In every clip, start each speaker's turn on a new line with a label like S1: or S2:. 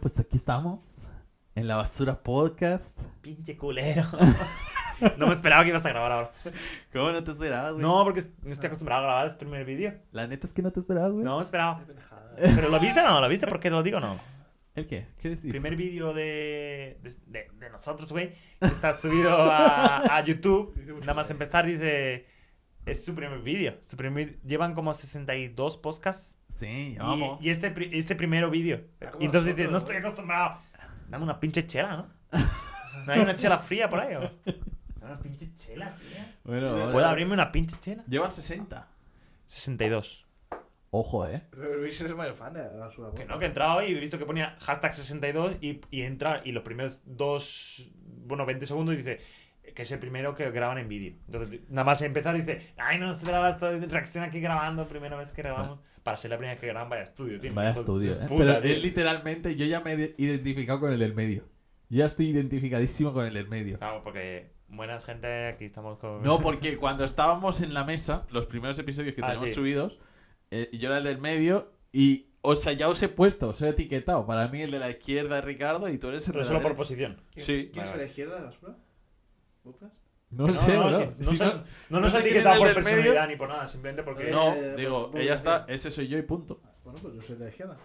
S1: pues aquí estamos. En la basura podcast.
S2: Pinche culero. no me esperaba que ibas a grabar ahora.
S1: ¿Cómo no te esperabas, güey?
S2: No, porque no estoy acostumbrado a grabar el primer vídeo.
S1: La neta es que no te esperabas, güey.
S2: No me esperaba.
S3: pendejada.
S2: Pero lo viste o no, lo viste porque lo digo o no.
S1: ¿El qué? ¿Qué decís?
S2: Primer vídeo de, de, de- de nosotros, güey. Está subido a, a YouTube.
S3: Dice mucho,
S2: Nada más
S3: güey.
S2: empezar dice. Es su primer vídeo. su primer- Llevan como 62 podcasts.
S1: Sí,
S2: Y-
S1: vamos.
S2: Y, este, pri- este primero vídeo.
S3: Ah, como
S2: Y Entonces
S3: nosotros,
S2: dices, no estoy
S3: güey.
S2: acostumbrado. Dame una pinche chela, ¿no? No hay una chela fría por ahí, ¿o? Dame Una pinche chela fría.
S1: Bueno,
S3: ¿Puedo
S1: ahora-
S2: ¿Puedo abrirme una pinche chela?
S1: Llevan 60.
S2: 62.
S1: Ojo, eh.
S3: Pero Luis es el mayor fan de la basura.
S2: Que
S3: güey.
S2: no, que he entrado y he visto que ponía hashtag 62 y, y entra y los primeros dos, bueno, 20 segundos dice que es el primero que graban en vídeo. Entonces, nada más empezar dice, ay, no esperaba esta reacción aquí grabando, primera vez que grabamos. Para ser la primera vez que graban, vaya estudio, tío.
S1: Ah. Vaya
S2: Pues,
S1: estudio, eh.
S2: puta,
S1: Pero es
S2: tío.
S1: literalmente, yo ya me he identificado con el del medio. Yo ya estoy identificadísimo con el del medio.
S2: Claro, porque buenas gente, aquí estamos con...
S1: No, porque cuando estábamos en la mesa, los primeros episodios que
S2: Ah,
S1: tenemos
S2: sí.
S1: subidos, eh, yo era el del medio y, o sea, ya os he puesto, os he etiquetado. Para mí el de la izquierda es Ricardo y tú eres el
S2: Pero
S1: de
S2: solo
S1: la
S2: por
S1: derecha.
S2: posición.
S3: ¿Quién,
S1: Sí.
S2: Vale,
S3: ¿quién es
S2: vale.
S3: la izquierda de la basura? ¿Lucas?
S1: No, sé,
S2: no,
S1: bro.
S2: sí, no
S1: Si
S2: sé-
S1: no-
S2: no
S1: no
S2: nos
S1: sé
S2: ha
S1: quién
S2: etiquetado
S1: es el
S2: por
S1: del medio.
S2: personalidad ni por nada, simplemente porque...
S1: no,
S3: Eh,
S1: digo,
S3: voy
S1: ella
S3: a
S1: está,
S3: decir.
S1: ese soy yo y punto.
S3: Bueno, pues yo soy de la izquierda.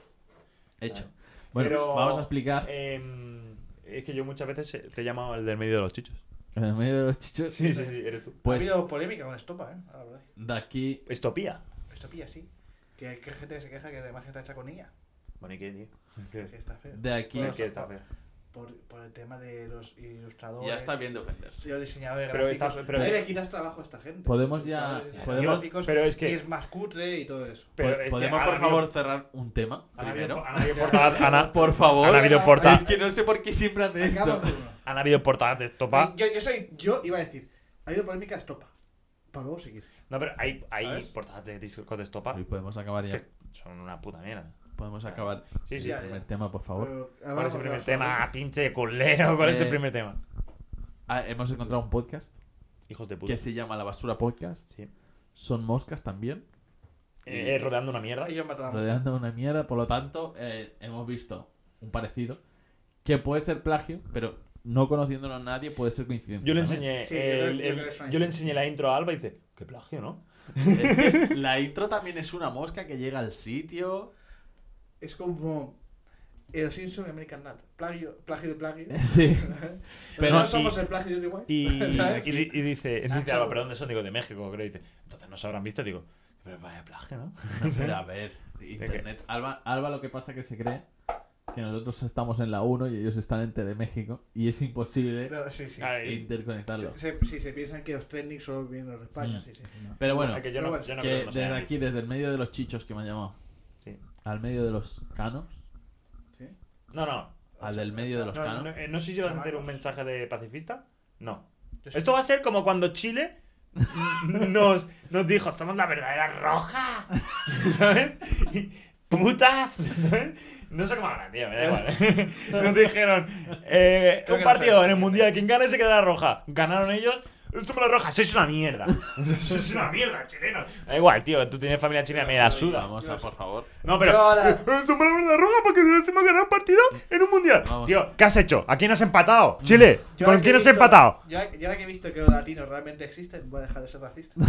S1: Hecho.
S2: Claro.
S1: Bueno,
S2: Pero-
S1: pues vamos a explicar.
S2: em, es que yo muchas veces eh, te he llamado el del medio de los chichos.
S1: En el medio de los chichos.
S2: Sí, sí, sí, eres tú.
S3: Ha
S1: Pues
S3: habido polémica con Estopa, ¿eh? Ah, la verdad.
S1: de aquí.
S2: Estopía.
S3: Esto pilla, sí. Que hay que gente que se queja que la imagen está hecha con ella.
S2: Bueno, ¿y qué, tío?
S3: Que está feo.
S1: De aquí.
S3: Bueno,
S2: Aquí está feo.
S3: Por, por el tema de los ilustradores.
S2: pues,
S1: Ya está bien de ofenderse.
S3: y Los diseñadores
S2: Pero
S3: gráficos.
S2: está- pero-
S3: Nadie le quitas trabajo a esta gente.
S1: Podemos
S3: Los
S1: ya-
S3: ilustradores,
S1: podemos-
S3: gráficos,
S2: Pero es que-
S3: Y es más cutre y todo eso.
S2: Pero
S1: Po-
S2: es que
S1: ¿Podemos,
S2: han
S1: por
S2: habido-
S1: favor, cerrar un tema
S2: han habido-
S1: primero?
S2: Han habido portadas. han ha-
S1: Por favor.
S2: Han habido portadas.
S1: Es que no sé por qué siempre hace
S3: Acaba
S1: esto.
S3: con uno.
S2: Han habido portadas de estopa.
S3: Yo, yo soy. Yo iba a decir. Ha habido polémica Estopa. Para luego seguir.
S2: No, pero hay, hay
S3: ¿Sabes?
S2: portadas de disco de estopa
S1: Y podemos acabar ya.
S2: que son una puta mierda.
S1: Podemos acabar
S2: Sí, Eh, sí.
S3: Ya,
S1: el
S3: ya.
S1: primer tema, por favor.
S3: Pero,
S2: ¿Cuál es el
S3: hablamos de
S2: primer
S3: basura,
S2: tema?
S3: ¿no?
S2: Ah, pinche culero. ¿Cuál es el
S1: Eh,
S2: primer tema?
S1: Ah, hemos encontrado un podcast
S2: Hijos de puta.
S1: que se llama La Basura Podcast.
S2: Sí.
S1: Son moscas también,
S2: Eh, eh, rodeando una mierda.
S3: Ellos mataban a
S1: rodeando una mierda. Por lo tanto, eh, hemos visto un parecido que puede ser plagio, pero no conociéndolo a nadie puede ser coincidencia.
S2: Yo le
S1: también.
S2: enseñé.
S3: Sí, yo
S2: el-
S3: creo- yo
S2: el-
S3: creo que es una
S2: yo le
S3: idea.
S2: enseñé la intro a Alba y dice, qué plagio, ¿no?
S1: Es que la intro también es una mosca que llega al sitio.
S3: Es como. El Simpson y American Dad. Plagio, plagio de plagio.
S1: Sí.
S3: Pero
S1: Pero
S3: no somos
S2: y-
S3: el plagio de Uruguay.
S2: Y,
S3: ¿Sabes?
S2: y di- y dice,
S3: Ah,
S2: dice
S3: chao.
S2: Alba, ¿pero dónde son? Digo, de México, creo. Y dice, entonces no se habrán visto. Digo, pero vaya plagio, ¿no?
S1: Pero a ver, internet. Alba, Alba lo que pasa es que se cree que nosotros estamos en la 1 y ellos están en Teleméxico y es imposible
S3: No, sí, sí.
S2: Ah, y-
S1: interconectarlo.
S3: Se, se- sí, se piensan que los trending solo vienen los de España.
S1: Mm.
S3: Sí, sí.
S1: Pero bueno,
S2: Ah, que yo no,
S3: Pero bueno,
S2: yo no
S1: que
S2: creo que no
S1: desde
S2: sean
S1: aquí, desde el medio de los chichos que me han llamado,
S2: Sí.
S1: al medio de los canos,
S3: ¿Sí?
S2: No, no.
S1: al del medio de los
S2: No, no,
S1: canos.
S2: eh, no sé si vas a hacer un
S3: Chamacos.
S2: mensaje de pacifista. No.
S3: Yo soy-
S2: Esto va a ser como cuando Chile nos, nos dijo, somos la verdadera roja. ¿Sabes? Y, Putas, ¿sabes? No sé cómo hablan, tío, me da igual. ¿eh? Nos dijeron, eh,
S3: Creo
S2: un
S3: que no
S2: partido
S3: sabes.
S2: en el mundial, quien gane se queda roja. Ganaron ellos, esto me la roja, sois una mierda. sois una mierda, chilenos. Da igual, tío, tú tienes familia chilena, me la suda.
S1: Vamos a, por favor.
S2: No, pero.
S3: Yo la-
S2: Eh, Son para la verdad roja porque se hemos ganado un partido en un mundial.
S1: Vamos. Mm.
S2: Tío, ¿qué has hecho? ¿A quién has empatado? Chile,
S3: Yo
S2: ¿con
S3: ahora que
S2: quién
S3: he
S2: has
S3: visto-
S2: empatado?
S3: Yo, yo ahora que he visto que los latinos realmente existen, voy a dejar de ser racista.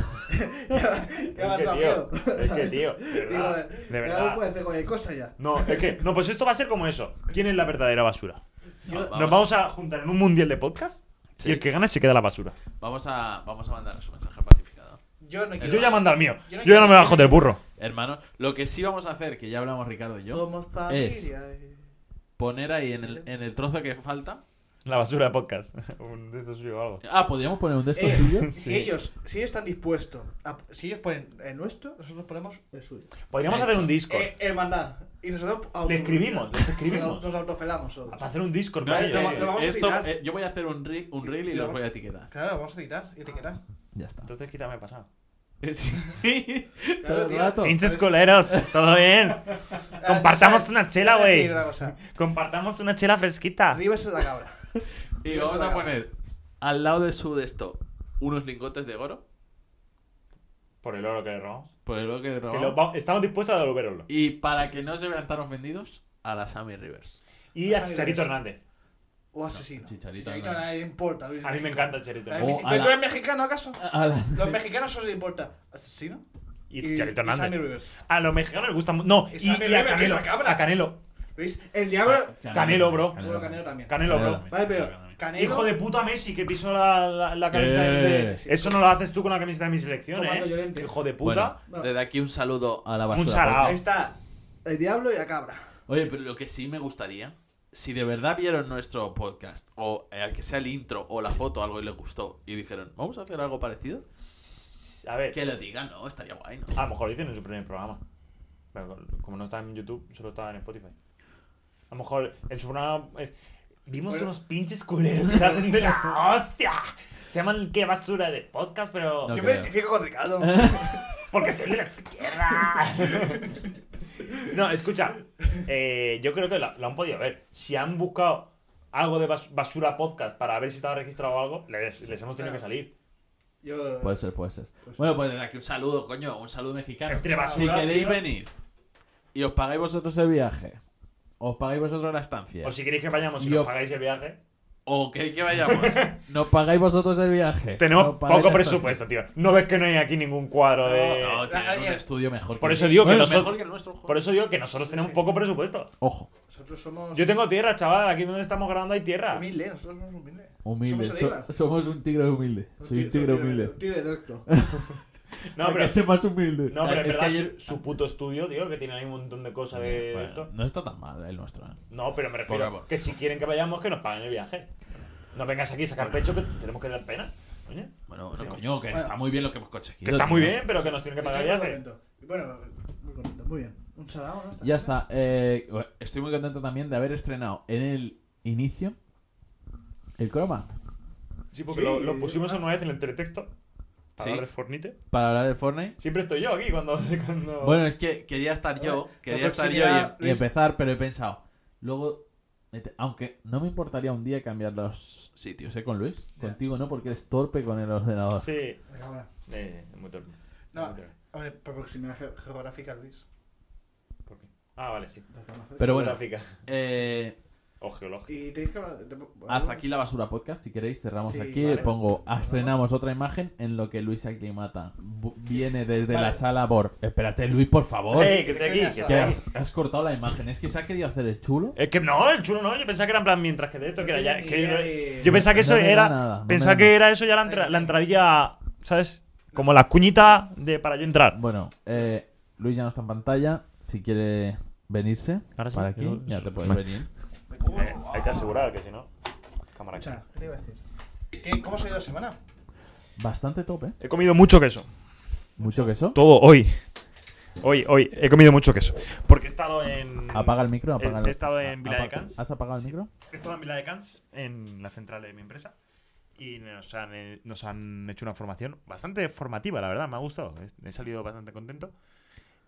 S3: ya ya me ha entrado miedo. ¿sabes?
S2: de
S3: Digo,
S2: verdad.
S3: eh,
S2: de
S3: ya
S2: verdad.
S3: no puede hacer cualquier cosa ya.
S2: No, es que, no, pues esto va a ser como eso. ¿Quién es la verdadera basura?
S3: Yo-
S1: No,
S2: Nos vamos a juntar en un mundial de podcast
S1: Sí.
S2: y el que gane se queda la basura.
S1: Vamos a, vamos a mandar su mensaje pacificador.
S3: Yo no quiero.
S2: Yo ya mando al mío.
S3: Yo no
S2: Yo ya no me
S3: quiero-
S2: bajo del burro.
S1: Hermano, lo que sí vamos a hacer, que ya hablamos Ricardo y yo,
S3: Somos familia. eh.
S1: poner ahí en el, en el trozo que falta.
S2: La basura de podcast. Un de estos o algo.
S1: Ah, podríamos poner un de estos
S3: Eh,
S1: suyos.
S3: Si,
S2: Sí.
S3: ellos, si ellos están dispuestos, a- si ellos ponen el nuestro, nosotros ponemos el suyo.
S2: Podríamos
S1: Hecho.
S2: hacer un Discord.
S3: Eh, hermandad. Y nosotros auto-
S2: Le escribimos, les escribimos.
S3: Nos, nos autofelamos solo.
S2: Para hacer un Discord.
S1: No,
S2: con
S3: eh,
S2: ellos.
S3: lo- lo vamos a
S1: esto-
S3: tirar.
S1: eh, yo voy a hacer un, re- un reel y
S3: Lo-
S1: los voy a etiquetar.
S3: Claro, vamos a editar y etiquetar.
S1: Ya está.
S2: Entonces quítame pasado.
S1: Sí.
S3: Claro,
S1: Todo el
S3: tío.
S1: rato.
S2: Pinches coleros, todo bien.
S3: Ah,
S2: Compartamos
S3: ¿sabes?
S2: una chela,
S3: Te voy a
S2: güey.
S3: decir una cosa.
S2: Compartamos una chela fresquita.
S3: Rivers es la cabra.
S1: Y vamos a poner al lado de su de esto unos lingotes de oro.
S2: Por el oro que le robamos.
S1: Por el oro que le
S2: Que lo
S1: robamos.
S2: va- estamos dispuestos a devolverlo.
S1: Y para que no se vean tan ofendidos, a la Sammy Rivers.
S2: y a Chicharito Hernández.
S3: O asesino.
S1: Chicharito
S3: Chicharito
S1: no.
S3: a nadie le importa.
S2: A mí me encanta Chicharito
S1: mí-
S2: Hernández.
S1: O a
S3: ¿Pero tú
S1: la-
S3: eres mexicano acaso?
S1: A la-
S3: Los mexicanos solo les importa asesino
S2: Y Chicharito
S3: Sammy
S2: Hernández.
S3: Rivers.
S2: A los mexicanos les gusta. mu- No,
S3: Y
S2: y,
S3: Sammy
S2: y a
S3: Rivers, que es
S2: Canelo.
S3: la cabra.
S2: A Canelo.
S3: ¿Veis? El diablo.
S1: Ah,
S2: Canelo, bro.
S3: Bueno, Canelo también.
S2: Canelo, bro.
S1: también.
S3: Vale,
S1: Canelo
S3: pero.
S1: también.
S3: Canelo.
S2: Hijo de puta Messi que pisó la, la, la camiseta de-
S1: Eh.
S2: de- Eso no lo haces tú con la camiseta de mi selección,
S3: Como Aldo
S2: eh.
S3: Llorente.
S2: Hijo de puta.
S3: No.
S4: Desde aquí un saludo.
S1: A la
S2: Un
S1: basura.
S2: sarao.
S3: Ahí está. El diablo y la cabra.
S4: Oye, pero lo que sí me gustaría, si de verdad vieron nuestro podcast, o eh, que sea el intro o la foto, algo y les gustó, y dijeron, vamos a hacer algo parecido,
S2: A ver.
S4: que lo digan, ¿no? Estaría guay, ¿no?
S2: A lo mejor dicen en su primer programa. Pero como no estaba en YouTube, solo estaba en Spotify. A lo mejor en su programa es- Vimos
S3: Bueno.
S2: unos pinches culeros que hacen de la hostia. Se llaman qué basura de podcast, pero.
S1: No.
S3: Yo me
S1: creo.
S3: identifico con Ricardo.
S2: Porque soy de la izquierda. no, escucha. eh, yo creo que la- lo, han podido ver. Si han buscado algo de bas- basura podcast para ver si estaba registrado o algo, les, les hemos tenido que salir.
S3: Yo.
S1: Puede ser, puede ser.
S3: Pues-
S1: Bueno, pues desde aquí un saludo, coño, un saludo mexicano.
S2: Entre
S1: si
S2: basuras,
S1: queréis
S2: tío.
S1: venir y os pagáis vosotros el viaje, os pagáis vosotros la estancia,
S2: O si queréis que vayamos y
S1: Yo-
S2: nos pagáis el viaje.
S4: O que, que vayamos.
S1: no pagáis vosotros el viaje.
S2: Tenemos
S1: no pagáis
S2: poco
S1: la estancia.
S2: presupuesto, tío. No ves que no hay aquí ningún cuadro de.
S4: No, tienen un
S3: Ayer.
S4: estudio mejor
S2: Por
S4: que
S2: eso digo que
S4: Bueno,
S2: nosotros-
S4: mejor que el nuestro. joder.
S2: Por eso digo que nosotros tenemos poco presupuesto.
S1: Ojo,
S3: Nosotros somos.
S2: Yo tengo tierra, chaval. Aquí donde estamos grabando hay tierra.
S3: Humilde, nosotros somos humildes.
S1: humilde.
S3: Somos el
S1: so-
S3: Eibar.
S1: somos un tigre humilde. Soy un tigre humilde.
S3: Un tigre recto.
S2: No,
S1: Hay
S2: pero,
S1: que ser más humilde.
S2: no, pero
S1: es
S2: en verdad
S1: que ayer-
S2: su, su puto estudio, tío, que tiene ahí un montón de cosas de
S1: Bueno,
S2: esto.
S1: No está tan mal el nuestro. ¿eh?
S2: No, pero me refiero
S4: Poca-
S2: que si quieren que vayamos, que nos paguen el viaje. No vengas aquí a sacar pecho que tenemos que dar pena. coño.
S4: Bueno,
S2: Sí.
S4: bueno, coño, que
S3: Bueno.
S4: está muy bien lo que hemos conseguido.
S2: Que está
S4: tío.
S2: muy bien, pero que nos tienen que pagar
S3: Estoy
S2: el
S3: muy
S2: viaje.
S3: contento. Y Bueno, muy contento, muy bien. Un salado, ¿no?
S1: Ya está. eh, estoy muy contento también de haber estrenado en el inicio el croma.
S2: Sí, porque
S3: Sí.
S2: lo, lo pusimos una vez en el teletexto. A
S4: Sí.
S2: hablar de Fornite.
S1: Para hablar de Fortnite.
S2: Siempre estoy yo aquí cuando. cuando...
S1: Bueno, es que quería
S3: A
S1: estar
S3: ver,
S1: yo,
S3: la
S4: quería estar yo
S3: proximidad,
S1: y
S3: Luis,
S1: empezar, pero he pensado. Luego, mete- aunque no me importaría un día cambiar los sitios, ¿eh? Con Luis.
S3: Ya.
S1: Contigo no, porque eres torpe con el ordenador.
S2: Sí.
S3: la cámara.
S2: Eh, muy torpe.
S3: No,
S2: Muy torpe.
S3: hombre, por proximidad ge- geográfica, Luis.
S2: ¿Por qué? Ah, vale, sí.
S3: la conoces.
S1: Pero bueno,
S2: Geográfica.
S1: eh,
S2: O geológica.
S3: Y tenéis que hablar. de-
S1: hasta aquí la basura podcast. Si queréis, cerramos
S3: Sí,
S1: aquí.
S3: vale.
S1: Pongo, estrenamos otra imagen en lo que Luis se aclimata. Bu- Viene desde
S3: Vale.
S1: la sala Bor. Espérate, Luis, por favor.
S2: ¡Ey, que estoy aquí! Que estoy
S1: Que
S2: aquí.
S1: has, has cortado la imagen. Es que se ha querido hacer el chulo.
S2: Es que no, el chulo no. Yo pensaba que era en plan mientras que de esto,
S3: No
S2: que era ya.
S3: tenía ni
S2: que
S3: idea
S2: yo-
S3: de-
S2: Yo pensaba que
S1: No
S2: eso
S1: me da
S2: era.
S1: nada, no me
S2: pensaba
S1: da
S2: que
S1: nada.
S2: era eso ya la, entra- la entradilla, ¿sabes? Como la cuñita de para yo entrar.
S1: Bueno, eh, Luis ya no está en pantalla. Si quiere venirse
S2: Ahora sí.
S1: para aquí,
S2: Yo-
S1: ya te puedes venir.
S3: Me como-
S2: Eh, hay que asegurar que si no. Cámara aquí.
S3: Escucha, ¿qué te iba a decir? ¿Qué- ¿Cómo os ha ido la semana?
S1: Bastante tope.
S2: He comido mucho queso.
S1: Mucho queso.
S2: Todo hoy. Hoy, hoy. He comido mucho queso. Porque he estado en.
S1: Apaga el micro. Apaga el... Ah,
S2: He estado en Vila de
S1: apa-
S2: Cans.
S1: ¿Has apagado el micro?
S2: Estaba en Vila de Cans, en la central de mi empresa, y nos han, eh, nos han hecho una formación bastante formativa, la verdad, me ha gustado. Es- He salido bastante contento.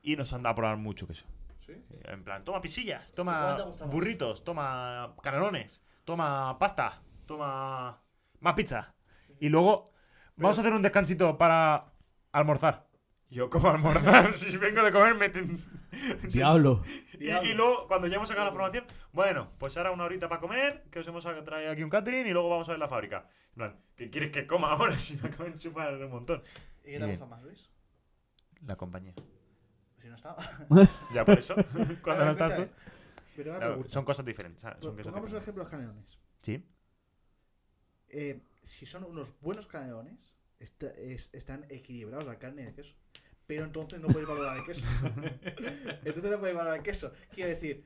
S2: Y nos han dado a probar mucho queso.
S3: ¿Sí?
S2: Eh, En plan, toma pichillas,
S3: ¿Cuál
S2: toma
S3: te ha gustado más?
S2: burritos, toma canelones, toma pasta, toma más pizza. Y luego, vamos a hacer un descansito para almorzar. Yo, como almorzar? si vengo de comer, me... ten-
S1: Diablo.
S2: y, y luego, cuando ya hemos sacado la formación, bueno, pues ahora una horita para comer, que os hemos traído aquí un catering y luego vamos a ver la fábrica. En plan, ¿qué quieres que coma ahora si me acaban de chupar un montón?
S3: ¿Y qué te
S2: Bien.
S3: gusta más, Luis?
S2: La compañía.
S3: Si no estaba.
S2: Ya por eso, cuando no
S3: Ahora,
S2: estás
S3: escucha,
S2: tú.
S3: eh, Pero una
S2: Claro,
S3: pregunta.
S2: son cosas diferentes. ¿sabes? Son
S3: Pon-
S2: cosas
S3: Pongamos un
S2: diferentes.
S3: ejemplo de los canelones.
S2: Sí.
S3: Eh, si son unos buenos canelones, está- es- están equilibrados la carne y el queso. Pero entonces no podéis valorar el queso. entonces no podéis valorar el queso. Quiero decir,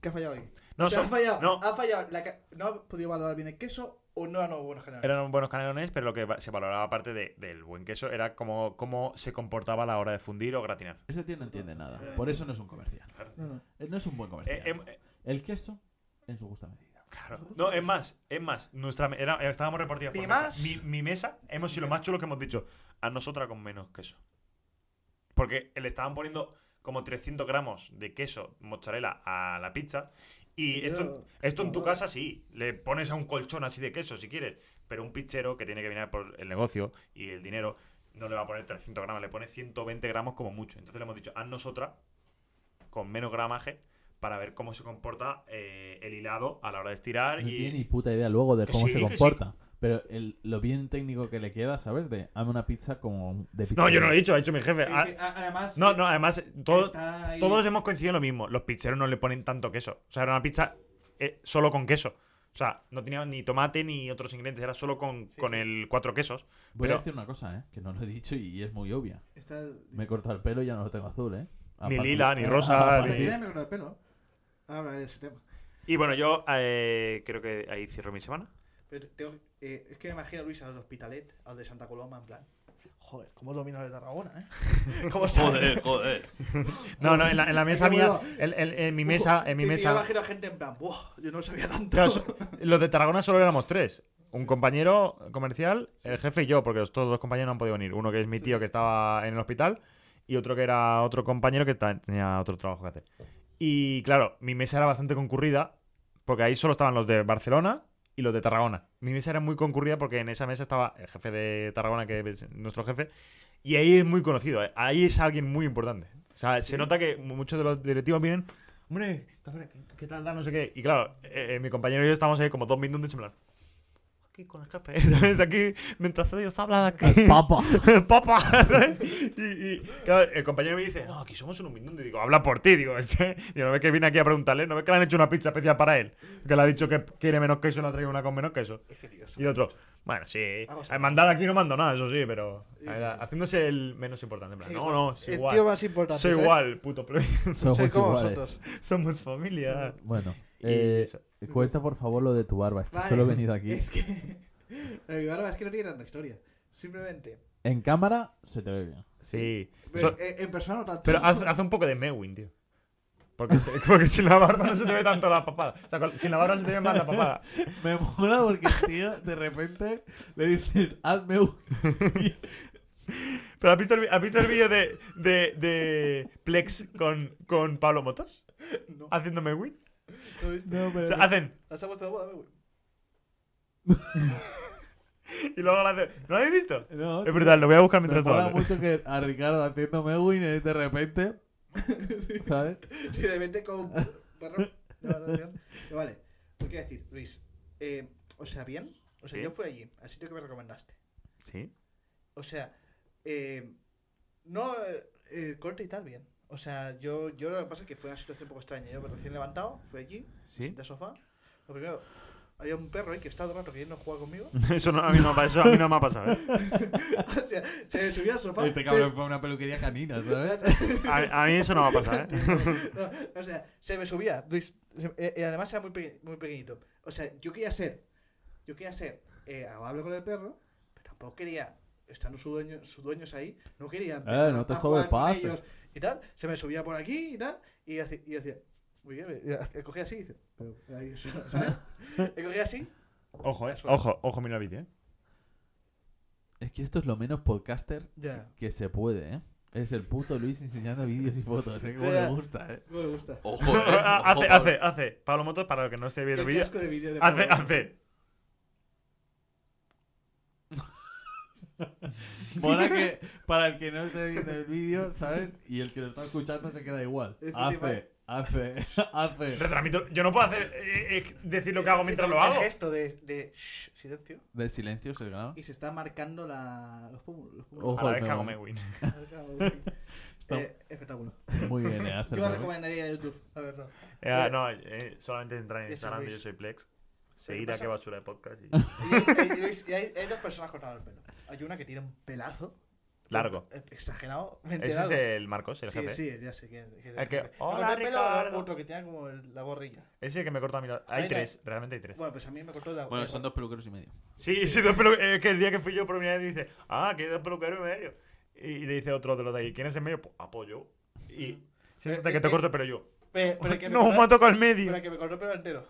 S3: que ha fallado aquí.
S2: No,
S3: O sea,
S2: son-
S3: ha fallado.
S2: no.
S3: Ha fallado la ca- no ha podido valorar bien el queso o no ha dado buenos canelones.
S2: eran buenos canelones, pero lo que va- se valoraba aparte de- del buen queso era cómo, cómo se comportaba a la hora de fundir o gratinar.
S1: Este tío no entiende nada. Por eso no es un comercial.
S3: No, no.
S1: Eh, No es un buen comercial.
S2: Eh, em- eh,
S1: El queso, en su justa medida.
S2: Claro. No, es más, es más. Nuestra, me- era- estábamos repartidos. por
S3: ¿Y
S2: mesa.
S3: más?
S2: Mi, mi mesa, hemos sido lo más chulo que hemos dicho. A nosotras con menos queso. Porque le estaban poniendo como 300 gramos de queso mozzarella a la pizza. Y
S3: Yo-
S2: esto, esto en tu
S3: no.
S2: casa sí. Le pones a un colchón así de queso si quieres. Pero un pizzero que tiene que venir por el negocio y el dinero no le va a poner 300 gramos, le pone 120 gramos como mucho. Entonces le hemos dicho a nosotras con menos gramaje para ver cómo se comporta eh, el hilado a la hora de estirar.
S1: No
S2: y...
S1: tiene ni puta idea luego de
S2: Que
S1: cómo
S2: sí,
S1: se
S2: que sí.
S1: comporta. Pero el- lo bien técnico que le queda, ¿sabes? De hazme una pizza como de pizza.
S2: No, yo no lo he dicho, lo ha dicho mi jefe. Ah,
S3: Además,
S2: No, no, además, todo-
S3: está ahí-
S2: todos hemos coincidido en lo mismo. Los pizzeros no le ponen tanto queso. O sea, era una pizza eh, solo con queso. O sea, no tenía ni tomate ni otros ingredientes, era solo con,
S3: Sí,
S2: con
S3: sí.
S2: el cuatro quesos.
S1: Voy a
S2: Pero-
S1: decir una cosa, ¿eh? Que no lo he dicho y es muy obvia.
S3: está-
S1: Me he cortado el pelo y ya no lo tengo azul, ¿eh?
S2: Ni lila, ni
S1: eh,
S2: rosa,
S3: La
S1: aparte-
S2: ni-
S3: idea me cortó Ah, el pelo. Ahora hablaré de ese tema.
S2: Y bueno, yo eh, creo que ahí cierro mi semana.
S3: Pero tengo- eh, es que me imagino a Luis al Hospitalet, al de Santa Coloma, en plan. Joder, ¿cómo domino de Tarragona, eh? ¿Cómo
S4: Joder, joder.
S2: No, no, en la, en la mesa
S3: Qué
S2: mía,
S3: bueno.
S2: en, en- en mi mesa, en mi
S3: Este Sí, sí, yo
S2: mesa.
S3: imagino a gente en plan, ¡buah! Yo no sabía tanto.
S2: Claro, so- los de Tarragona solo éramos tres. Un compañero comercial, el jefe y yo, porque los otros dos compañeros no han podido venir. Uno que es mi tío que estaba en el hospital y otro que era otro compañero que ta- tenía otro trabajo que hacer. Y claro, mi mesa era bastante concurrida porque ahí solo estaban los de Barcelona y los de Tarragona. Mi mesa era muy concurrida porque en esa mesa estaba el jefe de Tarragona, que es nuestro jefe, y ahí es muy conocido. eh. Ahí es alguien muy importante. O sea, se nota que muchos de los directivos vienen. Hombre, cabrón, ¿qué- ¿qué tal? tal? No sé qué. Y claro, eh, eh, mi compañero y yo estamos ahí como dos minutos en plan. Aquí con el jefe, ¿sabes? Aquí, mientras ellos hablan aquí.
S1: Papa.
S2: ¡Papa! ¿sabes? y, y, claro, el compañero me dice, no, aquí somos un humildón. Y digo, habla por ti, digo, este. Digo, no ves que viene aquí a preguntarle, no ves que le han hecho una pizza especial para él. Que le ha dicho que quiere menos queso, le ha traído una con menos queso. Y el otro, bueno, sí.
S3: Vamos a
S2: Al
S3: ver.
S2: mandar aquí no mando nada, eso sí, pero.
S3: Sí,
S2: a-
S3: sí.
S2: a- haciéndose el menos importante. En plan,
S3: Sí,
S2: no,
S3: claro.
S2: no, es
S3: el tío
S2: igual.
S3: más importante.
S2: Soy
S3: ¿sabes?
S2: igual, puto plebe.
S1: Somos
S3: Soy como
S1: iguales.
S3: vosotros.
S2: Somos familia.
S1: Bueno,
S2: Y
S1: eh,
S2: eso.
S1: cuenta por favor lo de tu barba. Es que
S3: Vale.
S1: solo he venido aquí.
S3: Es que. Pero mi barba es que no tiene tanta historia. Simplemente.
S1: En cámara se te ve bien.
S2: Sí.
S3: Pero,
S2: So-
S3: eh, en persona no tanto.
S2: pero haz, haz un poco de Mewin, tío. Porque, se- porque sin la barba no se te ve tanto la papada. O sea, con- sin la barba se te ve más la papada.
S1: Me mola porque, tío, de repente le dices, hazme un.
S2: Pero ¿has visto el, vi- has visto el vídeo de, de, de Plex con, con Pablo Motos?
S3: No,
S2: Haciendo Mewin.
S3: no he visto.
S1: No,
S2: O
S1: pero.
S2: sea, hacen.
S3: ¿Las ha puesto de boda, güey?
S2: Y luego lo hacen. ¿No lo habéis visto?
S1: No,
S2: Es brutal, lo voy a buscar
S1: Me
S2: mientras
S1: mola
S2: hablo.
S1: mucho que a Ricardo haciendo Mewin y de repente. ¿Sabes?
S3: Sí, de repente con. Barro. No, no, no. Vale, lo que iba a decir, Luis. Eh, o sea, bien. O sea,
S2: Sí.
S3: yo fui allí, al sitio que me recomendaste.
S2: Sí.
S3: O sea, eh, no. eh, El corte y tal, bien. O sea, yo, yo lo que pasa es que fue una situación un poco extraña. Yo recién levantado, fui allí,
S2: ¿Sí?
S3: de sofá. Lo primero, había un perro ahí que estaba todo el rato queriendo jugar conmigo.
S2: Eso, no, a mí no, me ha- eso a mí no me ha pasado. ¿eh?
S3: o sea, se subía al sofá.
S1: Este
S3: se-
S1: cabrón fue a una peluquería canina, ¿sabes?
S2: A, a mí eso no me ha pasado. ¿eh?
S3: No, o sea, se me subía. Luis, se- eh, eh, además era muy, peque- muy pequeñito. O sea, yo quería ser. Yo quería ser eh, amable con el perro, pero tampoco quería. Estando sus dueños, sus dueños ahí, no
S2: Eh,
S3: quería empezar
S1: no te
S3: a jugar con
S1: sobrepases.
S3: ellos y tal. Se me subía por aquí y tal. Y haci- y yo decía, muy bien, y ha- cogía así. y dice, pero, ahí, ¿sabes? Y cogía así.
S2: Ojo, eh. Ojo, ojo, mira el vídeo. ¿eh?
S1: Es que esto es lo menos podcaster
S3: Ya,
S1: que se puede, ¿eh? Es el puto Luis enseñando vídeos y fotos, ¿eh? Como
S3: Ya.
S1: le gusta, ¿eh?
S3: no me gusta.
S4: Ojo, eh. ojo,
S2: hace,
S4: Pablo.
S2: hace, hace. Pablo Motos, para los que no se vio el
S3: Qué
S2: vídeo.
S3: casco de vídeo de
S2: Hace,
S3: Pablo.
S2: hace.
S1: Mola que para el que no esté viendo el vídeo, ¿sabes? Y el que lo está escuchando se queda igual. Hace, hace, hace.
S2: Retransmito. Yo no puedo hacer, eh, eh, decir lo que
S3: Está
S2: hago mientras
S3: haciendo
S2: lo hago.
S3: El gesto de, de shh, silencio.
S1: De silencio se graba.
S3: Y se está marcando la, los pómulos. los pómulos.
S1: Ojo.
S2: A la vez
S1: me
S2: que hago
S1: voy.
S2: Mewin.
S1: Está-
S3: Eh, espectáculo.
S1: Muy bien, ¿eh? Hace
S3: Yo lo
S1: el-
S3: recomendaría de YouTube. A ver, no.
S2: Eh, no, eh, solamente entrar en
S3: Eso,
S2: Instagram,
S3: Luis.
S2: yo soy Plex.
S3: ¿Qué
S2: Seguir a
S3: pasa?
S2: qué basura de podcast. y-
S3: Y hay, hay- Luis, y hay- hay dos personas cortadas el pelo. Hay una que tiene un pelazo.
S2: Largo.
S3: Eh, Exagerado.
S2: Ese es el Marcos, el
S3: Sí,
S2: jefe.
S3: sí, ya sé quién. quién es
S2: El que,
S3: jefe. No,
S2: "Hola,
S3: el pelo,
S2: Ricardo".
S3: Otro que tiene como el- la gorrilla.
S2: Ese es el que me corta a mí. la- Hay
S3: Ahí no.
S2: tres, realmente hay tres.
S3: Bueno, pues a mí me cortó la
S4: Bueno,
S3: la-
S4: son dos peluqueros y medio.
S2: Sí, sí, dos pelu- eh, que el día que fui yo por primera vez dice, ah, que hay dos peluqueros en medio. Y, y le dice otro de los de ahí, ¿quién es en medio? Pues, apoyo. Y siéntate que te corto, pero yo.
S3: Pe- Eh, pero el que me
S2: No,
S3: cortó-
S2: me ha tocado el
S3: pero
S2: medio.
S3: el que me cortó el pelo entero.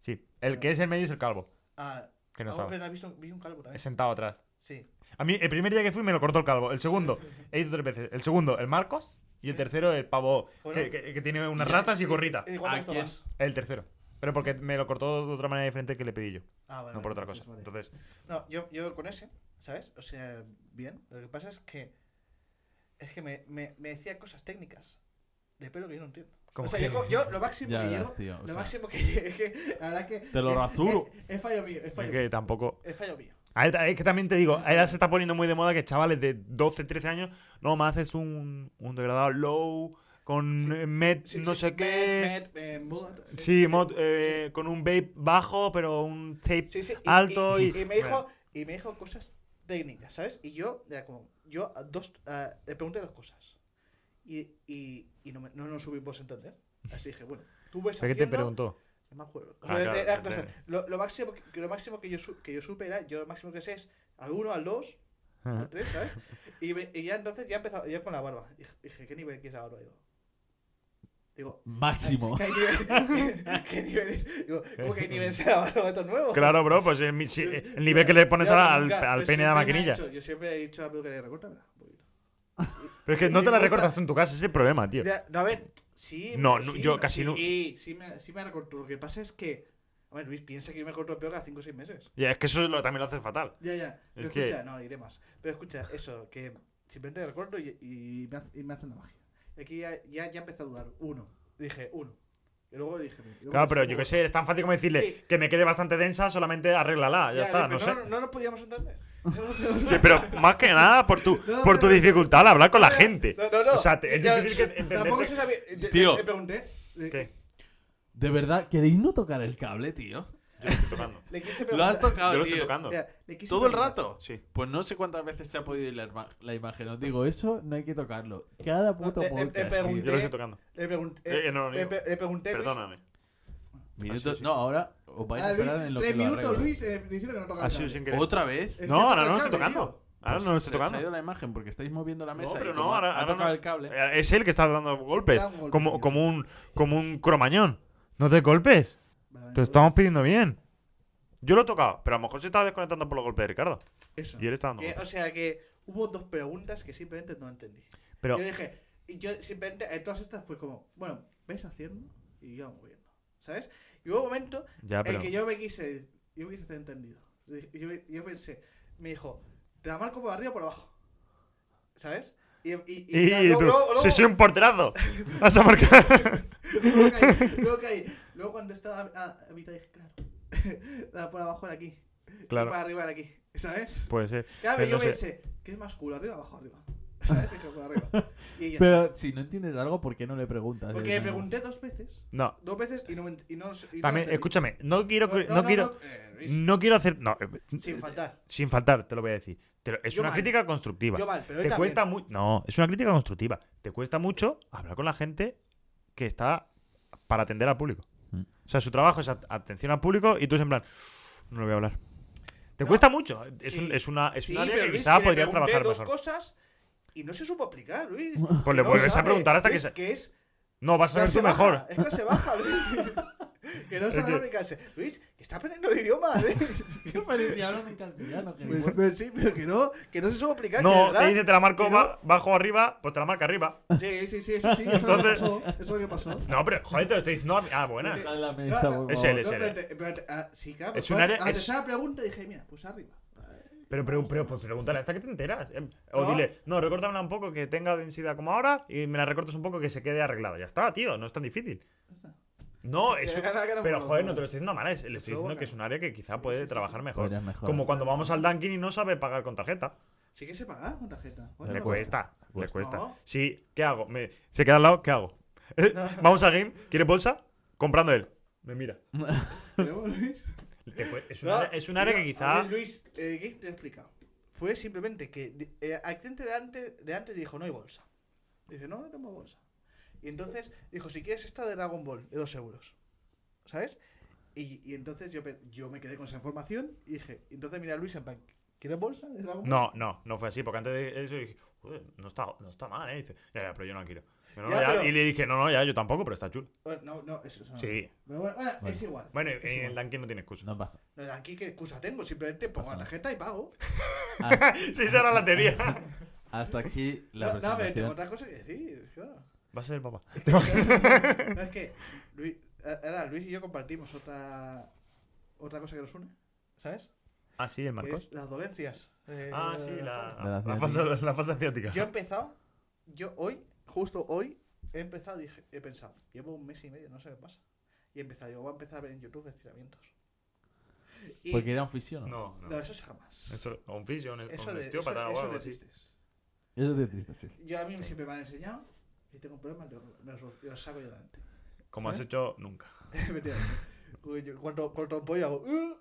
S2: Sí, el que es en medio es el calvo,
S3: Ah,
S2: que no
S3: ah,
S2: estaba.
S3: pero he visto- vi un calvo también.
S2: Es sentado atrás.
S3: Sí.
S2: A mí, el primer día que fui me lo cortó el calvo. El segundo, he ido tres veces. El segundo, el Marcos. Y el tercero, el pavo,
S3: Bueno.
S2: que, que- que tiene unas rastas y gorrita.
S3: Eh, igual me
S4: ¿A
S3: gustó
S4: quién?
S3: más.
S2: El tercero. Pero porque me lo cortó de otra manera diferente que le pedí yo,
S3: Ah, vale.
S2: no por otra
S3: entonces,
S2: cosa.
S3: vale.
S2: Entonces,
S3: No, yo, yo con ese, ¿sabes? O sea, bien. Lo que pasa es que. Es que me, me, me decía cosas técnicas. de pelo que yo no entiendo.
S2: Como
S3: o sea,
S2: que-
S3: yo, co- yo lo máximo
S1: Ya
S3: que
S1: verás,
S3: llego.
S1: tío, o
S3: lo
S1: sea.
S3: máximo que llego es que. La verdad es que.
S1: Te lo
S3: es-
S1: rasuro.
S3: Es, es fallo mío, es
S2: Es
S3: fallo
S2: que
S3: mío.
S2: tampoco.
S3: Es fallo mío.
S2: A ver, Es que también te digo, ahora se está poniendo muy de moda que chavales de 12, 13 años, no, me haces un, un degradado low con eh, met,
S3: Sí,
S2: no
S3: sí,
S2: sé qué.
S3: Med, med, eh, mullet,
S2: sí, mod- eh, con un vape bajo, pero un tape
S3: Sí, sí, y-
S2: alto
S3: y,
S2: y.
S3: y me dijo, y me dijo cosas técnicas, ¿sabes? Y yo, era como, yo a dos, a- le pregunté dos cosas. Y, y, y no, me- no nos subimos a entender. Así dije, bueno, tú ves
S2: ¿Sabes qué te
S3: haciendo...
S2: preguntó?
S3: No me acuerdo.
S2: Ah,
S3: Era-
S2: claro,
S3: era
S2: sí,
S3: cosas.
S2: sí.
S3: Lo, lo máximo, que, lo máximo que, yo, su- que yo supe era, yo lo máximo que sé es al 1, al 2, al 3, ¿sabes? Y, me- y ya entonces ya empezaba, ya con la barba. Dije, dije, ¿qué nivel quieres la barba? Digo, digo
S1: Máximo.
S3: ¿qué nivel, qué, qué nivel es? Digo, ¿cómo que hay nivel en la barba? Esto es nuevo.
S2: Claro, bro, pues el, mi- si- el nivel que le pones
S3: Claro,
S2: ahora al,
S3: nunca-
S2: al pene de la
S3: pero siempre me ha
S2: maquinilla.
S3: dicho- yo siempre he dicho a la peluquería, recórtamela un poquito.
S2: Pero es que no te la recortas tú en tu casa, ese es el problema, tío.
S3: Ya, no, a ver, sí.
S2: No,
S3: me-
S2: no,
S3: sí,
S2: yo casi
S3: sí,
S2: no-
S3: Sí, sí me, sí me recorto. Lo que pasa es que. A ver, Luis, piensa que yo me corto el pelo cada 5 o 6 meses.
S2: Ya, es que eso lo- también lo hace fatal.
S3: Ya, ya. Pero
S2: Es que-
S3: escucha, no, iré más. Pero escucha, eso, que simplemente recorto y, y, me, hace- y me hacen la magia. Y aquí ya, ya, ya empecé a dudar. Uno. Dije, uno. Y luego dije. y luego
S2: Claro,
S3: dije,
S2: pero yo
S3: uno.
S2: que sé, es tan fácil como decirle
S3: Sí.
S2: que me quede bastante densa, solamente arréglala, ya, está,
S3: pero
S2: no sé.
S3: No, no nos podíamos entender. No nos podíamos
S2: Que- pero más que nada por tu,
S3: No,
S2: por tu
S3: pero-
S2: dificultad al hablar con la gente.
S3: No, no, no.
S2: O sea, te- es
S3: Ya,
S2: difícil que entenderte-
S3: Tampoco se sabía. Yo- yo
S1: Tío.
S3: Le pregunté. Le,
S2: ¿Qué?
S1: ¿De verdad queréis no tocar el cable, tío?
S2: Yo lo estoy tocando.
S3: le quise
S4: Lo
S3: preguntar.
S4: has tocado,
S2: Yo lo
S4: tío.
S2: estoy tocando.
S3: Mira, le quise
S4: ¿Todo el
S3: preguntar.
S4: rato?
S2: Sí.
S4: Pues no sé cuántas veces se ha podido ir la, ima- la imagen. Os digo, eso
S1: No hay que tocarlo. Cada puto
S3: eh, eh,
S1: podcast.
S3: eh,
S1: tío.
S2: Yo lo estoy tocando.
S3: Le pregunté.
S2: Eh, eh, no lo
S3: le,
S2: niego.
S3: pe- le pregunté. Luis-
S2: Perdóname.
S1: Minutos-
S2: sí, sí.
S1: No, ahora os vais a
S3: a Ah, Luis,
S1: esperar en lo
S3: tres
S1: que lo
S3: minutos,
S1: arreglo.
S3: Luis, eh, diciendo que no toca
S2: Ha
S3: el
S2: sido
S3: cable.
S2: sin querer.
S4: otra vez.
S3: Es que
S2: No, ahora
S3: toca
S2: no
S3: el
S2: lo estoy
S3: cable,
S2: tocando.
S3: tío.
S2: Ahora
S4: Pues
S2: Ah, no lo estoy
S4: se- Se ha ido
S2: tocando.
S4: la imagen porque estáis moviendo la
S2: No,
S4: mesa. y
S2: pero
S4: como
S2: no,
S4: ha-
S2: ahora-
S4: ha
S2: ahora
S4: tocado
S2: no.
S4: el cable.
S2: Eh, Es él que está dando golpes.
S3: dan golpes,
S2: Como,
S3: tío.
S2: como, un, como un cromañón. No te golpes.
S3: Vale,
S2: Te lo
S3: entonces,
S2: estamos pidiendo bien. Yo lo he tocado, pero a lo mejor se estaba desconectando por los golpes de Ricardo.
S3: eso.
S2: Y él está dando
S3: Que,
S2: golpes.
S3: o sea que hubo dos preguntas que simplemente no entendí.
S2: Pero
S3: Yo dije, y yo simplemente, en todas estas fue como, bueno, ves haciendo y yo moviendo. ¿Sabes? Y hubo un momento
S2: Ya,
S3: El
S2: pero.
S3: que yo me quise, yo me quise hacer entendido. Yo, me- yo pensé, me dijo, te la marco por arriba o por abajo. ¿Sabes? Y, y, y,
S2: Y
S3: claro,
S2: tú,
S3: luego, luego,
S2: si soy un porterazo, vas a marcar.
S3: luego caí, luego caí. Luego cuando estaba a, a mitad dije, claro, la por abajo era aquí.
S2: Claro.
S3: Y para arriba era aquí. ¿Sabes?
S2: Puede ser.
S3: Claro,
S2: pero
S3: yo
S2: no sé.
S3: pensé, ¿qué es más culo? ¿Arriba o abajo? Arriba. ¿Sabes? Dije, por arriba. Y
S2: Eh.
S3: ella,
S1: Pero si no entiendes algo, ¿por qué no le preguntas?
S3: porque
S1: Eh,
S3: le pregunté dos veces.
S2: No,
S3: Dos veces y no me ent- y no, y no
S2: también,
S3: entendí.
S2: escúchame, no quiero.
S3: No,
S2: No,
S3: no, no,
S2: quiero.
S3: no, eh, Luis,
S2: No quiero hacer. No, eh,
S3: sin faltar.
S2: sin faltar, te lo voy a decir. Te lo- es
S3: Yo
S2: una
S3: mal.
S2: crítica constructiva.
S3: Yo mal, pero él
S2: Te
S3: también.
S2: cuesta mucho. No, es una crítica constructiva. Te cuesta mucho hablar con la gente que está para atender al público.
S1: Mm.
S2: O sea, su trabajo es at- atención al público y tú es en plan, no le voy a hablar. Te
S3: No.
S2: cuesta mucho. Es,
S3: Sí.
S2: un- es una, es
S3: Sí,
S2: un área
S3: pero
S2: que
S3: Luis,
S2: quizá
S3: le
S2: podrías
S3: pregunté
S2: trabajar
S3: dos
S2: mejor.
S3: cosas y no se supo aplicar, Luis.
S2: Pues le
S3: No
S2: vuelves a
S3: sabe.
S2: preguntar hasta que.
S3: Luis,
S2: se-
S3: que es
S2: No, vas a ver tú
S3: clase
S2: mejor.
S3: baja, Es clase baja, Luis. que no sabe
S2: que-
S3: aplicarse. Luis, que está aprendiendo idioma, Luis.
S1: Pero si hablan en castellano, que
S3: Pues,
S1: igual-
S3: pues sí, pero que no, que no se supo aplicar. que de
S2: No,
S3: verdad.
S2: te dice te la marco
S3: Pero-
S2: ba- bajo arriba, pues te la marca arriba.
S3: Sí, sí, sí, eso sí, eso
S2: Entonces-
S3: es lo que pasó. Eso es lo que pasó.
S2: No, pero joder, te lo estoy diciendo. a- Ah, buena.
S1: Deja en la mesa,
S3: No, no,
S1: por
S2: es
S1: favor.
S2: él.
S3: No, espérate, espérate, ah, sí, claro.
S2: Es
S3: Es
S2: un
S3: una, a
S2: área-
S3: la
S2: es-
S3: tercera pregunta dije, mira, pues arriba.
S2: Pero, pero, pero pues pregúntale hasta que te enteras. eh. O
S3: No.
S2: dile, no, recórtamela un poco que tenga densidad como ahora y me la recortas un poco que se quede arreglada. Ya está, tío, no es tan difícil.
S3: Ya está.
S2: No,
S3: Que
S2: es
S3: la cara que no
S2: Pero
S3: fue
S2: joder,
S3: loca.
S2: no te lo estoy diciendo mal, es- le estoy
S3: fue
S2: diciendo
S3: buena.
S2: que es un área que quizá puede
S3: sí, sí,
S2: trabajar mejor.
S1: Podrías mejorar.
S2: Como cuando vamos al Dunkin' y no sabe pagar con tarjeta.
S3: Sí que se paga con tarjeta. pues, Bueno,
S2: Le
S3: no
S2: cuesta, le
S3: cuesta.
S2: cuesta.
S3: No.
S2: Sí, ¿qué hago? Me- se queda al lado, ¿qué hago? vamos a Game, ¿quieres bolsa? Comprando él. Me mira.
S3: Pero, Luis,
S2: Te cue- es, un
S3: No,
S2: área, es un área
S3: mira,
S2: que quizá.
S3: a ver, Luis, eh, Gabe te lo he explicado. Fue simplemente que di- eh, al cliente de antes, de antes dijo, no hay bolsa. Dice, no, no tengo bolsa. Y entonces dijo, si quieres esta de Dragon Ball, de 2 euros. ¿Sabes? Y, y entonces yo, pe- yo me quedé con esa información y dije, entonces mira Luis en plan, ¿quieres bolsa de Dragon Ball?
S2: No, no, no fue así, porque antes de eso dije, "Joder, no está, no está mal, ¿eh? Dice, ya, ya, pero yo no quiero. Yo, "No,
S3: Ya,
S2: ya".
S3: pero- Ah.
S2: Y le dije, no, no, ya, yo tampoco, pero está chulo.
S3: Bueno, no, no, eso, eso no.
S2: Sí.
S3: Pero bueno, bueno,
S1: Bueno.
S3: es igual.
S2: Bueno, eh,
S3: es
S2: en el
S3: igual.
S2: Dunkin' no tiene excusa.
S1: No pasa.
S3: No, de aquí qué excusa tengo, simplemente pongo la
S1: Pasa
S3: tarjeta y pago.
S1: Hasta,
S2: sí, esa era la teoría.
S1: hasta aquí la
S3: no, no, pero tengo
S1: presentación.
S3: otras cosas que decir, claro.
S2: Vas a ser papá.
S3: No, es que Luis, ahora Luis y yo compartimos otra otra cosa que nos une, ¿sabes?
S2: Ah, sí, el
S3: Que
S2: Marcos.
S3: es las dolencias. eh,
S2: Ah, sí,
S3: de
S2: la,
S1: La
S2: la,
S1: ciática.
S2: fase, la fase ciática.
S3: Yo he empezado, yo hoy, justo hoy, he empezado, dije, he pensado, llevo un mes y medio, no sé qué pasa. Y he empezado, digo, voy a empezar a ver en YouTube estiramientos. Y,
S1: Porque era un fisio, ¿no?
S2: No,
S3: no.
S2: no.
S3: eso es jamás. Eso,
S2: Eso, o un fisio, un, un
S3: de, eso,
S2: osteópata o
S3: eso
S2: algo
S3: de
S2: así.
S3: tristes.
S1: Eso es de triste, sí.
S3: Yo a mí siempre me han enseñado, si tengo problemas, lo- me los, me los saco yo delante.
S2: Como has
S3: ¿Sí?
S2: hecho nunca.
S3: Efectivamente. Uy, yo Cuando corto un pollo hago. "Uh".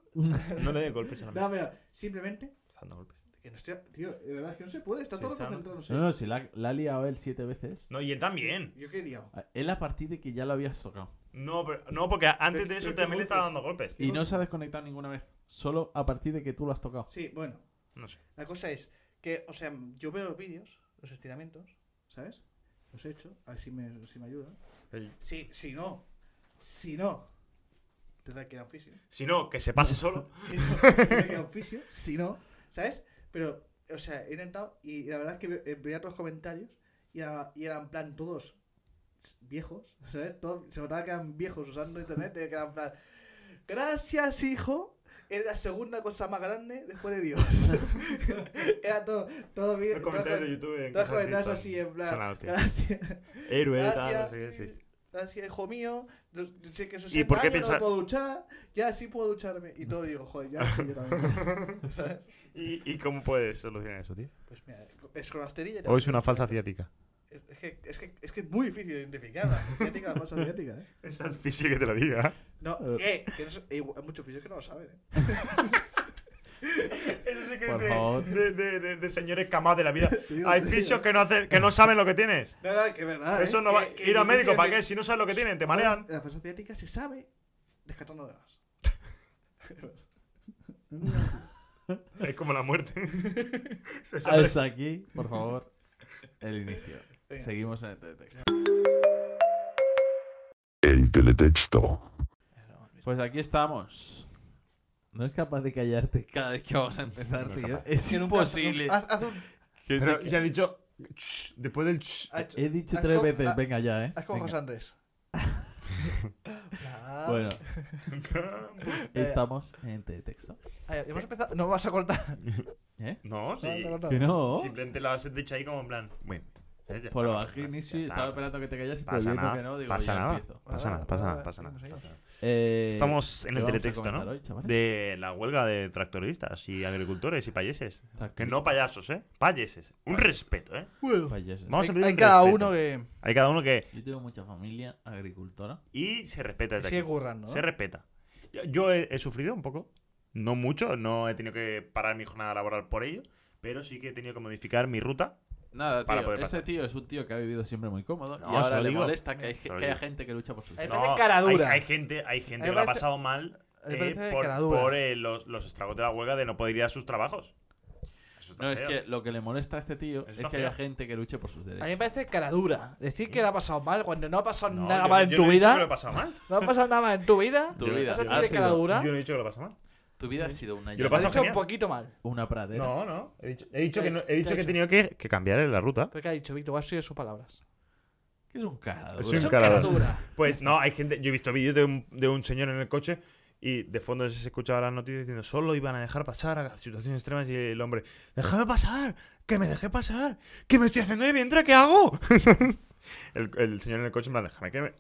S2: No le dé golpes a la
S3: No,
S2: mesa.
S3: mira, simplemente.
S2: Está dando golpes.
S3: Que no estoy, tío, de verdad es que no se puede, está
S2: Sí,
S3: todo
S2: está, ¿no?
S3: concentrándose.
S1: No, no, si la, la ha liado él siete veces.
S2: No, y él también.
S3: Yo qué he liado.
S1: Ah, Él a partir de que ya lo habías tocado.
S2: No, pero, no porque antes de
S3: Pero-
S2: eso
S3: pero
S2: también
S3: ¿qué
S2: le estaba
S3: golpes?
S2: dando golpes.
S1: Y no se ha desconectado ninguna vez. Solo a partir de que tú lo has tocado.
S3: Sí, bueno,
S2: No sé.
S3: la cosa es que, o sea, yo veo los vídeos, los estiramientos, ¿sabes? Los he hecho, a ver si me, si me ayudan.
S2: El-
S3: Si, si no, si no, tendrá que ir a un fisio.
S2: Si no, que se pase solo.
S3: Si no, tendrá que ir a un fisio, si no, ¿sabes? Pero, o sea, he intentado y la verdad es que ve- eh, veía todos los comentarios y, era- y eran en plan todos viejos, ¿sabes? Todos- se notaba que eran viejos usando internet, eh, que eran en plan, gracias hijo, es la segunda cosa más grande después de Dios. era todo, todo vídeo-
S2: Los
S3: todo
S2: comentarios
S3: co-
S2: de YouTube. en cosas
S3: todos comentarios
S2: están-
S3: así, en
S2: son la
S3: plan,
S2: hostia.
S3: gracias.
S2: Héroe, tal, no
S3: Gracias,
S2: sé qué, sí.
S3: gracias, hijo mío. Yo yo sé que eso
S2: ¿Y por qué
S3: años, no
S2: pensar-
S3: puedo duchar. Ya sí puedo ducharme. Y todo digo, joder, ya estoy yo también. ¿Sabes?
S2: ¿Y, ¿Y cómo puedes solucionar eso, tío?
S3: Pues mira, es con asterilla.
S2: O es una falsa ciática.
S3: Es que es, que, es que es muy difícil identificar la ciática de la falsa ciática, ¿eh?
S2: Es al fisio que te lo diga.
S3: No,
S1: Eh.
S3: eh, que no sé- eh, hay muchos fisios que no lo saben, ¿eh?
S2: Eso sí que
S1: Por favor.
S2: es de, de, de, de, de señores camados de la vida.
S3: Digo,
S2: Hay
S3: tío.
S2: fisios que no, hacen, que no saben lo que tienes.
S3: No, no, que es verdad.
S2: Eso
S3: ¿eh?
S2: no va.
S3: Que- que
S2: Ir al
S3: difícil
S2: médico, ¿para
S3: de-
S2: qué? Si no sabes lo que tienen, te marean.
S3: La falsa ciática se sabe descartando dedos.
S2: Es como la muerte. Se sabe.
S1: Hasta aquí, por favor, el inicio.
S3: Venga.
S1: Seguimos en el teletexto.
S5: El teletexto.
S1: Pues aquí estamos. No es capaz de callarte cada vez que vamos a empezar,
S2: No es
S1: tío.
S2: capaz.
S1: Es imposible.
S3: Haz, haz un.
S1: Que
S2: Pero
S1: sí que-
S2: ya he dicho. "Shh", Después del. "shh".
S3: haz-
S1: He dicho
S3: haz
S1: tres
S3: como-
S1: veces,
S3: haz-
S1: venga ya, eh.
S3: Haz como
S1: Venga.
S3: José Andrés. Ah, Hola.
S2: eh,
S1: Bueno,
S3: ya.
S1: estamos en teletexto.
S3: Ah, ya, eh, hemos empezado. No vas a cortar.
S2: No,
S3: No,
S2: sí.
S3: no, no.
S1: Que no.
S2: Simplemente lo has dicho ahí como en plan. Bueno. ¿sabes? Ya
S1: Por lo
S2: está,
S1: bajo
S2: ya
S1: inicio y
S2: está,
S1: estaba
S2: pasa-
S1: esperando que te callas, pero
S2: Pasa
S1: viendo
S2: nada.
S1: que no, digo,
S2: pasa
S1: ya
S2: nada.
S1: empiezo.
S2: Pasa nada, pasa nada, pasa nada,
S3: Vamos ahí.
S2: pasa nada.
S1: Eh,
S2: Estamos
S1: ¿qué
S2: en el
S1: vamos a
S2: teletexto,
S1: comentar
S2: ¿no?
S1: hoy, chavales?
S2: De la huelga de tractoristas y agricultores y payeses. Que no payasos, ¿eh? Payeses. Un respeto, ¿eh?
S3: Bueno.
S1: Payeses.
S2: Vamos a
S3: hay,
S2: pedir
S3: hay
S2: un
S3: cada
S2: respeto.
S3: uno que
S2: Hay cada uno que.
S1: Yo tengo mucha familia agricultora.
S2: Y se respeta desde
S3: sigue
S2: aquí.
S3: currando. ¿no?
S2: Se respeta. Yo- Yo he, he sufrido un poco. No mucho. No he tenido que parar mi jornada laboral por ello. Pero sí que he tenido que modificar mi ruta.
S1: Nada,
S2: Para
S1: tío.
S2: poder
S1: Este
S2: pasar.
S1: tío es un tío que ha vivido siempre muy cómodo
S2: No,
S1: y
S2: se
S1: ahora
S2: lo
S1: le
S2: digo. Eh,
S1: molesta que, hay,
S2: Se
S1: ge-
S2: lo
S1: que haya
S2: digo. Eh,
S1: gente que lucha por sus
S3: Hay Me
S1: derechos.
S3: parece cara dura.
S2: Hay, hay gente, hay gente
S3: Me
S2: que lo ha
S3: parece-
S2: pasado mal
S3: me
S2: eh,
S3: parece
S2: por,
S3: cara dura.
S2: por, eh, los, los estragos de la huelga de no poder ir a sus trabajos. Eso está
S1: No, es
S2: feo.
S1: que lo que le molesta a este tío
S2: Eso
S1: es
S2: está
S1: que haya
S2: feo.
S1: gente que luche por sus
S3: A mí me
S1: derechos.
S3: parece cara dura. Decir que le ha pasado mal cuando no ha pasado
S2: No,
S3: nada
S2: yo-
S3: mal
S2: yo no
S3: en tu
S2: he dicho
S3: vida.
S2: que lo he pasado mal.
S3: No ha pasado nada mal en tu vida.
S1: Tu
S2: Yo-
S1: vida,
S3: Vas a
S2: yo-
S3: decir
S1: ha
S3: de cara
S1: sido-
S3: dura.
S2: Yo no he dicho que lo he pasado mal.
S1: Tu vida ha sido una
S2: Yo lo
S3: Lo
S2: paso
S3: has
S1: llama-
S3: hecho un
S2: genial.
S3: poquito mal.
S1: una pradera.
S2: No, no. He dicho, he dicho
S3: ¿Qué
S2: que,
S3: ha
S2: no-
S3: hecho?
S2: he, dicho
S3: ¿Qué ha
S2: que he
S3: hecho?
S2: tenido que, que cambiar la ruta.
S3: ¿Pero qué ha dicho Víctor? Voy a seguir sus palabras.
S1: Que es un cara
S2: Es
S1: dura.
S2: un
S3: Son
S2: cara
S3: cara
S2: dura.
S3: dura.
S2: Pues no, hay gente. Yo he visto vídeos de un, de un señor en el coche y de fondo se escuchaba las noticias diciendo solo iban a dejar pasar a situaciones extremas y el hombre, déjame pasar, que me dejé pasar, que me estoy haciendo de vientre, ¿qué hago? el, el señor en el coche me déjame que me.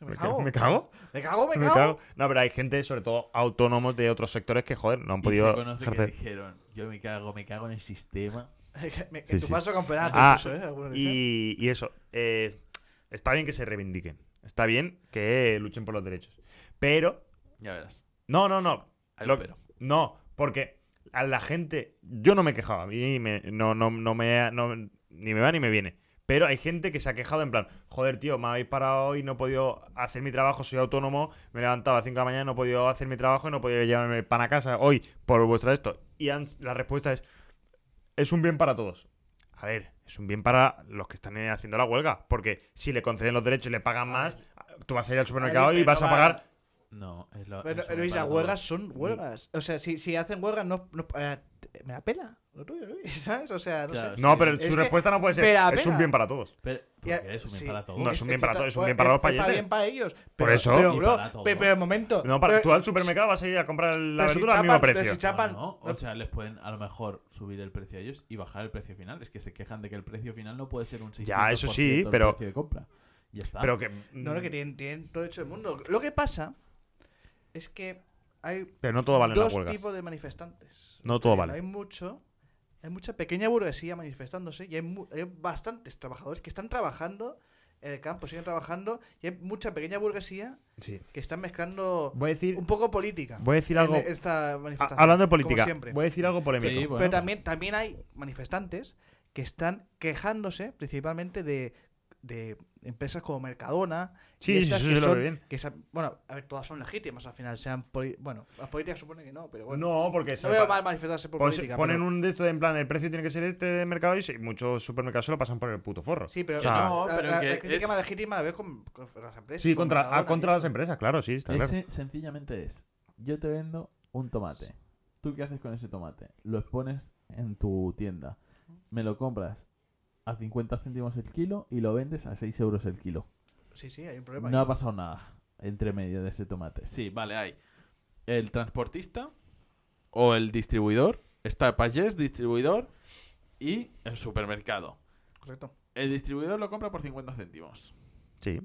S3: Me
S2: ¿Me
S3: cago.
S2: cago? ¿Me cago?
S3: Me cago, me
S2: Me
S3: cago.
S2: cago. No, pero hay gente, sobre todo autónomos de otros sectores, que joder, no han
S1: Y se
S2: podido
S1: conoce que
S2: ejercer.
S1: dijeron, yo me cago, me cago en el sistema.
S3: Me-
S2: Sí,
S3: En tu
S2: sí.
S3: paso campeonato.
S2: Ah,
S3: eso, ¿eh? Algunos dicen.
S2: Y, y eso, eh, está bien que se reivindiquen, está bien que luchen por los derechos. Pero,
S1: Ya verás.
S2: no, no, no,
S1: Hay
S2: Lo-
S1: un pero.
S2: No, porque a la gente. Yo no me he quejado. A mí me- no, no, no me. no- ni me va ni me viene. Pero hay gente que se ha quejado en plan: Joder, tío, me habéis parado hoy, no he podido hacer mi trabajo, soy autónomo, me he levantado a las 5 de la mañana, no he podido hacer mi trabajo y no he podido llevarme el pan a casa hoy por vuestra esto. Y han- la respuesta es: Es un bien para todos. A ver, es un bien para los que están eh, haciendo la huelga, porque si le conceden los derechos y le pagan más, tú vas a ir al supermercado
S3: Ay,
S2: y vas a
S3: pero va-
S2: pagar
S1: No, es lo
S3: Pero,
S1: es un
S3: pero Luis,
S1: para
S3: las
S1: todos.
S3: huelgas son huelgas. O sea, si, si hacen huelgas, no, no- eh, me la pela. Lo tuyo, Luis, ¿sabes? O sea, no
S1: Claro,
S3: sé.
S1: sí.
S2: No, pero
S3: Es
S2: su
S3: que-
S2: respuesta no puede ser.
S3: Pero,
S2: es un
S3: espera.
S2: bien para todos.
S1: Pero,
S3: Ya,
S1: porque es un bien
S3: sí.
S1: para todos.
S2: No, es un bien para
S3: que
S2: todos, es un
S3: ta-
S2: bien para los
S3: es- es
S2: payeses.
S3: bien para ellos. Pero,
S2: eso.
S3: Pero,
S1: Y
S3: bro,
S1: para todos.
S3: pe- pero un momento.
S2: No, para,
S3: pero-
S2: tú al supermercado vas a ir a comprar la
S3: pero si
S2: verdura al
S3: chapan-
S2: mismo
S3: pero
S2: precio.
S3: si chapan-
S1: No, no, o sea, les pueden a lo mejor subir el precio a ellos y bajar el precio final. Es que se quejan de que el precio final no puede ser un 600%
S2: Ya, eso sí,
S1: del
S2: pero-
S1: precio de compra. Ya está.
S2: Pero que. mm,
S3: No, no, que tienen, tienen todo hecho el mundo. Lo que pasa es que hay
S2: Pero no todo vale en
S3: dos
S2: las huelgas.
S3: tipos de manifestantes.
S2: No todo
S3: Eh,
S2: vale.
S3: Hay mucho, hay mucha pequeña burguesía manifestándose y hay, mu- hay bastantes trabajadores que están trabajando en el campo, siguen trabajando y hay mucha pequeña burguesía
S2: Sí.
S3: que están mezclando
S2: Voy a decir,
S3: un poco política.
S2: voy a decir
S3: en
S2: algo.
S3: Esta
S2: a-
S3: manifestación,
S2: hablando de
S3: como
S2: política,
S3: siempre.
S2: voy a decir algo polémico.
S1: Sí, bueno,
S3: Pero también, también hay manifestantes que están quejándose principalmente de, de empresas como Mercadona. y
S2: Sí, sí,
S3: estas
S2: sí,
S3: que
S2: sí, lo
S3: son-
S2: veo bien.
S3: que se- bueno, a ver, todas son legítimas al final. sean poli- Bueno, las políticas supone que no, pero bueno.
S2: no, porque se
S3: No veo
S2: pa-
S3: mal manifestarse por
S2: pon-
S3: política.
S2: ponen
S3: pero-
S2: un de esto de en plan, el precio tiene que ser este de mercado y sí, muchos supermercados se lo pasan por el puto forro.
S3: Sí, pero,
S2: O sea,
S4: no,
S3: la,
S4: pero
S3: la-
S4: que
S3: la crítica
S4: es-
S3: más legítima la veo con, con las empresas.
S2: Sí,
S3: con
S2: contra,
S3: Mercadona
S2: a,
S3: y
S2: contra las em-
S3: esto.
S2: empresas, claro, sí, está claro.
S1: Ese sencillamente es, yo te vendo un tomate. ¿Tú qué haces con ese tomate? Lo expones en tu tienda. Me lo compras a 50 céntimos el kilo y lo vendes a 6 euros el kilo.
S3: Sí, sí, hay un problema.
S1: No
S3: ahí.
S1: ha pasado nada entre medio de ese tomate.
S4: Sí, vale, hay. El transportista o el distribuidor. Está Pagés, distribuidor y el supermercado.
S3: Correcto.
S4: El distribuidor lo compra por 50 céntimos.
S2: Sí.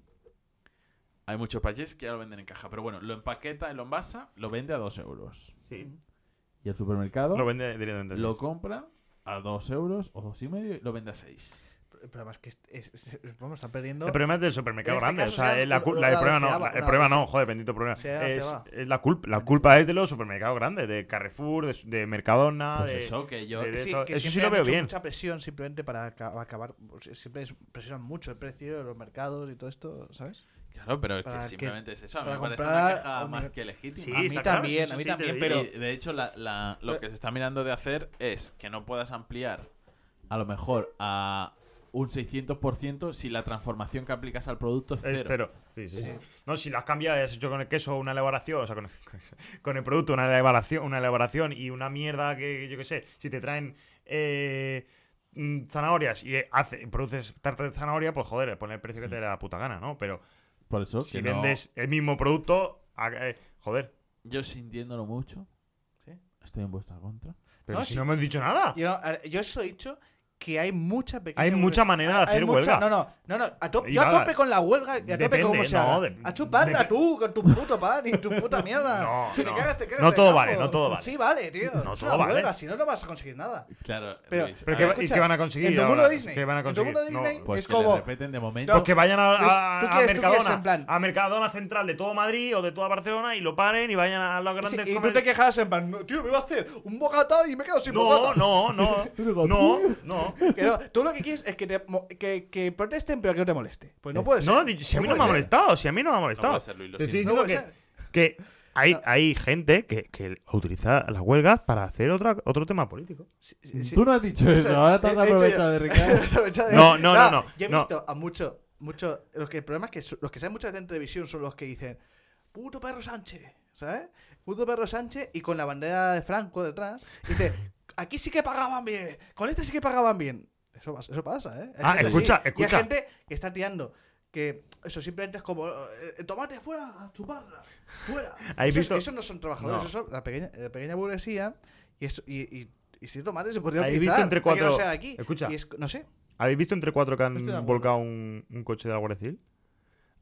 S4: Hay muchos Pagés que ya lo venden en caja, pero bueno, lo empaqueta, lo envasa, lo vende a 2 euros.
S1: Y el supermercado
S2: Lo
S1: lo,
S2: vende directamente.
S4: compra a 2 euros o dos y medio y lo vende a 6.
S3: El problema es que es- es- es- vamos, están perdiendo.
S2: El problema es del supermercado
S3: En este
S2: grande.
S3: caso
S2: o sea, eh,
S3: sea
S2: la,
S3: lo-
S2: cul-
S3: lo-
S2: la- el
S3: la
S2: problema no.
S3: doceava,
S2: la- el
S3: no,
S2: problema
S3: ese-
S2: no, joder, bendito problema.
S3: sea la
S2: Es,
S3: doceava.
S2: es la, culpa, la culpa es de los supermercados grandes, de Carrefour, de, de Mercadona.
S4: Pues
S2: de-
S4: eso, que yo.
S2: de-
S3: Sí,
S2: esto-
S3: que
S2: eso sí
S3: siempre
S2: lo
S3: han
S2: veo
S3: hecho
S2: bien.
S3: mucha presión simplemente para aca- acabar. o sea, Siempre es- presionan mucho el precio de los mercados y todo esto, ¿sabes?
S4: Claro, pero es
S3: Para
S4: que
S3: que-
S4: simplemente es eso. A mí me
S3: para
S4: parece una
S3: comprar
S4: caja
S3: un-
S4: más que legítima.
S2: Sí,
S3: a mí
S2: está
S3: también,
S2: sí,
S3: a
S2: sí,
S3: mí
S2: sí,
S3: también,
S2: te
S4: Pero
S2: digo.
S4: y, de hecho, la- la- lo que se está mirando de hacer es que no puedas ampliar a lo mejor a un 600% si la transformación que aplicas al producto es cero.
S2: Es cero. Sí, sí, sí. No, si lo has cambiado y has hecho con el queso una elaboración, o sea, con el, con el producto una elaboración, una elaboración y una mierda que yo qué sé, si te traen eh, mm, zanahorias y eh, hace, produces tarta de zanahoria, pues joder, pon el precio que te dé la puta gana, ¿no? Pero
S1: por eso
S2: si
S1: que Pues no-
S2: vendes el mismo producto, a- eh, joder.
S1: yo sintiéndolo mucho,
S3: Sí.
S1: estoy en vuestra contra.
S2: Pero
S3: No,
S2: si
S3: sí.
S2: no hemos dicho nada.
S3: Yo, no- a ver, yo eso he dicho que hay mucha pequeña.
S2: Hay mucha manera de
S3: Hay
S2: hacer
S3: mucha-
S2: huelga.
S3: No, no, no, no, a tope-
S2: Y
S3: yo a
S2: nada.
S3: tope con la huelga y a tope
S2: Depende,
S3: como se
S2: no,
S3: haga.
S2: de-
S3: a chuparla
S2: depende.
S3: tú con tu puto pan y tu puta mierda.
S2: No,
S3: si te
S2: no.
S3: cagas, te cagas.
S2: No
S3: en el
S2: todo
S3: campo. Pues
S2: vale, no todo vale.
S3: Sí, vale, tío.
S2: No
S3: es
S2: todo
S3: una
S2: vale.
S3: huelga, si no, no vas a conseguir nada.
S4: Claro,
S3: Pero-
S4: Luis,
S2: Pero
S4: a
S2: ¿qué, va-
S4: ver,
S2: y
S3: escucha,
S2: qué van a conseguir?
S3: en tu mundo
S2: ahora?
S3: Disney,
S2: ¿Qué van a
S3: en tu
S2: conseguir?
S3: mundo Disney,
S2: No.
S1: Pues
S3: Es
S1: que
S3: como-
S1: de repente, de momento,
S2: Pues que vayan a, a-
S3: ¿Tú
S2: a
S3: quieres- tú quieres,
S2: Mercadona,
S3: en plan-
S2: a Mercadona Central de todo Madrid o de toda Barcelona y lo paren y vayan a los grandes
S3: Sí, y tú
S2: comer-
S3: te quejarás en plan, "No, tío, me iba a hacer un bocata y me quedo sin
S2: No,
S3: bocata.
S2: no, no, no, no.
S3: Que no, Tú lo que quieres es que, te, mo- que, que protesten, pero que no te moleste. Pues no puede ser.
S2: No, di- si a mí no me ha
S3: puede ser.
S2: molestado, si a mí no me ha
S4: no
S2: molestado.
S4: puede ser, Luis, lo
S2: Te estoy
S4: siento.
S3: No
S2: diciendo
S3: puede
S2: que, que hay, hay gente que, que utiliza las huelgas para hacer otra, otro tema político.
S3: Sí, sí, sí.
S1: Tú no has dicho eso,
S3: Eso,
S1: ahora te has
S3: he- he hecho
S1: aprovechado
S3: yo.
S1: de Ricardo.
S3: Aprovechado de-
S2: No, no, no, no,
S3: Yo he
S2: no.
S3: visto a muchos, muchos. Los que el problema es que su- los que saben muchas de televisión son los que dicen, puto perro Sánchez, ¿sabes? Puto perro Sánchez y con la bandera de Franco detrás. Dice, aquí sí que pagaban bien, con este sí que pagaban bien. Eso, pas- eso pasa, ¿eh? Hay
S2: Ah,
S3: gente así.
S2: escucha,
S3: Y
S2: escucha.
S3: hay gente que está tirando. Que eso simplemente es como, eh, tomate fuera, a chuparla, fuera.
S2: ¿Habéis
S3: Eso, es-
S2: visto?
S3: eso no son trabajadores,
S2: No.
S3: eso es la pequeña, la pequeña burguesía. Y, eso, y, y, y si tomate se podría
S2: ¿Habéis
S3: utilizar.
S2: visto entre
S3: ¿a que no
S2: cuatro-
S3: sea de aquí?
S2: Escucha.
S3: Y es- no sé.
S2: ¿Habéis visto entre cuatro que
S3: Estoy de
S2: han
S3: acuerdo.
S2: volcado un, un coche de la Guardia Civil?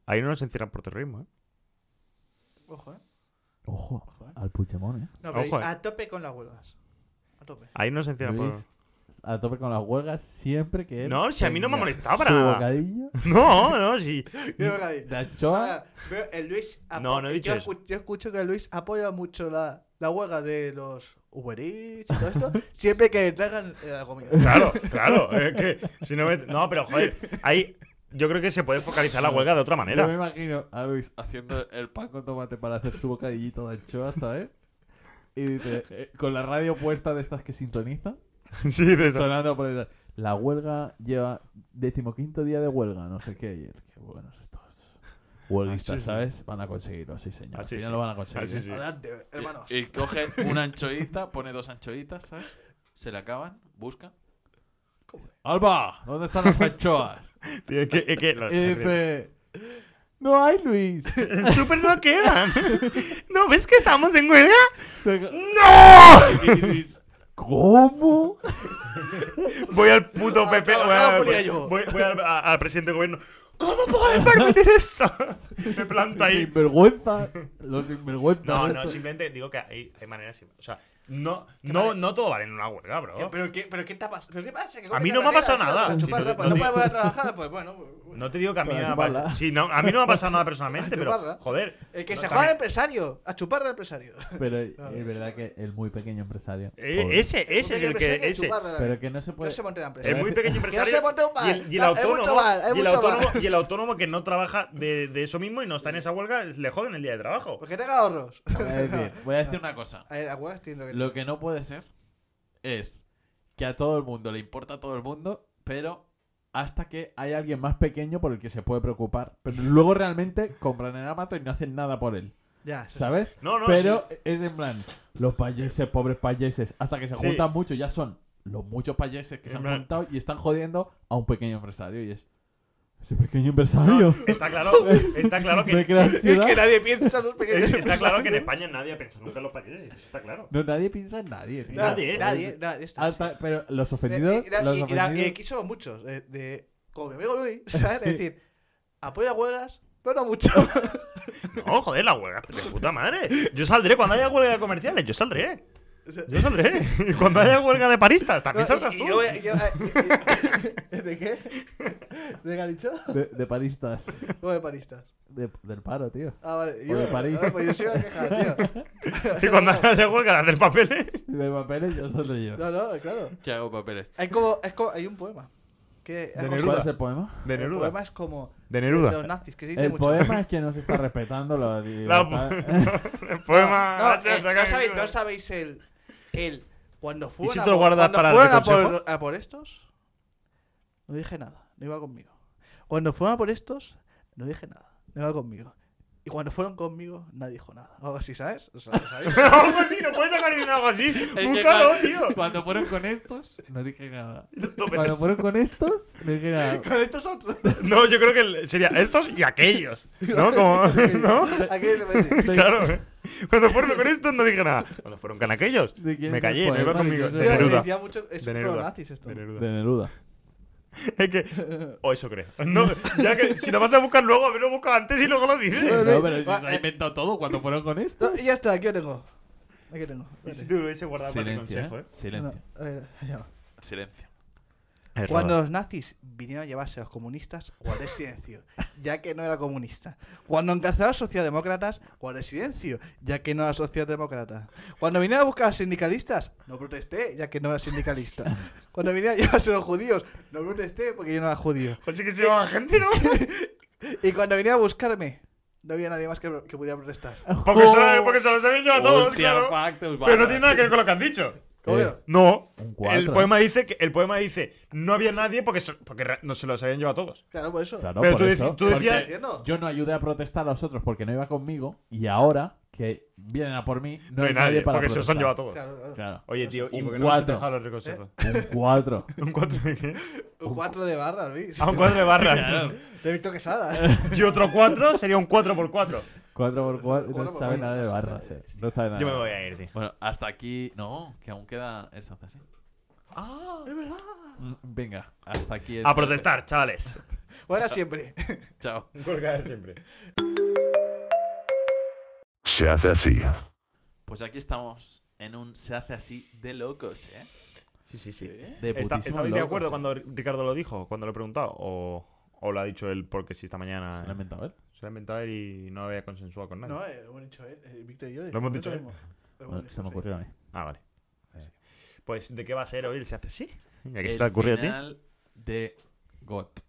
S2: Ahí no nos encierran por terrorismo, ¿eh?
S3: Ojo, ¿eh?
S1: Ojo, al Puigdemont, eh.
S3: No, pero
S2: Ojo, eh.
S3: a tope con las huelgas. A tope.
S2: Ahí no nos encierran por...
S1: Luis, a tope con las huelgas siempre que él
S2: pues. No, si a mí no me
S1: tenga
S2: ha molestado para
S1: su
S2: nada.
S1: bocadillo
S2: No, no, sí.
S3: Yo creo que ahí.
S1: de anchoa.
S3: Ah, veo el Luis apo-
S2: No, no he dicho
S3: yo,
S2: eso.
S3: escu- yo escucho que el Luis apoya mucho la, la huelga de los Uber Eats y todo esto. siempre que traigan eh, la comida.
S2: Claro, claro. Es que si no me... No, pero joder, ahí yo creo que se puede focalizar la huelga de otra
S1: Yo me
S2: manera.
S1: imagino a Luis haciendo el pan con tomate para hacer su bocadillito de anchoa, ¿sabes? Y dice, eh, con la radio puesta de estas que sintoniza,
S2: Sí, de eso.
S1: sonando por detrás. La huelga lleva decimoquinto día de huelga, no sé qué. ayer. qué buenos estos
S4: Ah,
S1: huelguistas,
S2: Así sí.
S1: ¿sabes? Van a conseguirlo, sí, señor.
S2: Así
S1: Al final
S2: sí.
S1: lo van a conseguir.
S2: Así
S1: ¿eh?
S2: Ah, sí. Eh,
S3: Adelante, hermanos.
S4: Y, y coge una anchoita, pone dos anchoitas, ¿sabes? Se le acaban, busca.
S1: ¡Alba! ¿Dónde están las anchoas?
S2: Tío, es que, es que lo-
S1: Y dice, no hay Luis.
S2: En Super no quedan. ¿No ves que estamos en huelga?
S1: Se-
S2: ¡No!
S1: ¿Cómo?
S2: Voy al puto
S3: A
S2: Pepe. Voy,
S3: trabajar a
S2: al-
S3: Polillo.
S2: voy- voy al, a- al presidente del gobierno. ¿Cómo pueden permitir esto? Me planto ahí.
S1: Sinvergüenza. Los sinvergüenza.
S2: No, no, simplemente digo que hay, hay maneras. O sea, no, no, no todo vale en una huelga, bro.
S3: ¿Qué- ¿Pero qué, pero qué te ha pas- pero qué pasa? ¿Que
S2: A mí
S3: comes
S2: no me ha
S3: caramelas,
S2: pasado
S3: tío,
S2: nada.
S3: para chupar
S2: Sí, no-
S3: la-
S2: no
S3: no
S2: digo-
S3: puedes volver a trabajar, pues bueno.
S2: No te digo que a mí,
S1: Para
S2: me ha
S1: chuparla.
S2: pa- sí, no, a mí no me ha pasado nada personalmente,
S3: Para
S2: pero
S3: chuparla.
S2: joder.
S3: El que
S2: no,
S3: se
S2: también-
S3: juega al empresario, a chupar al empresario.
S1: Pero es verdad que el muy pequeño empresario.
S2: Eh,
S1: pobre.
S2: ese, ese es el que. Ese.
S1: Pero que no se
S3: No
S1: puede.
S3: se monte la empresa.
S2: El muy pequeño empresario.
S3: se monte un bar.
S2: Y el, y el
S3: Hay Ah, mucho
S2: autónomo,
S3: bar, hay
S2: y el
S3: mucho
S2: autónomo, y el autónomo que no trabaja de, de eso mismo y no está en esa huelga, le joden el día de trabajo.
S3: Porque tenga ahorros.
S1: Voy a decir,
S4: Voy a decir una cosa.
S3: A ver, a huevas tiene lo que
S4: Lo que no puede ser es que a todo el mundo le importa a todo el mundo, pero
S1: Hasta que hay alguien más pequeño por el que se puede preocupar. Pero luego realmente compran en Amazon y no hacen nada por él.
S3: Ya, sí.
S1: ¿Sabes?
S2: No, no,
S1: Pero es en plan, los payeses, pobres payeses, hasta que se
S2: Sí.
S1: juntan mucho, ya son los muchos payeses que
S2: En
S1: se han
S2: plan-
S1: juntado y están jodiendo a un pequeño empresario. Y es, ese pequeño empresario.
S2: sí. Está claro, está claro
S1: me
S2: que.
S1: crea
S3: Es
S1: ansiedad.
S3: que nadie piensa en los pequeños
S2: Está claro que en
S3: empresarios.
S2: España nadie ha pensado nunca en los países. Está claro.
S1: No, nadie piensa en nadie, tío.
S2: Nadie,
S3: Nadie, nadie, nadie. está, sí.
S1: Hasta- pero los
S3: Eh,
S1: ofendidos.
S3: Y, era-
S1: los
S3: y- y era- y
S1: ofendidos-
S3: aquí somos muchos. De, de- como mi amigo Luis, ¿sabes? Es decir, apoya huelgas, pero no mucho.
S2: No, joder, la huelga. De puta madre. Yo saldré cuando haya huelga de comerciales. Yo saldré.
S3: O sea,
S2: Yo saldré. Y Cuando haya huelga de paristas,
S3: no,
S2: también saltas
S3: y- y
S2: tú.
S3: yo voy a- yo- a- ¿De qué? ¿De qué ha dicho?
S1: de, de paristas.
S3: O de paristas.
S1: De- del paro, tío.
S3: Ah, vale.
S1: de París.
S3: ah, pues yo soy una queja, tío.
S2: Y cuando haya huelga de hacer papeles.
S1: De papeles, yo saldré yo.
S3: No, no, claro.
S4: que hago papeles.
S3: Hay como, es como, hay un poema.
S2: De
S3: Que,
S1: ¿Cuál
S2: Neruda.
S1: es el poema?
S2: De
S3: El poema es como
S2: De
S3: de
S2: Neruda.
S3: los nazis, que se dice
S1: El
S3: mucho.
S1: poema es que no se está respetando la libertad.
S2: El poema.
S3: No,
S2: se
S3: eh,
S2: saca
S3: no sabéis,
S2: de-
S3: no sabéis el, el cuando fueron,
S2: si
S3: a,
S2: te lo
S3: por-
S2: guardas
S3: cuando
S2: para el
S3: fueron a
S2: reconsejo?
S3: por, a por estos, no dije nada, no iba conmigo. Cuando fueron a por estos, no dije nada, no iba conmigo. Y cuando fueron conmigo, nadie dijo nada. O algo así, ¿sabes? O sea, ¿lo ¿sabéis?
S2: algo así, no puedes sacar ni algo así. Búscalo, tío.
S4: Cuando fueron con estos, no dije nada.
S2: No, pero-
S1: Cuando fueron con estos, me dijeron,
S3: Con estos otros.
S2: no, yo creo que el- sería estos y aquellos. ¿No? Como. ¿No?
S3: Aquí de repente.
S2: Claro. eh. Cuando fueron con estos no dije nada. Cuando fueron con aquellos.
S1: ¿De quién
S2: Me
S1: es
S2: callé,
S1: el
S2: no iba
S1: poema?
S2: conmigo.
S1: ¿De
S2: De
S1: quién es el
S3: Claro, se
S2: Neruda.
S3: decía mucho, es
S2: De
S3: pro
S2: Neruda.
S3: nazis esto.
S2: De
S1: de
S2: Neruda.
S1: Neruda.
S2: Es que. O eso creo. No, ya que si lo vas a buscar luego, a ver, lo busca antes y luego lo dices.
S4: No, pero si se
S3: Va,
S4: ha
S3: eh,
S4: inventado todo cuando fueron con estos.
S3: no, ya está, aquí lo tengo. Aquí lo tengo.
S2: Y si te lo hubiese guardado para el
S1: Silencio,
S2: consejo,
S1: ¿eh?
S2: ¿eh?
S1: Silencio.
S3: No, eh, ya va.
S4: Silencio.
S3: Cuando los nazis vinieron a llevarse a los comunistas, guardé silencio, ya que no era comunista. Cuando encarcelaron a los socialdemócratas, guardé silencio, ya que no era socialdemócrata. Cuando vinieron a buscar a los sindicalistas, no protesté, ya que no era sindicalista. Cuando vinieron a llevarse a los judíos, no protesté porque yo no era judío.
S2: Así Pues que se llama gente, ¿no?
S3: Y cuando vinieron a buscarme, no había nadie más que, que pudiera protestar.
S1: Eh,
S2: Porque se,
S1: Oh.
S2: lo- porque se los habían llevado a todos,
S4: Hostia,
S2: claro.
S4: factos,
S2: Pero no
S4: vale.
S2: tiene nada que ver con lo que han dicho.
S3: ¿Cómo
S1: Eh,
S3: era?
S2: No.
S1: Un cuatro,
S2: El poema, dice que, el poema dice no había nadie porque, so- porque re- no se los habían llevado a todos.
S3: Claro, por eso.
S1: ¿eh? Claro,
S2: Pero
S1: por
S2: tú,
S1: eso.
S2: deci- tú decías.
S3: Porque- no.
S1: Yo no ayudé a protestar a los otros porque no iba conmigo y ahora que vienen a por mí no,
S2: No hay nadie,
S1: para
S2: porque se los han llevado a
S1: protestar.
S2: todos.
S3: Claro, claro.
S1: Claro.
S2: Oye, tío, ¿y
S1: Un
S2: por qué no has
S1: cuatro.
S2: dejado los reconsejos?
S1: Un 4.
S2: ¿Un cuatro de qué?
S3: Un cuatro de barra, Luis.
S2: A un cuatro de barra.
S3: Te he visto quesada.
S2: Y otro cuatro sería un cuatro por cuatro.
S1: 4 por 4.
S3: Cuatro
S1: No
S3: por
S1: sabe
S3: cuatro,
S1: nada de
S3: eso,
S1: barras.
S3: claro.
S1: eh. No sabe nada.
S2: Yo me voy a ir, tío.
S4: Bueno, hasta aquí. No, que aún queda el Sanzas.
S1: Mm,
S4: ¡Ah! Venga, hasta aquí. el-
S2: A protestar, chavales.
S3: Bueno, siempre.
S4: Chao.
S2: Un colgar siempre.
S5: Se hace así.
S4: Pues aquí estamos en un se hace así de locos, ¿eh?
S2: Sí, sí, sí.
S1: De
S2: Está-
S1: putísimo
S2: ¿Estabais de
S1: loco,
S2: acuerdo
S1: sí.
S2: cuando Ricardo lo dijo? Cuando lo he preguntado. ¿O, o lo ha dicho él porque si esta
S1: Se
S2: mañana.
S1: Ah, lo ha inventado ¿eh? él.
S2: Se lo ha inventado él y no había consensuado con nadie.
S3: No, eh, lo hemos dicho él, eh, Víctor y yo.
S2: Lo hemos dicho él.
S3: mismo. Lo hemos
S1: Bueno,
S3: dicho,
S1: Se me
S3: sí.
S1: ocurrió a mí.
S2: Ah, vale. Sí. Pues, ¿de qué va a ser hoy el se hace así? ¿Y aquí
S4: El
S2: está ocurrido a ti?
S4: final de GOT.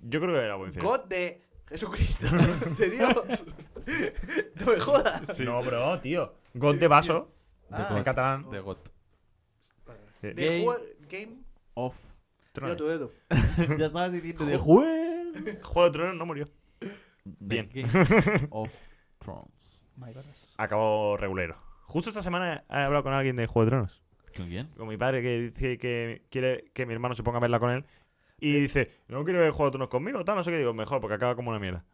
S2: Yo creo que era buen final.
S3: God de Jesucristo, de Dios. no me jodas.
S2: No, bro, tío. Ah. God de vaso. en catalán.
S4: De GOT.
S2: De,
S3: de jue- Game
S4: Off.
S3: yo
S2: Tronos.
S3: tu dedo.
S1: Ya estabas diciendo de juez.
S2: Juego de Tronos no murió.
S4: de
S2: Bien.
S4: Game of Thrones.
S3: My God.
S2: Acabó regulero. Justo esta semana he hablado con alguien de Juego de Tronos.
S4: ¿Con quién?
S2: Con mi padre que dice que quiere que mi hermano se ponga a verla con él. Y dice, no quiero ver Juego de Tronos conmigo, tal, no sé qué. Digo, mejor, porque acaba como una mierda.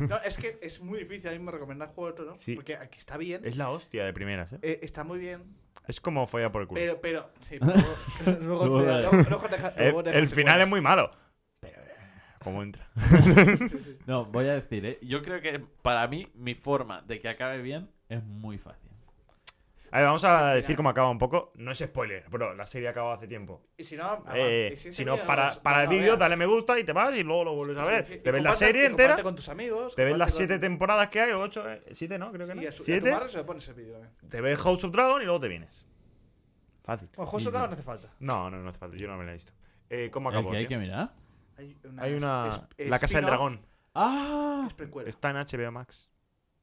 S3: No, es que es muy difícil a mí me recomendar juego de Tronos,
S2: Sí.
S3: porque aquí está bien,
S2: Es la hostia de primeras, ¿eh?
S3: eh, está muy bien,
S2: Es como follar por el culo.
S3: pero, pero, sí, luego, luego,
S1: Luego
S3: te-
S1: de-
S3: luego- luego te deja-
S2: Eh, el
S3: luego te
S2: el
S3: deja
S2: final es
S3: secuelas.
S2: muy malo. cómo entra.
S6: No, voy a decir, ¿eh? Yo creo que para mí, mi forma de que acabe bien es muy fácil.
S2: A ver, vamos a
S3: Sí,
S2: decir
S3: mira.
S2: cómo acaba un poco. No es spoiler, bro. La serie acaba hace tiempo.
S3: Y si no,
S2: Eh,
S3: y si
S2: si
S3: te
S2: no,
S3: miras,
S2: para,
S3: no
S2: para el
S3: la
S2: vídeo,
S3: veas.
S2: dale me gusta y te vas y luego lo vuelves a
S3: Sí,
S2: ver.
S3: sí, sí.
S2: te
S3: Y
S2: ves la
S3: comparte- y
S2: serie
S3: comparte
S2: entera,
S3: con tus amigos.
S2: te ves las
S3: comparte
S2: siete
S3: con-
S2: temporadas que hay, o ocho, eh, siete, ¿no? Creo que no.
S3: Sí, a su- a tu
S2: siete.
S3: barrio se le pone ese vídeo eh. también.
S2: Te ves House of Dragon y luego te vienes. Fácil.
S3: Bueno, José Bravo no hace falta.
S2: No, no, no hace falta. Yo no me la he visto. Eh, ¿Cómo
S6: El
S2: acabó?
S6: que hay
S2: tío?
S6: que mirar.
S3: Hay una.
S2: Hay una.
S3: es- es-
S2: la Casa del
S3: spin-off,
S2: Dragón.
S6: ¡Ah!
S3: es precuela.
S2: Está en HBO Max.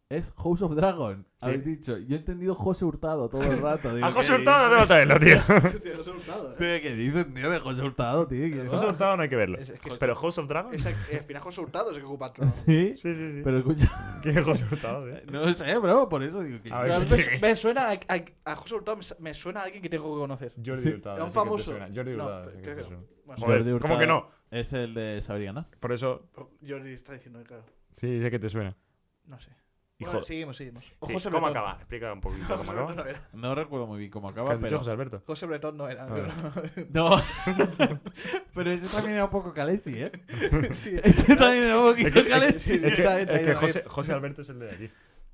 S1: Es House of Dragon,
S2: Sí.
S1: habéis dicho. Yo he entendido Jose Hurtado todo el rato. digo,
S2: A Ah, José
S1: ¿qué
S2: Hurtado no tengo que traerlo, tío.
S3: Tío, no se ha gustado, eh.
S1: dices? ¿Qué dices, tío, de Jose Hurtado, tío? ¿Qué
S2: José
S1: va?
S2: Hurtado no hay que verlo.
S3: Es- es que es-
S2: Pero House of Dragon.
S3: Es- eh, Al final José Hurtado es el que ocupa el trono.
S1: Sí,
S2: Sí, sí, sí.
S1: pero escucha,
S2: ¿Quién es José Hurtado, tío?
S1: no sé, bro, por eso digo que.
S2: A
S3: Pero
S2: ver,
S3: me, me suena a, a- a José Hurtado me, me suena a alguien que tengo que conocer.
S2: Jordi Hurtado.
S3: Era un
S2: ese que te
S3: famoso.
S2: suena. Jordi
S3: No,
S2: Hurtado.
S3: pero
S2: ese
S3: creo
S2: que
S3: que
S2: te
S3: no.
S2: suena.
S3: Bueno,
S2: Joder,
S1: Jordi
S2: ¿cómo que
S1: Hurtado.
S2: no?
S1: Es el de Saber ganar.
S2: Por eso.
S3: Jordi está diciendo, claro.
S2: Sí, sé que te suena.
S3: No sé.
S2: Y
S3: Bueno,
S2: jo-
S3: seguimos, seguimos. O
S2: Sí,
S3: José
S2: ¿Cómo
S3: Bretón.
S2: acaba? Explica un poquito
S3: José
S2: cómo
S3: Bretón
S2: acaba.
S3: no era.
S6: No recuerdo muy bien cómo
S2: ¿Qué
S6: acaba,
S2: has dicho,
S6: pero.
S2: José Alberto?
S3: José Bretón no era.
S2: A ver.
S1: No. pero ese también era un poco calesi, ¿eh?
S3: sí,
S1: Ese también era un poquito
S3: sí,
S1: calesi.
S2: Es
S3: está
S2: que,
S3: bien,
S2: es
S3: ahí
S2: que
S3: va bien.
S2: José, José Alberto es el de aquí.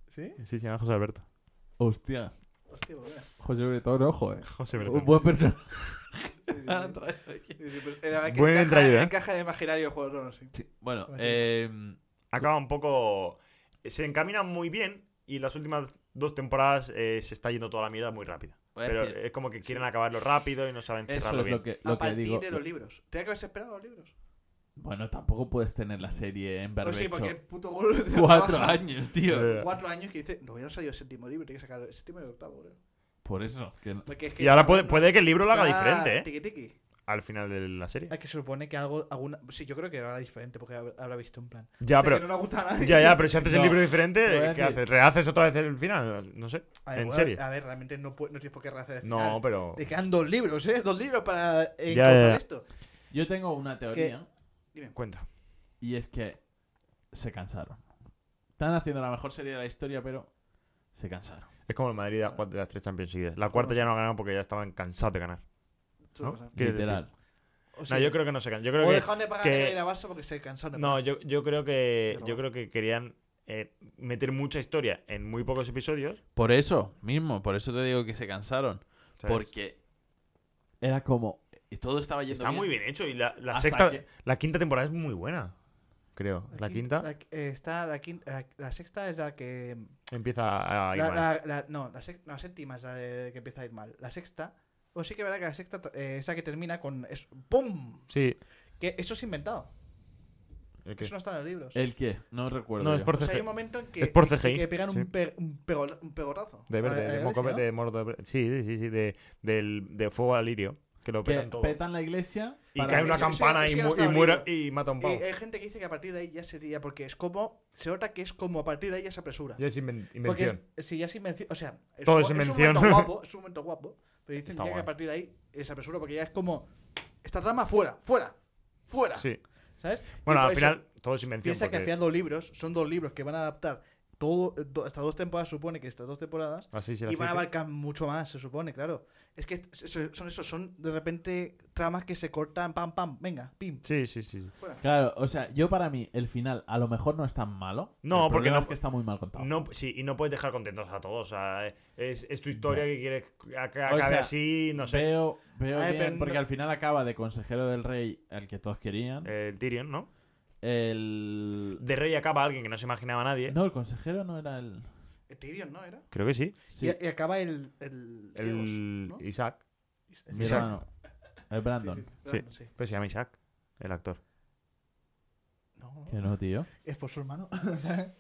S3: ¿Sí?
S2: Sí, se llama José Alberto.
S1: Hostia,
S3: Hostia, pues, mira.
S1: José Bretón, ojo, ¿eh?
S2: José
S1: Un
S2: Alberto.
S1: buen personaje.
S3: Sí, sí, pues era que
S2: Buen
S3: encaja,
S2: traído, ¿eh?
S3: encaja de imaginario el juego de tronos, sí.
S6: Bueno,
S3: Pues sí.
S6: eh.
S2: Acaba un poco. Se encamina muy bien y las últimas dos temporadas eh, se está yendo toda la mierda muy rápida.
S6: voy a
S2: Pero
S6: decir,
S2: es como que quieren acabarlo rápido y no saben
S6: Eso
S2: cerrarlo
S6: es
S2: bien.
S6: lo que,
S3: A
S6: lo que
S3: partir
S6: digo.
S3: de los libros. Tenía que haberse esperado los libros.
S6: Bueno, tampoco puedes tener la serie en
S3: Pues
S6: berbecho.
S3: sí, porque el puto gol de
S6: Cuatro
S3: trabaja.
S6: años, tío.
S2: Eh,
S3: Cuatro años que dice, no hubieran salido el séptimo libro, tiene que sacar el séptimo y el octavo, creo.
S6: Por eso. que no-
S3: Porque es que
S2: Y ahora
S3: no-
S2: puede,
S3: no-
S2: puede que el libro lo haga
S3: está
S2: diferente, ¿eh?
S3: Tiki tiki.
S2: Al final de la serie.
S3: Es que se supone que algo, alguna. Sí, yo creo que era diferente porque hab- habrá visto un plan.
S2: Ya,
S3: Este que
S2: pero.
S3: no le gusta a nadie.
S2: Ya, ya, pero si haces el
S6: No,
S2: libro
S1: te voy a
S2: diferente, ¿qué
S1: decir-
S2: haces? ¿Rehaces otra vez el final? No sé.
S3: A ver,
S2: ¿En
S3: bueno,
S2: serio?
S3: A ver, realmente no, pu- no tienes por qué rehacer. el
S2: No,
S3: final.
S2: pero.
S3: Te quedan dos libros, ¿eh? Dos libros para eh,
S2: Ya, ya,
S3: encauzar
S2: ya.
S3: esto.
S1: Yo tengo una teoría.
S2: Cuenta.
S1: Y es que se cansaron. Están haciendo la mejor serie de la historia, pero se cansaron.
S2: Es como el Madrid a cuatro de las tres Champions seguidas. La cuarta ya no ha ganado porque ya estaban cansados de ganar.
S3: Eso
S2: ¿no?
S3: pasa. O
S2: Quiero
S1: Literal.
S2: decir-
S3: sea,
S2: No, yo creo que no se cansan. Yo
S3: o
S2: creo
S3: dejaron de pagar
S2: que-
S3: la base porque se cansaron
S2: que.
S3: de
S2: No, yo, yo creo que.
S3: Pero
S2: Yo
S3: bueno.
S2: creo que querían eh, meter mucha historia en muy pocos episodios.
S6: Por eso mismo, por eso te digo que se cansaron.
S2: ¿sabes?
S6: Porque
S1: Era como.
S6: todo estaba yendo
S2: Está muy bien hecho. Y la, la
S6: Hasta
S2: sexta.
S6: que-
S2: La quinta temporada es muy buena. Creo. La quinta
S3: la qui- eh, está la, quinta, la, la sexta es la que.
S2: empieza a ir
S3: la,
S2: mal.
S3: la- la- no, la, sec- no, la séptima es la de- que empieza a ir mal. La sexta. O sí que es verdad que la sexta eh, es la que termina con. Es, ¡Pum!
S2: Sí.
S3: Que eso es inventado.
S2: ¿El qué?
S3: Eso no está en los libros.
S1: ¿El qué? No recuerdo.
S2: No,
S1: yo.
S2: es por
S3: O sea, hay
S2: CGI.
S3: un momento en que,
S2: Es por
S3: en que-
S2: CGI,
S3: que pegan
S2: sí.
S3: un, pe- un, pegol- un pegotazo.
S2: De
S3: A-
S2: verde,
S3: a-
S2: de
S3: a-
S2: moco
S3: ¿no?
S2: de mordo. de- Sí, sí, sí, sí. De, del, de fuego al lirio. Que lo
S1: Que
S2: petan todo.
S1: petan la iglesia.
S2: Y
S1: para
S2: cae
S1: que-
S2: una
S3: Eso- eso-
S2: campana
S3: eso
S2: y,
S3: ya
S2: mu-
S3: está
S2: y muere
S3: abrido.
S2: y mata a un
S3: Y eh,
S2: pavo.
S3: hay gente que dice que a partir de ahí ya se tira, porque es como. Se nota que es como a partir de ahí ya se apresura.
S2: Ya es inven-
S3: Porque
S2: invención.
S3: es- si ya es invención. O sea, es
S2: Todo
S3: un-
S2: es
S3: un
S2: invención.
S3: momento guapo, es un momento guapo. Pero dicen
S2: Está
S3: ya que
S2: guay.
S3: a partir de ahí es apresura, porque ya es como. Esta trama fuera, fuera, fuera.
S2: Sí.
S3: ¿Sabes?
S2: Bueno,
S3: Y pues, por
S2: al
S3: eso,
S2: final todo es invención.
S3: Piensa que al
S2: porque
S3: final dos libros son dos libros que van a adaptar todo, do- hasta dos temporadas, supone que estas dos temporadas.
S2: Así se
S3: Y van a abarcar mucho más, se supone, claro. Es que est- so- son esos, son de repente tramas que se cortan, pam, pam, venga, pim.
S2: Sí, sí, sí. sí.
S3: fuera.
S1: Claro, o sea, yo para mí, el final a lo mejor no es tan malo.
S2: No,
S1: El
S2: porque
S1: problema
S2: no-
S1: es que está muy mal contado.
S2: No, sí, y no puedes dejar contentos a todos. O sea, es, es tu historia que quieres que ac- acabe
S1: sea,
S2: así, no sé.
S1: Veo, veo
S3: Ay,
S1: bien,
S3: pero
S1: porque
S3: no-
S1: al final acaba de consejero del rey, el que todos querían.
S2: El Tyrion, ¿no?
S1: El.
S2: De rey acaba alguien que no se imaginaba nadie.
S1: No, el consejero no era el.
S3: Tyrion, ¿no era?
S2: Creo que sí.
S1: Sí,
S3: Y, y acaba el. El.
S2: El
S3: Diegos, ¿no?
S2: Isaac.
S1: mi
S2: Isaac.
S1: hermano. El Brandon.
S3: Sí, sí, Brandon, sí.
S2: Pero se llama Isaac, el actor.
S3: No,
S1: Que no, tío.
S3: es por su hermano. o sea,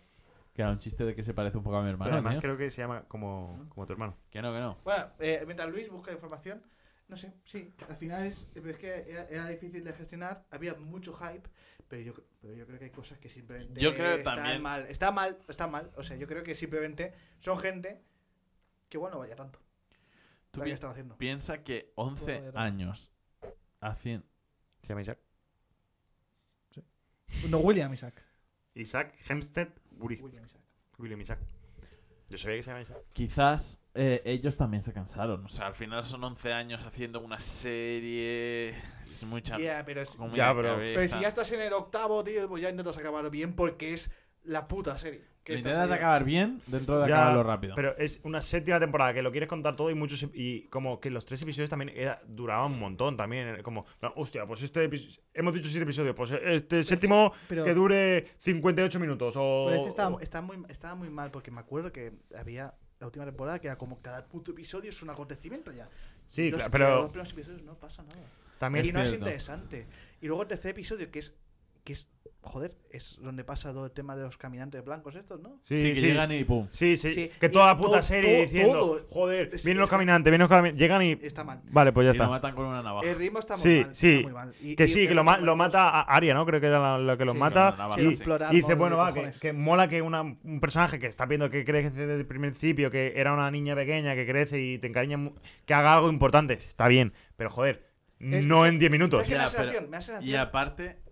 S1: Que era un chiste de que se parece un poco a mi hermano.
S2: Pero además
S1: tío.
S2: creo que se llama como, como tu hermano.
S1: Que no, que no.
S3: bueno, eh, mientras Luis busca información, no sé, sí, al final es, pero es que era, era difícil de gestionar, había mucho hype, pero yo, pero yo creo que hay cosas que simplemente
S6: Yo creo
S3: están
S6: también-
S3: mal, está mal, está mal, o sea, yo creo que simplemente son gente que bueno, vaya tanto,
S6: Tú
S3: la que
S6: pi-
S3: estaba haciendo.
S6: piensa que 11
S3: Joder.
S6: años haciendo.
S2: Se llama Isaac.
S3: No, William Isaac.
S2: Isaac Hempstead Willis.
S3: William Isaac.
S2: William Isaac. Yo sabía que se llama Isaac.
S6: Quizás
S1: eh, ellos también se cansaron.
S7: O sea, al final son 11 años haciendo una serie. Es mucha.
S3: Ya, pero es-
S7: comida
S2: Ya,
S7: que
S2: bro.
S7: había.
S3: Pero si ya estás en el octavo, tío, pues ya intentas acabar bien porque es la puta serie. que
S1: Lo
S3: estás
S1: intentas
S3: ahí.
S1: acabar bien dentro de
S2: Ya,
S1: acabarlo rápido.
S2: Pero es una séptima temporada que lo quieres contar todo y muchos ep- y como que los tres episodios también era- duraban un montón también era como no, hostia pues este epi- hemos dicho siete episodios pues este séptimo
S3: pero-
S2: que dure 58 minutos o
S3: Pero este estaba, estaba muy, estaba muy mal porque me acuerdo que había la última temporada que era como cada puto episodio es un acontecimiento ya.
S2: sí
S3: Los-
S2: claro,
S3: los dos
S2: pero
S3: primeros episodios no pasa nada.
S2: también
S3: y no es
S1: cierto.
S3: interesante. Y luego el tercer episodio que es que es joder, es donde pasa todo el tema de los caminantes blancos estos, ¿no?
S2: sí
S1: sí, que
S2: sí.
S1: llegan y pum.
S2: Sí, sí,
S3: Sí,
S2: que
S3: y
S2: toda la
S3: to-
S2: puta serie
S3: to-
S2: diciendo,
S3: todo.
S2: joder,
S3: Es-
S2: vienen
S3: es
S2: los
S3: que-
S2: caminantes, vienen los caminantes, llegan y...
S3: Está mal.
S2: Vale, pues ya
S7: y lo
S2: está.
S7: matan con una navaja.
S3: El ritmo está muy
S2: Sí,
S3: mal,
S2: sí.
S3: está muy mal. Y-
S2: Que
S3: y-
S2: sí,
S3: y
S2: que lo, ma- lo
S3: blancos-
S2: mata a Aria, ¿no? Creo que era la, la que los
S3: Sí,
S2: mata.
S7: con la navaja,
S2: y,
S7: sí.
S2: y dice,
S3: Explorar,
S2: bueno, va, que,
S3: cojones.
S2: que mola que una- un personaje que está viendo que crece desde el principio, que era una niña pequeña, que crece y te encariña, mu- que haga algo importante. Está bien, pero joder,
S3: Es-
S2: no en 10 minutos.
S3: ¿Sabes qué me da
S7: Ya, pero-
S3: sensación? Me da sensación-
S7: Y aparte,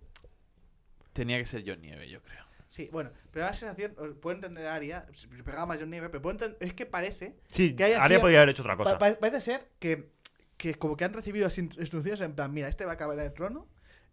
S7: tenía que ser John Nieve, yo creo.
S3: Sí, bueno, pero me da sensación, os puedo entender a Aria, se pegaba más John Nieve, pero puedo entender, es que parece
S2: Sí,
S3: que haya
S2: Aria
S3: sido-
S2: podría haber hecho otra cosa.
S3: Pa- pa- parece ser que, que como que han recibido las instru- instrucciones en plan, mira, este va a acabar en el trono,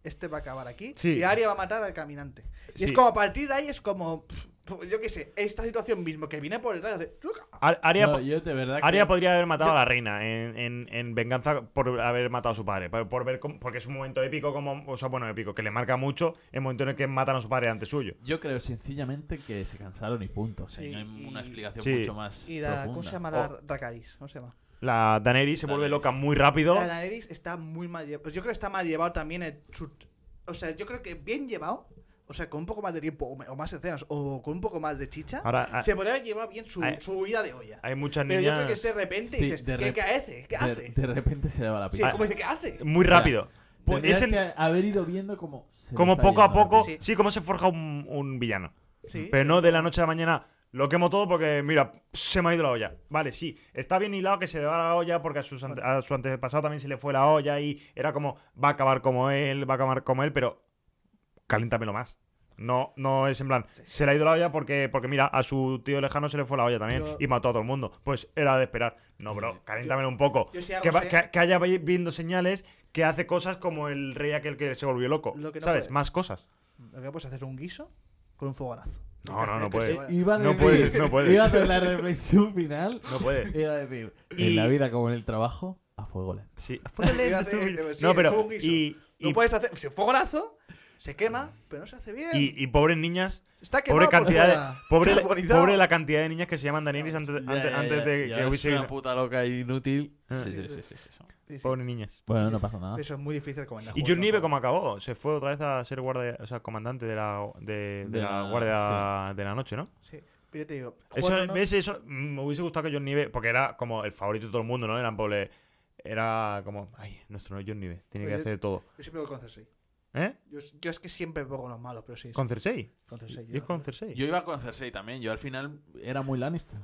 S3: este va a acabar aquí,
S2: Sí.
S3: y Arya va a matar al caminante. Y es
S2: Sí.
S3: como a partir de ahí es como, pf, pf, yo qué sé, esta situación mismo que viene por el radio de... "Truca".
S2: Ar- Aria,
S1: No,
S2: po-
S1: yo de verdad que-
S2: Aria podría haber matado a la reina en, en- en venganza por haber matado a su padre. Por, por ver cómo- porque es un momento épico, como, o sea, bueno, épico, que le marca mucho el momento en el que matan a su padre antes suyo.
S1: Yo creo sencillamente que se cansaron y punto. o sea,
S3: Sí,
S1: no hay
S3: y-
S1: una explicación
S2: Sí.
S1: mucho más
S3: Y la,
S1: profunda.
S3: ¿cómo se llama
S2: Oh.
S3: la Dracarys? ¿Cómo se llama?
S2: La Daenerys se vuelve
S7: Daenerys.
S2: loca muy rápido.
S3: La Daenerys está muy mal llevado. Yo creo que está mal llevado también el chut- O sea, yo creo que bien llevado, o sea, con un poco más de tiempo, o, me- o más escenas, o con un poco más de chicha,
S2: Ahora, a-
S3: se podría llevar bien su,
S2: hay-
S3: su huida de olla.
S2: hay muchas
S3: Pero yo creo que este
S2: niñas
S3: es de
S1: Sí,
S3: repente y dices,
S1: de
S3: ¿qué,
S1: rep-
S3: qué hace? ¿Qué hace?
S1: De, de repente se le va la
S3: Sí,
S1: pinza.
S3: como dice, ¿qué hace?
S2: muy rápido. Pues
S1: Tendrías
S2: es el-
S1: que haber ido viendo como... se le
S2: como
S1: está
S2: poco a
S1: yendo la
S2: poco,
S1: pinza.
S2: sí.
S3: Sí.
S2: como se forja un, un villano.
S3: Sí.
S2: Pero no de la noche a la mañana. Lo quemo todo porque, mira, se me ha ido la olla. Vale, sí, está bien hilado que se le va la olla porque a, sus ante- a su antepasado también se le fue la olla y era como, va a acabar como él, va a acabar como él, pero caliéntamelo más. No, no es en plan, se le ha ido la olla porque, porque mira, a su tío lejano se le fue la olla también
S3: Yo- Mm,
S2: y mató a todo el mundo. Pues era de esperar. No, bro, caliéntamelo un poco.
S3: yo sí hago
S2: que, va-
S3: sé-
S2: que- que haya vi- viendo señales que hace cosas como el rey aquel que se volvió loco.
S3: Lo que no
S2: ¿Sabes?
S3: puede.
S2: Más cosas.
S3: Lo que puedes hacer un guiso con un fogonazo.
S2: No, no, no
S3: puedes
S2: puede.
S1: Eh, Iba a
S2: No
S1: decir,
S2: puede, no puede.
S1: Iba a hacer la reflexión final.
S2: No puede.
S1: Iba a decir,
S2: Y-
S1: en la vida como en el trabajo, a fuego lento.
S2: Sí.
S3: no,
S2: No,
S3: pero.
S2: pero. Y, y,
S3: no puedes hacer. Si fogonazo, se quema, pero no se hace bien.
S2: y- y pobres niñas.
S3: Está
S2: Pobre
S3: quemado. por
S2: cantidad de,
S3: fuera.
S2: pobre,
S3: Carbonizado.
S2: pobre la cantidad de niñas que se llaman Daenerys antes,
S7: Ya,
S2: antes,
S7: ya,
S2: antes
S7: ya,
S2: de
S7: ya
S2: que
S7: es
S2: hubiese.
S7: una puta loca
S1: e
S7: inútil.
S2: Ah.
S7: Sí, sí, sí, sí, sí, sí.
S3: Sí, sí.
S2: Pobres niñas.
S1: Bueno, no pasa nada.
S3: Eso es muy difícil comentar.
S2: Ah. Y John Nieve, como acabó, se fue otra vez a ser guardia, o sea, comandante de la, de, de
S1: De
S2: la
S1: la-
S2: guardia de la noche, ¿no?
S3: Sí, pero yo te digo.
S2: Eso,
S3: Juego de Tronos-
S2: ¿ves? Eso, mm, me hubiese gustado que John Nieve, porque era como el favorito de todo el mundo, ¿no? Eran pobre, era como, ay, nuestro no John Nieve, tiene que
S3: Oye,
S2: hacer todo.
S3: Yo siempre voy con Cersei.
S2: ¿Eh?
S3: Yo, yo es que siempre voy con los malos, pero sí. sí,
S2: ¿Con Cersei?
S3: con Cersei.
S2: Yo es con Cersei.
S7: Yo iba con Cersei también. Yo al final
S1: Era muy Lannister.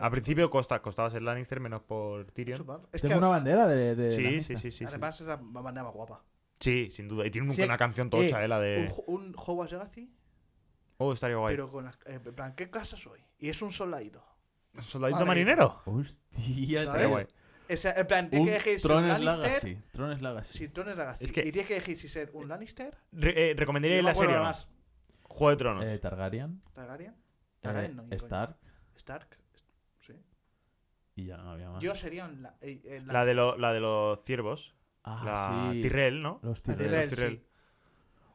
S2: Al principio costa, costaba ser Lannister menos por Tyrion.
S3: Chupar. Es que
S1: Tengo una bandera de, de
S2: Sí, sí,
S1: Lannister.
S2: ¿eh? sí, sí. sí.
S3: además es la bandera más guapa.
S2: Sí, sin duda. Y tiene un-
S3: Sí,
S2: una canción tocha,
S3: eh,
S2: eh, la
S3: Un,
S2: de.
S3: jo- un Hogwarts Legacy,
S2: Oh, estaría guay.
S3: pero con las. eh, En plan, ¿qué casa soy? Y es un soldadito.
S2: ¿Soldadito
S3: Vale.
S2: marinero?
S1: Hostia,
S3: ¿Sabes?
S2: Estaría
S1: tío.
S2: guay.
S3: O sea, en plan,
S1: Un
S3: tienes que elegir ser un
S1: Trones
S3: Lannister.
S1: Legacy. Trones Legacy.
S3: Si tú eres Legacy.
S2: Es que-
S3: Y tienes que elegir si ser un Lannister.
S2: Re- eh, recomendaría
S3: Yo me
S2: la
S3: acuerdo
S2: serie. o no?
S3: más.
S2: Juego de Tronos.
S1: Eh, Targaryen.
S3: Targaryen. Targaryen no,
S1: Eh,
S3: ni coño.
S1: Stark.
S3: Stark. Sí.
S1: Y ya no había más.
S3: Yo sería un. La, eh, eh,
S2: Ah. la, de lo- la de los ciervos.
S1: Ah,
S2: la
S1: sí.
S2: Tyrell, ¿no?
S1: Los
S3: la de
S1: Tyrell.
S3: Tyrell,
S2: Tyrell.
S3: sí.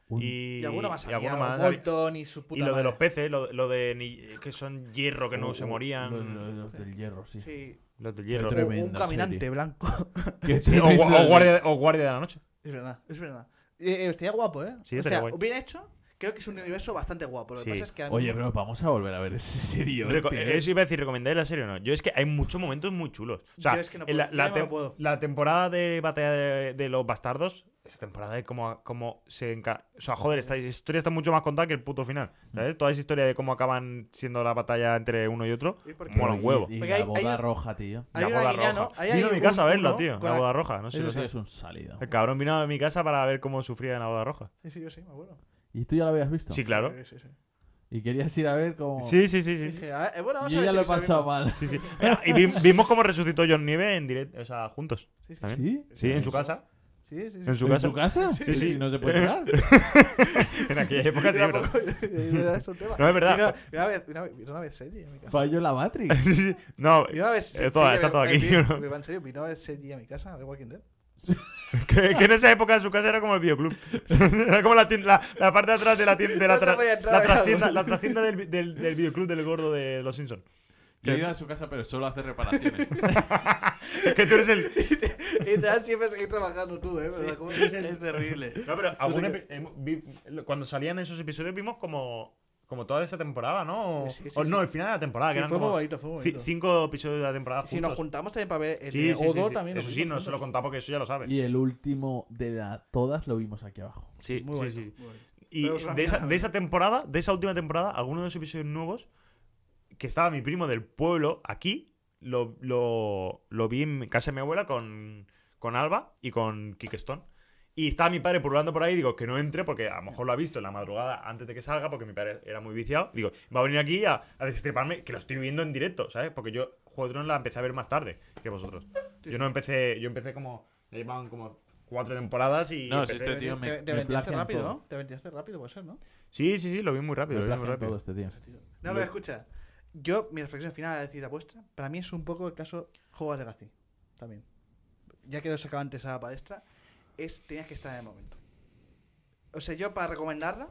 S1: Un-
S2: Y,
S3: Y alguno más
S2: y alguno
S3: había.
S2: más.
S3: Bolton y su puta
S2: y lo de los
S3: madre.
S2: peces, lo, lo de ni- que son hierro, que no se
S1: Oh,
S2: morían.
S1: Los, los- los del hierro, sí.
S3: Sí.
S2: Los del
S3: O-
S2: hierro.
S1: Qué
S3: o un
S1: tremenda
S3: caminante
S1: serie.
S3: blanco.
S1: Qué
S2: Sí, o,
S1: tremendo.
S2: gua- o guardia, o guardia de la noche.
S3: es verdad, es verdad. Eh, eh, estaría guapo, ¿eh?
S2: Sí,
S3: o
S2: estaría
S3: sea,
S2: guay.
S3: bien hecho. Creo que es un universo bastante guapo. Lo que
S2: Sí.
S3: pasa es que. ahora
S1: Oye,
S3: mismo-
S1: bro, vamos a volver a ver ese serio.
S2: Reco- eso iba a decir, ¿recomendáis la serie o no? Yo es que hay muchos momentos muy chulos. O sea,
S3: Yo es que no
S2: en la,
S3: puedo,
S2: la
S3: yo no
S2: tem-
S3: puedo.
S2: la temporada de Batalla de, de los Bastardos, esa temporada de cómo, cómo se enca- O sea, joder, esta historia está mucho más contada que el puto final. ¿Sabes? Toda esa historia de cómo acaban siendo la batalla entre uno y otro.
S3: ¿Y por qué?
S2: Mola un huevo.
S1: Y,
S3: Porque
S1: la
S3: hay-
S1: boda
S3: hay-
S1: roja, tío.
S3: Hay
S2: la
S3: una
S2: boda roja.
S3: niña, ¿no? Ahí hay
S2: Vino a mi
S3: un-
S2: casa a
S3: un-
S2: verlo,
S3: uno
S2: tío.
S3: con
S2: La
S3: la-
S2: boda roja, no sé
S1: Eso
S2: lo
S1: sí
S2: sé.
S1: es un salido.
S2: El cabrón vino a mi casa para ver cómo sufría en la boda roja.
S3: Sí, sí, yo sí, me acuerdo.
S1: ¿Y tú ya lo habías visto?
S2: Sí, claro.
S3: Sí, sí, sí.
S1: ¿Y Y querías ir a ver cómo.
S2: Sí, sí, sí, sí.
S3: Dije, a ver, eh, bueno, vamos a
S1: Yo
S3: ver
S1: ya
S3: si
S1: lo he
S3: sabemos.
S1: pasado mal.
S2: sí, sí. Mira, y vi- vimos cómo resucitó John Nieve en directo, o sea, juntos.
S3: Sí, sí,
S2: también.
S1: ¿Sí?
S2: Sí, en su casa.
S3: Sí, sí, sí.
S2: En su
S1: ¿En
S2: casa.
S1: su casa?
S2: Sí, sí.
S1: Si No se puede entrar.
S2: En aquella época sí,
S3: Yo
S2: bro.
S3: tampoco- es un tema.
S2: No, es verdad.
S3: Vi una- vi una vez- vi una vez- vi una vez serie en mi casa.
S1: Falló la Matrix.
S2: Sí, sí. No,
S3: Vi una vez serie.
S2: Esto- está todo aquí, ¿no?
S3: En serio, vi una vez serie a mi casa, a ver Walking Dead.
S2: que, que en esa época en su casa era como el videoclub. Era como la, tien- la, la parte de atrás de la tienda. De la,
S3: No te
S2: tra-
S3: voy a entrar,
S2: la
S3: me cago en-
S2: trastienda, la trastienda del, vi- del, del videoclub del gordo de Los Simpsons.
S4: Yo he ido a su casa, pero solo hace reparaciones.
S2: Que tú eres el.
S3: Y te dan siempre a seguir trabajando tú, ¿eh? Pero como-
S2: es terrible. No, pero algún epi- eh, vi- cuando salían esos episodios vimos como, como toda esa temporada, ¿no? O,
S3: Sí, sí,
S2: o
S3: sí,
S2: no,
S3: sí.
S2: el final de la temporada,
S3: Sí,
S2: que eran
S3: fue muy
S2: Ah, como
S3: bonito, fue muy
S2: ci-
S3: bonito.
S2: cinco episodios de la temporada juntos.
S3: Si nos juntamos también para ver el
S2: Sí,
S3: de
S2: sí, sí,
S3: Odo
S2: sí.
S3: también.
S2: Eso sí, no se lo contaba porque eso ya lo sabes.
S1: Y eh, el último de la- todas lo vimos aquí abajo.
S2: Sí,
S3: Muy
S2: sí,
S3: bueno,
S2: sí.
S3: muy bueno.
S2: Y
S3: Pero es una
S2: de esa,
S3: mierda.
S2: de esa temporada, de esa última temporada, algunos de los episodios nuevos, que estaba mi primo del pueblo aquí, lo, lo, lo vi en casa de mi abuela con, con Alba y con Kick Stone. Y estaba mi padre pululando por ahí, digo que no entre porque a lo mejor lo ha visto en la madrugada antes de que salga, porque mi padre era muy viciado. Digo, va a venir aquí a, a destriparme, que lo estoy viendo en directo, ¿sabes? Porque yo Juego de Tronos la empecé a ver más tarde que vosotros. Yo no empecé, yo empecé como, ya llevaban como cuatro temporadas y.
S4: No, sí,
S2: empecé-
S4: este tío me-
S3: Te- Te
S1: me
S3: vendiste
S1: plagian
S3: rápido,
S1: todo.
S3: ¿no? Te vendiste rápido, puede ser, ¿no?
S2: Sí, sí, sí, lo vi muy rápido.
S1: Me
S2: Lo vi muy
S1: plagian
S2: rápido.
S1: todo este tío.
S3: No, pero escucha. Yo, mi reflexión final, a decir la vuestra, para mí es un poco el caso Hogwarts Legacy. También. Ya que lo he sacado antes a la palestra, es tenías que estar en el momento. O sea, yo para recomendarla,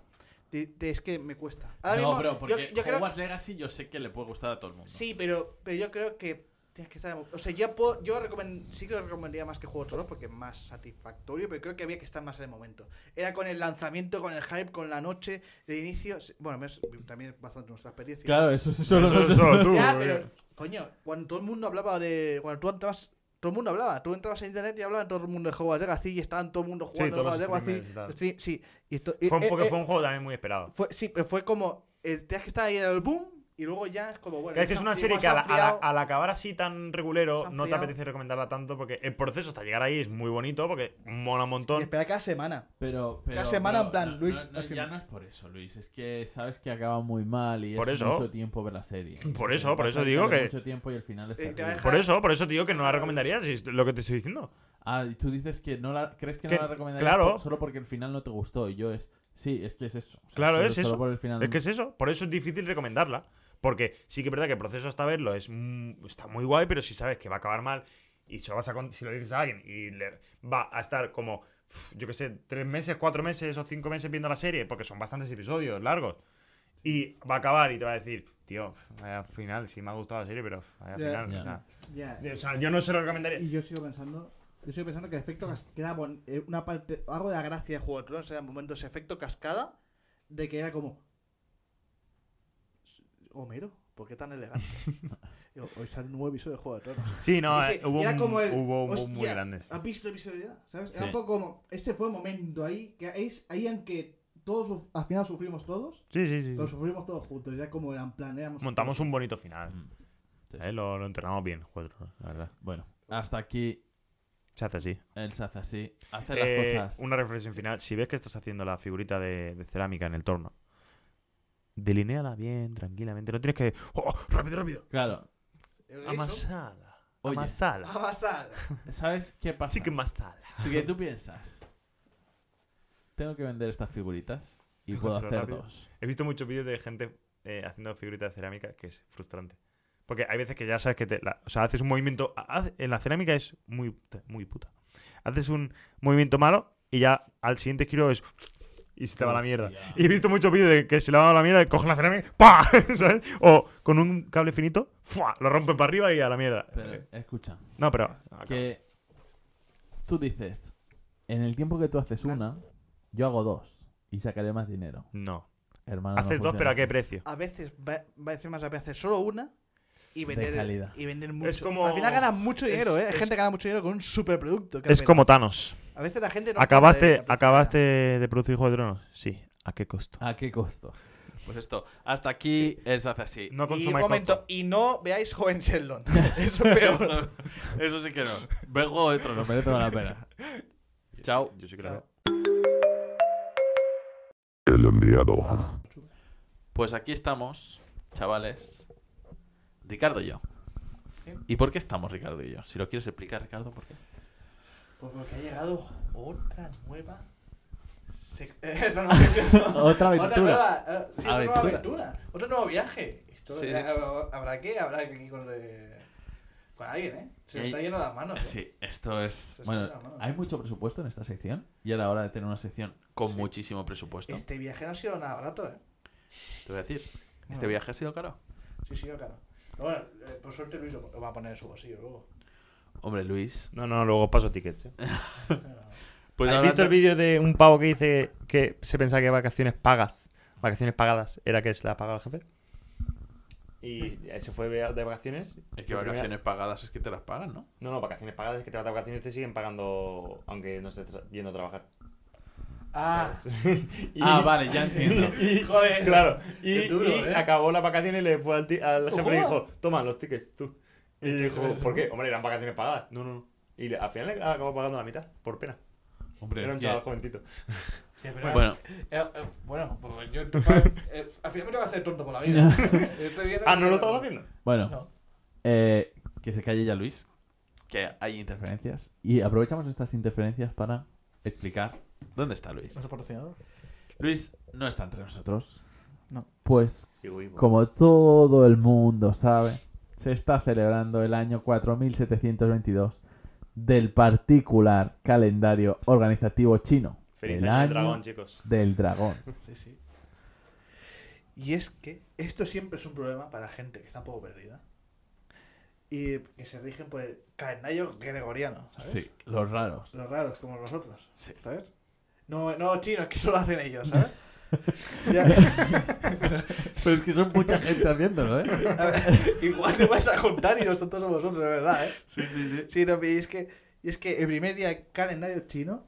S3: te- te- es que me cuesta. Ahora
S4: no,
S3: mismo,
S4: bro,
S3: yo-
S4: porque
S3: yo, creo,
S4: Hogwarts Legacy yo sé que le puede gustar a todo el mundo.
S3: Sí, pero, pero yo creo que tienes que estar en el momento. O sea, yo, puedo- yo recomen- sí que lo recomendaría más que Juego de Tronos porque es más satisfactorio, pero creo que había que estar más en el momento. Era con el lanzamiento, con el hype, con la noche de inicio. Bueno, es- también es bastante nuestra experiencia.
S1: Claro, eso es solo
S2: Eso es
S1: nosotros.
S2: solo tú, eh.
S3: Ya,
S2: porque-
S3: pero, coño, cuando todo el mundo hablaba de. Cuando tú entrabas. Todo el mundo hablaba. Tú entrabas a internet y hablaban todo el mundo de Hogwarts Legacy y estaban todo el mundo jugando
S2: todos
S3: a
S2: los
S3: Hogwarts Legacy.
S2: streamers y tal.
S3: Sí, sí. Y esto,
S2: Fue,
S3: eh,
S2: un, porque
S3: eh,
S2: fue un juego también muy esperado.
S3: fue- Sí, pero fue como. eh, tenías que estar ahí en el boom y luego ya es como bueno.
S2: Que es que
S3: ya
S2: es una
S3: se-
S2: serie
S3: igual
S2: que
S3: se
S2: al,
S3: ha
S2: al-
S3: enfriado.
S2: al acabar así tan regulero
S3: Se
S2: no
S3: ha
S2: te
S3: enfriado.
S2: apetece recomendarla tanto porque el proceso hasta llegar ahí es muy bonito porque mola un
S3: Y
S2: montón.
S3: espera cada semana.
S1: Pero, pero-
S3: Cada semana,
S4: pero
S3: en plan,
S4: no-
S3: Luis,
S4: no- no,
S3: al
S4: ya
S3: final.
S4: no es por eso, Luis. Es que sabes que acaba
S1: muy mal y
S2: Por
S1: es
S2: eso.
S1: mucho tiempo ver la serie.
S2: Por eso,
S1: Vas
S2: por eso
S1: a
S2: digo
S1: dedicarle
S2: que-
S1: Mucho tiempo y el final es
S3: Eh, te va a
S1: terrible.
S3: dejar-
S2: Por eso, por eso te digo que no la recomendaría, si es lo que te estoy diciendo.
S1: Ah, y tú dices que no la crees que,
S2: Que-
S1: no la recomendarías
S2: claro.
S1: por- solo porque el final no te gustó y yo es sí, es que es eso. O sea,
S2: Claro,
S1: solo-
S2: es
S1: solo
S2: eso.
S1: por el final.
S2: Es que es eso, por eso es difícil recomendarla. Porque sí que es verdad que el proceso hasta verlo es, mm, está muy guay, pero si sabes que va a acabar mal y se lo vas a, con- si lo dices a alguien y le va a estar como, uf, yo qué sé, tres meses, cuatro meses o cinco meses viendo la serie, porque son bastantes episodios largos, y va a acabar y te va a decir, tío, vaya final, sí me ha gustado la serie, pero vaya
S3: Ya.
S2: final.
S1: Ya.
S2: o sea". O sea, yo no se lo recomendaría.
S3: Y yo sigo pensando. Yo sigo pensando que el efecto cascada. Una parte. Algo de la gracia de Juego de Tronos era en momentos ese efecto cascada. De que era como. Homero, ¿por qué tan elegante? Digo, hoy sale un nuevo episodio de Juego de Tronos.
S2: Sí, no,
S3: Ese-
S2: eh, hubo
S3: era
S2: un,
S3: como el,
S2: hubo un boom
S3: "Hostia,
S2: muy grande.
S3: ¿Has visto el episodio ya? ¿Sabes? Era
S1: Sí.
S3: un poco como. Ese fue el momento ahí. Que es ahí en que todos suf- al final sufrimos todos.
S2: Sí, sí, sí.
S3: Pero sufrimos todos juntos. Ya como eran plan. éramos-
S2: Montamos un bonito final.
S1: Mm.
S2: ¿sabes? Lo, lo entrenamos bien, cuatro, la verdad.
S1: Bueno, hasta aquí
S2: Se hace así.
S1: él se hace así, hace
S2: Eh,
S1: las cosas.
S2: Una reflexión final. Si ves que estás haciendo la figurita de, de cerámica en el torno, delineala bien, tranquilamente. No tienes que. ¡Oh! ¡Rápido, rápido!
S1: Claro,
S3: Eso, Ah,
S2: Amasala.
S1: Oye.
S2: Amasala.
S3: amasada.
S1: ¿sabes qué pasa?
S2: Sí que masala.
S1: ¿Qué tú piensas? Tengo que vender estas figuritas y puedo
S2: hacerlo
S1: hacer
S2: rápido.
S1: dos.
S2: He visto muchos vídeos de gente eh, haciendo figuritas de cerámica que es frustrante. Porque hay veces que ya sabes que te. la- o sea, haces un movimiento. ha- haz- en la cerámica es muy, muy puta. Haces un movimiento malo y ya al siguiente giro es. Y se te va la mierda.
S1: Hostia.
S2: Y he visto muchos vídeos de que se le va a la mierda, cogen la cerámica, ¡pa! ¿Sabes? O con un cable finito, ¡fua! Lo rompen para arriba y a la mierda.
S1: Pero escucha,
S2: No, pero.
S1: que tú dices, en el tiempo que tú haces una, yo hago dos y sacaré más dinero.
S2: No.
S1: Hermano, Ah, no
S2: Haces dos,
S1: funciona
S2: pero ¿a qué
S1: así.
S2: precio?
S3: a veces va, va a decir más a veces solo una y
S1: De
S3: vender
S1: calidad.
S3: y vender mucho.
S2: como-
S3: Al final ganas mucho dinero, ¿eh? Hay
S2: es-
S3: gente que gana mucho dinero con un superproducto. que
S2: Es
S3: vende.
S2: como Thanos.
S3: A veces la gente no pues entiende
S2: ¿Acabaste,
S3: la
S2: acabaste de producir Juego de Tronos? Sí. ¿A qué costo?
S1: ¿A qué costo?
S4: Pues esto, hasta aquí él se hace así.
S2: No
S3: Y, un
S2: consumáis
S3: momento,
S2: costo.
S3: y no veáis Joven Sheldon. es lo peor.
S4: Eso, eso sí que no. Vengo otro, no merece la pena. Chao.
S2: Yo sí que lo veo.
S5: El enviado.
S1: Pues aquí estamos, chavales. Ricardo y yo.
S3: Sí.
S1: ¿Y por qué estamos, Ricardo y yo? Si lo quieres explicar, Ricardo, ¿por qué?
S3: Pues porque ha llegado otra nueva. sec- Esta no sé qué es.
S4: Otra aventura.
S3: nueva, eh, sí, otra nueva
S4: Aventura.
S3: aventura. Otro nuevo viaje. Esto
S1: Sí.
S3: eh, habrá que habrá que aquí con, eh, con alguien, ¿eh? Se nos
S1: Ey.
S3: está lleno de las manos. ¿eh?
S1: Sí, esto es.
S3: Se nos
S1: Bueno,
S3: está yendo de las manos.
S4: Hay mucho presupuesto en esta sección.
S1: y ahora hora de tener una sección con
S3: Sí.
S1: muchísimo presupuesto.
S3: Este viaje no ha sido nada barato, ¿eh?
S1: Te voy a decir,
S3: Bueno.
S1: este viaje ha sido caro.
S3: Sí, sí, claro. Pero bueno, eh, por suerte Luis lo lo va a poner en su bolsillo luego.
S1: Hombre, Luis.
S2: No, no, luego paso tickets. ¿eh?
S1: Pues
S2: ¿Has visto el vídeo de un pavo que dice que se pensaba que vacaciones pagas, vacaciones pagadas, era que se la pagaba el jefe? Y se fue de de vacaciones.
S1: Es que vacaciones pagadas es que te las pagan, ¿no?
S2: No, no, vacaciones pagadas es que te vas de vacaciones y te siguen pagando aunque no estés tra- yendo a trabajar.
S3: Ah,
S2: Y-
S1: Ah, vale, ya entiendo.
S2: Y,
S3: Joder.
S2: claro, y,
S3: Qué
S2: y
S3: duro, ¿eh?
S2: acabó la vacación y le fue al, ti- al jefe y le
S3: Ojo.
S2: dijo, toma los tickets tú. Y dijo, ¿por qué? Hombre, eran vacaciones pagadas. No, no, no. Y le- al final le acabó pagando la mitad, por pena.
S1: Hombre,
S2: Era un
S1: que-
S2: chaval jovencito.
S3: sí, es verdad.
S1: bueno,
S3: Eh, eh, bueno, pues yo eh, al final me tengo que hacer tonto por la vida. Estoy viendo
S2: Ah,
S3: que-
S2: ¿no lo estabas haciendo?
S4: Bueno,
S3: No.
S4: eh, que se calle ya Luis.
S1: que hay interferencia.
S4: Interferencias. Y aprovechamos estas interferencias para
S1: Explicar. ¿Dónde está Luis?
S3: ¿Nuestro patrocinador?
S1: Luis no está entre nosotros.
S4: nosotros.
S3: No.
S4: Pues,
S2: Sí, güey.
S4: como todo el mundo sabe, se está celebrando el año 4722 del particular calendario organizativo chino.
S2: Feliz
S4: el
S2: año, del dragón, chicos.
S4: del dragón.
S3: Sí, sí. Y es que esto siempre es un problema para la gente que está un poco perdida. Y que se rigen por el calendario gregoriano, ¿sabes?
S4: Sí, los raros.
S3: Los raros, como nosotros,
S1: Sí.
S3: ¿sabes? No, no chinos, que solo hacen ellos, ¿sabes? Ya-
S4: Pero es que son mucha gente haciéndolo,
S3: a
S4: ¿eh?
S3: ver, igual te vas a juntar y nosotros somos nosotros, de verdad, ¿eh?
S1: Sí, sí, sí.
S3: Sí, no, y es que, y es que el primer día del calendario chino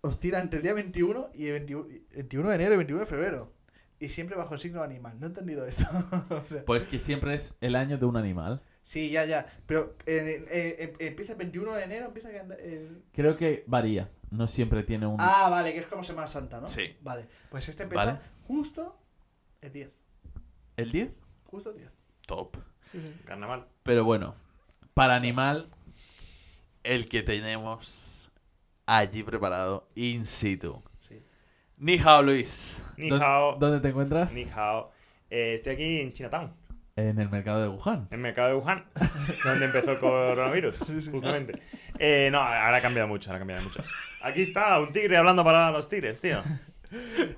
S3: oscila entre el día 21 y el 21, y- 21 de enero y 21 de febrero. Y siempre bajo el signo animal. No he entendido esto. O sea,
S4: Pues que siempre es el año de un animal.
S3: sí, ya, ya. Pero eh, eh, eh, empieza el 21 de enero, empieza el calenda- el-
S4: Creo que varía. No siempre tiene un...
S3: Ah, vale, que es como Semana Santa, ¿no?
S1: Sí.
S3: Vale, pues este empieza
S1: Vale.
S3: justo el 10.
S1: ¿El 10?
S3: Justo el 10.
S1: Top.
S2: Carnaval.
S1: Pero bueno, para animal, el que tenemos allí preparado, in situ.
S3: Sí.
S1: Ni hao, Luis.
S2: Ni
S4: ¿Dó-
S2: hao.
S4: ¿Dónde te encuentras?
S2: Ni hao. Eh, estoy aquí en Chinatown,
S4: En el mercado de Wuhan.
S2: en el mercado de Wuhan, donde empezó el coronavirus, justamente. Eh, no, ahora ha cambiado mucho, ahora ha cambiado mucho. Aquí está un tigre hablando para los tigres, tío.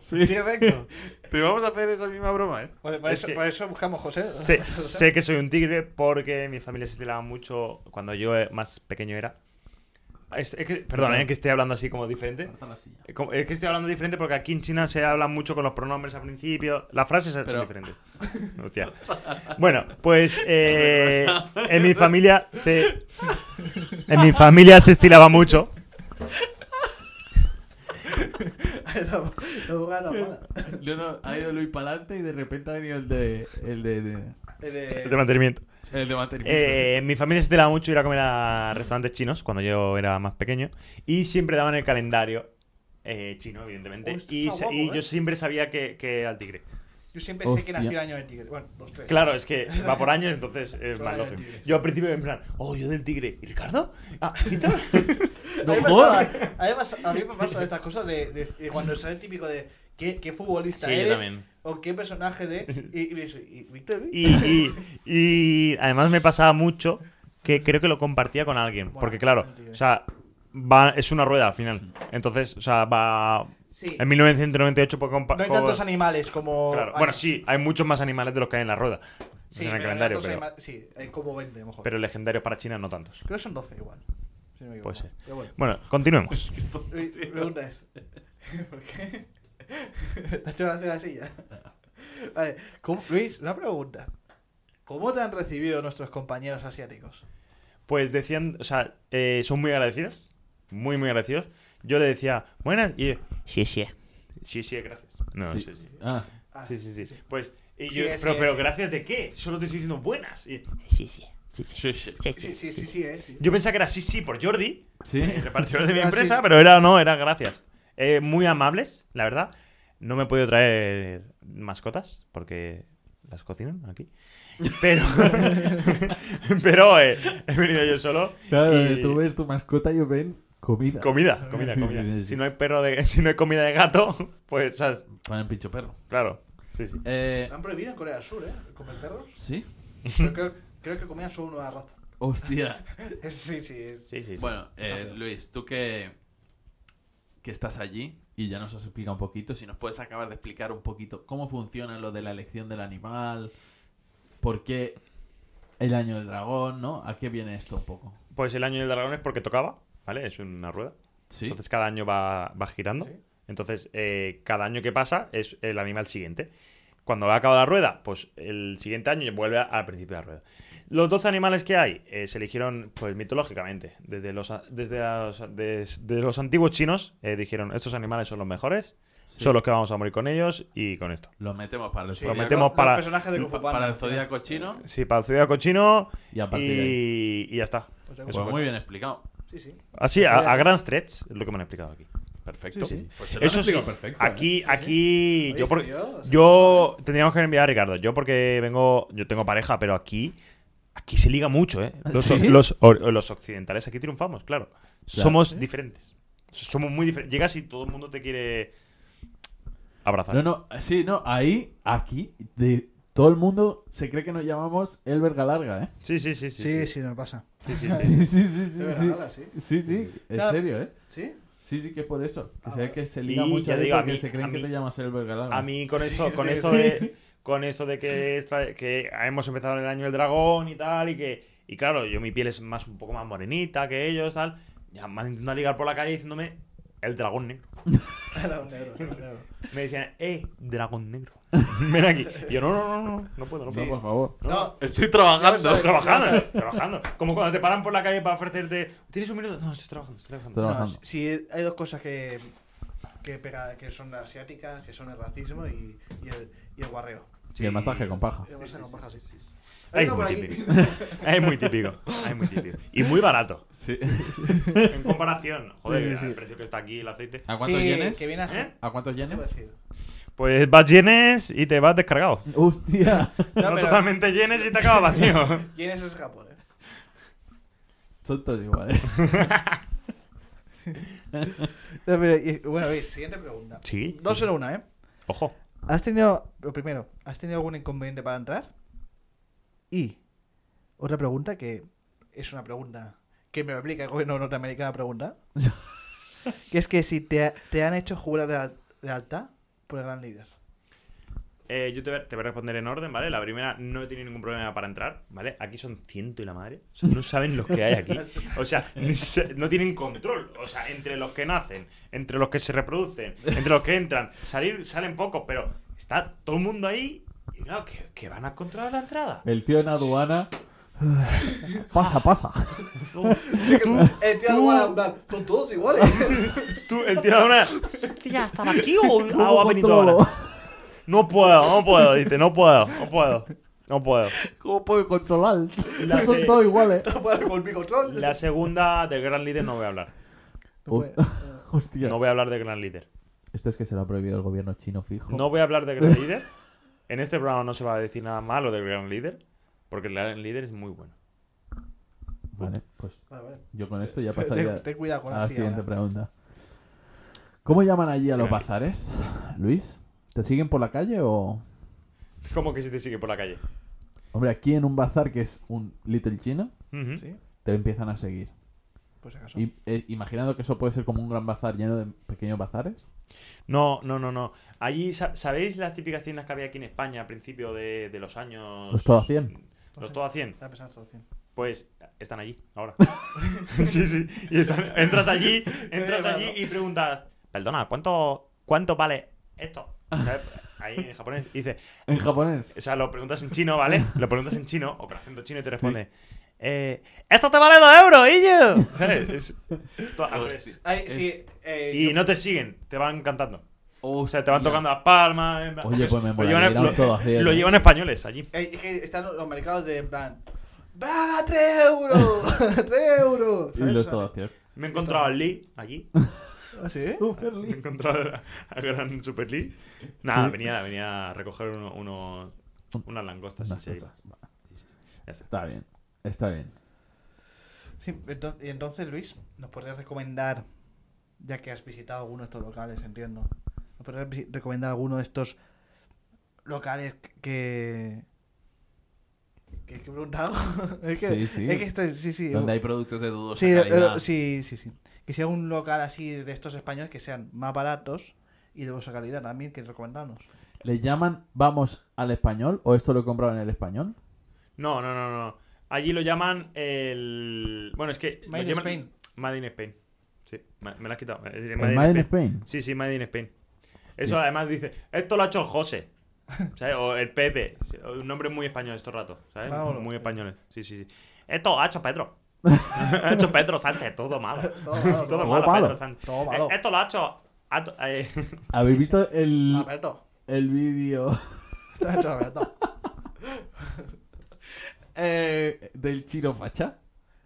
S1: Sí, perfecto. Te vamos a hacer esa misma broma, ¿eh?
S3: Vale, por,
S2: pues Es
S3: eso,
S2: que-
S3: por eso buscamos José.
S2: Sé, sé que soy un tigre porque mi familia se estilaba mucho cuando yo eh, más pequeño era. Es, es que, perdón, eh, que esté hablando así como diferente. Eh, como- Es que estoy hablando diferente porque aquí en China se habla mucho con los pronombres al principio. Las frases son
S1: Pero-
S2: diferentes. Hostia. Bueno, pues eh, en mi familia se. En mi familia se estilaba mucho.
S3: La- la abogada mala.
S4: No, no, ha ido Luis para adelante y de repente ha venido el de. El de. de-
S3: El de-
S2: De mantenimiento.
S4: el de mantenimiento.
S2: Eh, en mi familia se estilaba mucho ir a comer a restaurantes chinos cuando yo era más pequeño. Y siempre daban el calendario eh, chino, evidentemente.
S3: Uy, esto
S2: y
S3: está
S2: se- y
S3: guapo, ¿eh?
S2: yo siempre sabía que, que era el tigre.
S3: Yo siempre sé que
S4: Hostia.
S3: nació el año del tigre. Bueno, los tres.
S2: Claro, es que va por años, entonces es
S3: Por
S2: más
S3: año
S2: lógico.
S3: del tigre.
S2: Yo al principio, en plan, oh, yo del tigre. ¿Y Ricardo? Ah, Víctor.
S3: a, mí me pasaba- a mí me pasa- a mí me pasa estas cosas de, de- de cuando sale el típico de qué, qué futbolista
S1: Sí, yo
S3: eres
S1: también.
S3: o qué personaje de. Y, y, eso, y Víctor Luis.
S2: Y, y- y además me pasaba mucho que creo que lo compartía con alguien. Porque claro, o sea, va, es una rueda al final. Entonces, o sea, va...
S3: Sí.
S2: En 1998 por compa-
S3: No hay
S2: por-
S3: tantos animales como.
S2: claro.
S3: hay-
S2: Bueno, sí, hay muchos más animales de los que hay en la rueda.
S3: Sí,
S2: en el
S3: pero
S2: calendario,
S3: tantos
S2: pero,
S3: anima- sí, hay como 20 a lo mejor.
S2: pero legendarios para China no tantos.
S3: Creo que son 12 igual. Si no me
S2: Puede
S3: equivoco.
S2: ser.
S3: Pero bueno.
S2: Bueno, continuemos.
S3: Mi pregunta es: ¿Por qué? ¿Te has hecho gracia la silla? Vale, ¿cómo- Luis, una pregunta. ¿Cómo te han recibido nuestros compañeros asiáticos?
S2: Pues decían, o sea, eh, son muy agradecidos. Muy, muy agradecidos. Yo le decía, buenas, y ellos, sí, sí. Sí, sí, gracias. No,
S4: Sí.
S2: sí, sí.
S4: Ah,
S3: Ah,
S2: Sí, sí, sí. Pues, y
S3: Sí,
S2: yo,
S3: es
S2: pero,
S3: que-
S2: pero gracias de qué? Solo te estoy diciendo buenas. Y-
S1: Sí, sí.
S3: Sí, sí, sí, sí, eh. sí.
S2: yo pensaba que era sí, sí, por Jordi,
S4: sí.
S2: el repartidor de mi
S3: Ah, sí.
S2: empresa, pero era no, era gracias. Eh, muy amables, la verdad. No me he podido traer mascotas porque las cocinan aquí. Pero, pero eh, he venido yo solo.
S1: Claro,
S2: y-
S1: tú ves tu mascota y ellos ven comida.
S2: Comida, comida,
S1: Sí, sí,
S2: comida.
S1: sí, sí.
S2: Si no hay perro de, si no hay comida de gato, pues ¿sabes?
S4: Ponen pincho perro.
S2: claro. Sí, sí.
S4: Eh,
S3: La han prohibido en Corea del Sur, ¿eh? Comer perros.
S4: sí.
S3: Pero creo, creo que comían solo una raza.
S4: Hostia.
S3: Sí, sí. es-
S2: Sí, sí, sí.
S4: Bueno, eh, Luis, tú que, que estás allí y ya nos has explicado un poquito, si nos puedes acabar de explicar un poquito cómo funciona lo de la elección del animal, por qué el año del dragón, ¿no? ¿A qué viene esto un poco?
S2: Pues el año del dragón es porque tocaba, ¿vale? Es una rueda.
S4: Sí.
S2: Entonces cada año va, va girando.
S3: Sí.
S2: Entonces, eh, cada año que pasa es el animal siguiente. Cuando va a acabar la rueda, pues el siguiente año vuelve a- al principio de la rueda. Los 12 animales que hay eh, se eligieron, pues mitológicamente. Desde los, a- desde los- des- de los antiguos chinos eh, dijeron: estos animales son los mejores, son los que vamos a morir con ellos y con esto.
S4: Lo metemos para el
S3: Sí,
S2: lo
S4: zodiaco-
S2: metemos
S3: los
S2: para-
S3: personajes de
S4: pa-
S3: Kung Fu Panda,
S4: para el
S3: al final.
S4: zodiaco chino
S2: Sí, para el ciudadano chino
S4: y a
S2: y,
S4: partir de ahí.
S2: y ya está.
S3: O sea,
S2: Eso
S4: Pues
S2: fue.
S4: muy bien explicado.
S3: Sí, sí.
S2: Así, a, a gran stretch, es lo que me han explicado aquí.
S4: Perfecto.
S3: Sí, sí.
S4: Pues se lo han
S2: Eso sí,
S4: explicado perfecto. ¿eh?
S2: aquí, aquí,
S3: Oye,
S2: yo,
S3: este
S2: por-
S3: tío, o sea,
S2: yo tendríamos que enviar a Ricardo. Yo porque vengo, yo tengo pareja, pero aquí, aquí se liga mucho, ¿eh? Los,
S4: ¿Sí?
S2: los- o- los occidentales aquí triunfamos, claro. Somos diferentes. Somos muy diferentes. Llegas y todo el mundo te quiere abrazar.
S1: No, no, sí, no, ahí, aquí, de todo el mundo se cree que nos llamamos El Verga Larga, ¿eh?
S2: Sí, sí, sí, sí. sí.
S3: me pasa.
S2: Sí, sí, sí.
S1: Sí, sí, sí,
S3: El
S1: sí. Sí,
S3: Verga Larga, sí.
S1: sí, sí, en
S3: Claro.
S1: serio, ¿eh?
S3: ¿Sí?
S1: Sí, sí, que es por eso. Que
S3: Ah,
S1: se ve
S3: vale.
S1: que se liga
S2: Y
S1: mucho
S2: ya
S1: ahí
S2: digo, a
S1: porque
S2: mí-
S1: se
S2: a
S1: creen que
S2: mí-
S1: te llamas El Verga Larga.
S2: A mí con esto, con esto de con esto de que, extra- que hemos empezado en el año del dragón y tal y que y claro, yo mi piel es más un poco más morenita que ellos tal, ya me han intentado ligar por la calle diciéndome el dragón negro.
S3: Era un negro, era un negro.
S2: Me decían, "Eh, dragón negro." Ven aquí. Y yo, "No, no, no, no, no puedo, no
S1: No,
S2: puedo."
S1: por favor.
S3: No,
S4: Estoy
S3: trabajando.
S2: Estoy trabajando, trabajando. Como cuando te paran por la calle para ofrecerte, ¿tienes un minuto? No, estoy trabajando, estoy
S1: Estoy
S2: trabajando.
S3: no,
S1: trabajando.
S3: si si hay dos cosas que, que, pega, que son asiáticas, que son el racismo y, y, el, y el guarreo.
S1: Y el masaje con paja.
S3: Y además eran bajas, sí.
S2: Ay,
S3: Hay uno
S2: muy
S3: por aquí.
S2: típico. Es muy típico, es muy típico. Y muy barato.
S4: Sí.
S2: En comparación, joder,
S3: Sí, sí.
S2: el precio que está aquí el aceite.
S4: ¿A cuántos yenes?
S3: que viene así.
S2: ¿Eh?
S4: ¿A cuántos
S3: ¿Qué te iba a
S4: yenes?
S3: decir?
S2: Pues vas llenes y te vas descargado.
S1: ¡Hostia!
S2: No,
S3: pero-
S2: totalmente llenes y te acabas vacío.
S3: ¿Quién es ese Japón? eh?
S1: Son todos iguales.
S3: No, pero, y- bueno, veis, siguiente pregunta.
S2: Sí.
S3: Dos en una, ¿eh?
S2: Ojo.
S3: ¿Has tenido, lo primero, ¿has tenido algún inconveniente para entrar? Y otra pregunta que es una pregunta que me aplica el gobierno norteamericano a preguntar. que es que si te, te han hecho jurar leal- lealtad por el gran líder.
S2: Eh, yo te voy, a- te voy a responder en orden, ¿vale? La primera, no he tenido ningún problema para entrar, ¿vale? Aquí son ciento y la madre. O sea, no saben los que hay aquí. O sea, ni se- no tienen control. O sea, entre los que nacen, entre los que se reproducen, entre los que entran, salir, salen pocos, pero está todo el mundo ahí y claro, que, que van a controlar la entrada.
S1: El tío en aduana. Pasa, pasa.
S3: El tío de Guadalajara, son todos iguales.
S2: Tú, el tío de una...
S8: ¿Ya estaba aquí o
S2: Ah, va a venir
S1: controlo?
S2: ahora. No puedo, no puedo, dice, no puedo, no puedo, no puedo.
S1: ¿Cómo puedo controlar?
S2: La
S1: Son
S2: se-
S1: todos iguales.
S3: Con mi control.
S2: La segunda del Gran Líder no voy a hablar.
S3: No puede-
S1: Hostia.
S2: No voy a hablar de Gran Líder.
S1: Esto Este es que se lo ha prohibido el gobierno chino fijo.
S2: No voy a hablar de Gran Líder. En este programa no se va a decir nada malo del Gran Líder, porque el Gran Líder es muy bueno.
S1: Vale, pues
S3: Vale, vale.
S1: yo con esto ya
S3: Ten,
S1: pasaría
S3: ten cuidado con
S1: a la
S3: la tía.
S1: siguiente
S3: ahora.
S1: pregunta. ¿Cómo llaman allí a los
S2: Gran.
S1: bazares, Luis? ¿Te siguen por la calle o...?
S2: ¿Cómo que si te sigue por la calle?
S1: Hombre, aquí en un bazar que es un Little China,
S2: Ujú.
S3: Sí,
S1: te empiezan a seguir.
S3: pues acaso.
S1: Y, eh, imaginando que eso puede ser como un gran bazar lleno de pequeños bazares.
S2: No, no, no, no. Allí, sa- ¿sabéis las típicas tiendas que había aquí en España a principio de, de los años...
S1: Los todo a 100.
S2: Los todo a 100.
S3: Está pensando todo bien.
S2: Pues están allí ahora. sí, sí. Y están- entras allí, entras allí y preguntas, perdona, ¿cuánto, cuánto vale esto? ¿Sabes? Ahí en japonés y dice,
S1: En japonés.
S2: o sea, lo preguntas en chino, ¿vale? Lo preguntas en chino o con acento chino y te responde, eh, esto te vale dos euros, Illo. ¿Sabes? Es- to- al revés.
S3: Ay, sí, eh,
S2: Y
S3: yo-
S2: no te siguen, te van cantando. O sea, te van
S1: Hostia.
S2: tocando las palmas. en plan-
S1: Oye, pues me
S2: lo llevan,
S1: molaría ir a un todo a
S2: lo,
S1: 100,
S2: lo
S1: ¿eh?
S2: llevan españoles allí.
S3: Eh, Es que están los mercados de en plan. ¡Braga, 3 euros! ¡3 euros!
S1: Y
S3: ¿sabes? Ah,
S1: los todo a 100.
S2: Me he encontrado al Lee allí.
S3: ¿Sí?
S2: Super Lee. Encontrar a Gran Super Lee. Nada,
S1: Sí.
S2: venía, venía a recoger uno, uno- unas langostas.
S1: Unas
S2: sí, sí.
S1: cosas. Va. Está bien, está bien.
S3: Sí, ento- y entonces, Luis, ¿nos podrías recomendar, ya que has visitado alguno de estos locales, entiendo, ¿nos podrías visi- recomendar alguno de estos locales que... que, que he preguntado? es que,
S1: Sí, sí.
S3: Es que este- sí, sí.
S9: Donde hay productos de dudosa
S3: Sí, eh,
S9: calidad.
S3: sí, sí, sí. Que sea un local así de estos españoles que sean más baratos y de buena calidad también, que recomendarnos.
S1: ¿Le llaman vamos al español o esto lo compraban en el español?
S2: No, no, no, no. Allí lo llaman el. Bueno, es que. lo
S3: Made in
S2: llaman-
S3: Spain.
S2: Made in Spain. Sí, ma- me lo has quitado. Es decir,
S1: ¿En
S2: Made in
S1: Made in
S2: Spain.
S1: Spain?
S2: Sí, sí, Made in Spain. Eso además dice, esto lo ha hecho el José. ¿sabes? O el Pepe. O Un nombre muy español estos ratos. ¿sabes?
S3: Vámonos.
S2: Muy españoles. Sí, sí, sí. Esto lo ha hecho Pedro. ha hecho Pedro Sánchez, todo malo.
S3: Todo malo,
S2: Todo,
S3: todo
S2: malo,
S1: malo.
S2: Pedro Sánchez.
S3: Todo
S2: Eh,
S3: malo.
S2: esto lo ha hecho. ha- eh,
S1: ¿Habéis visto el,
S3: Alberto,
S1: el vídeo
S3: te has hecho Alberto.
S1: eh, del Chiro Facha?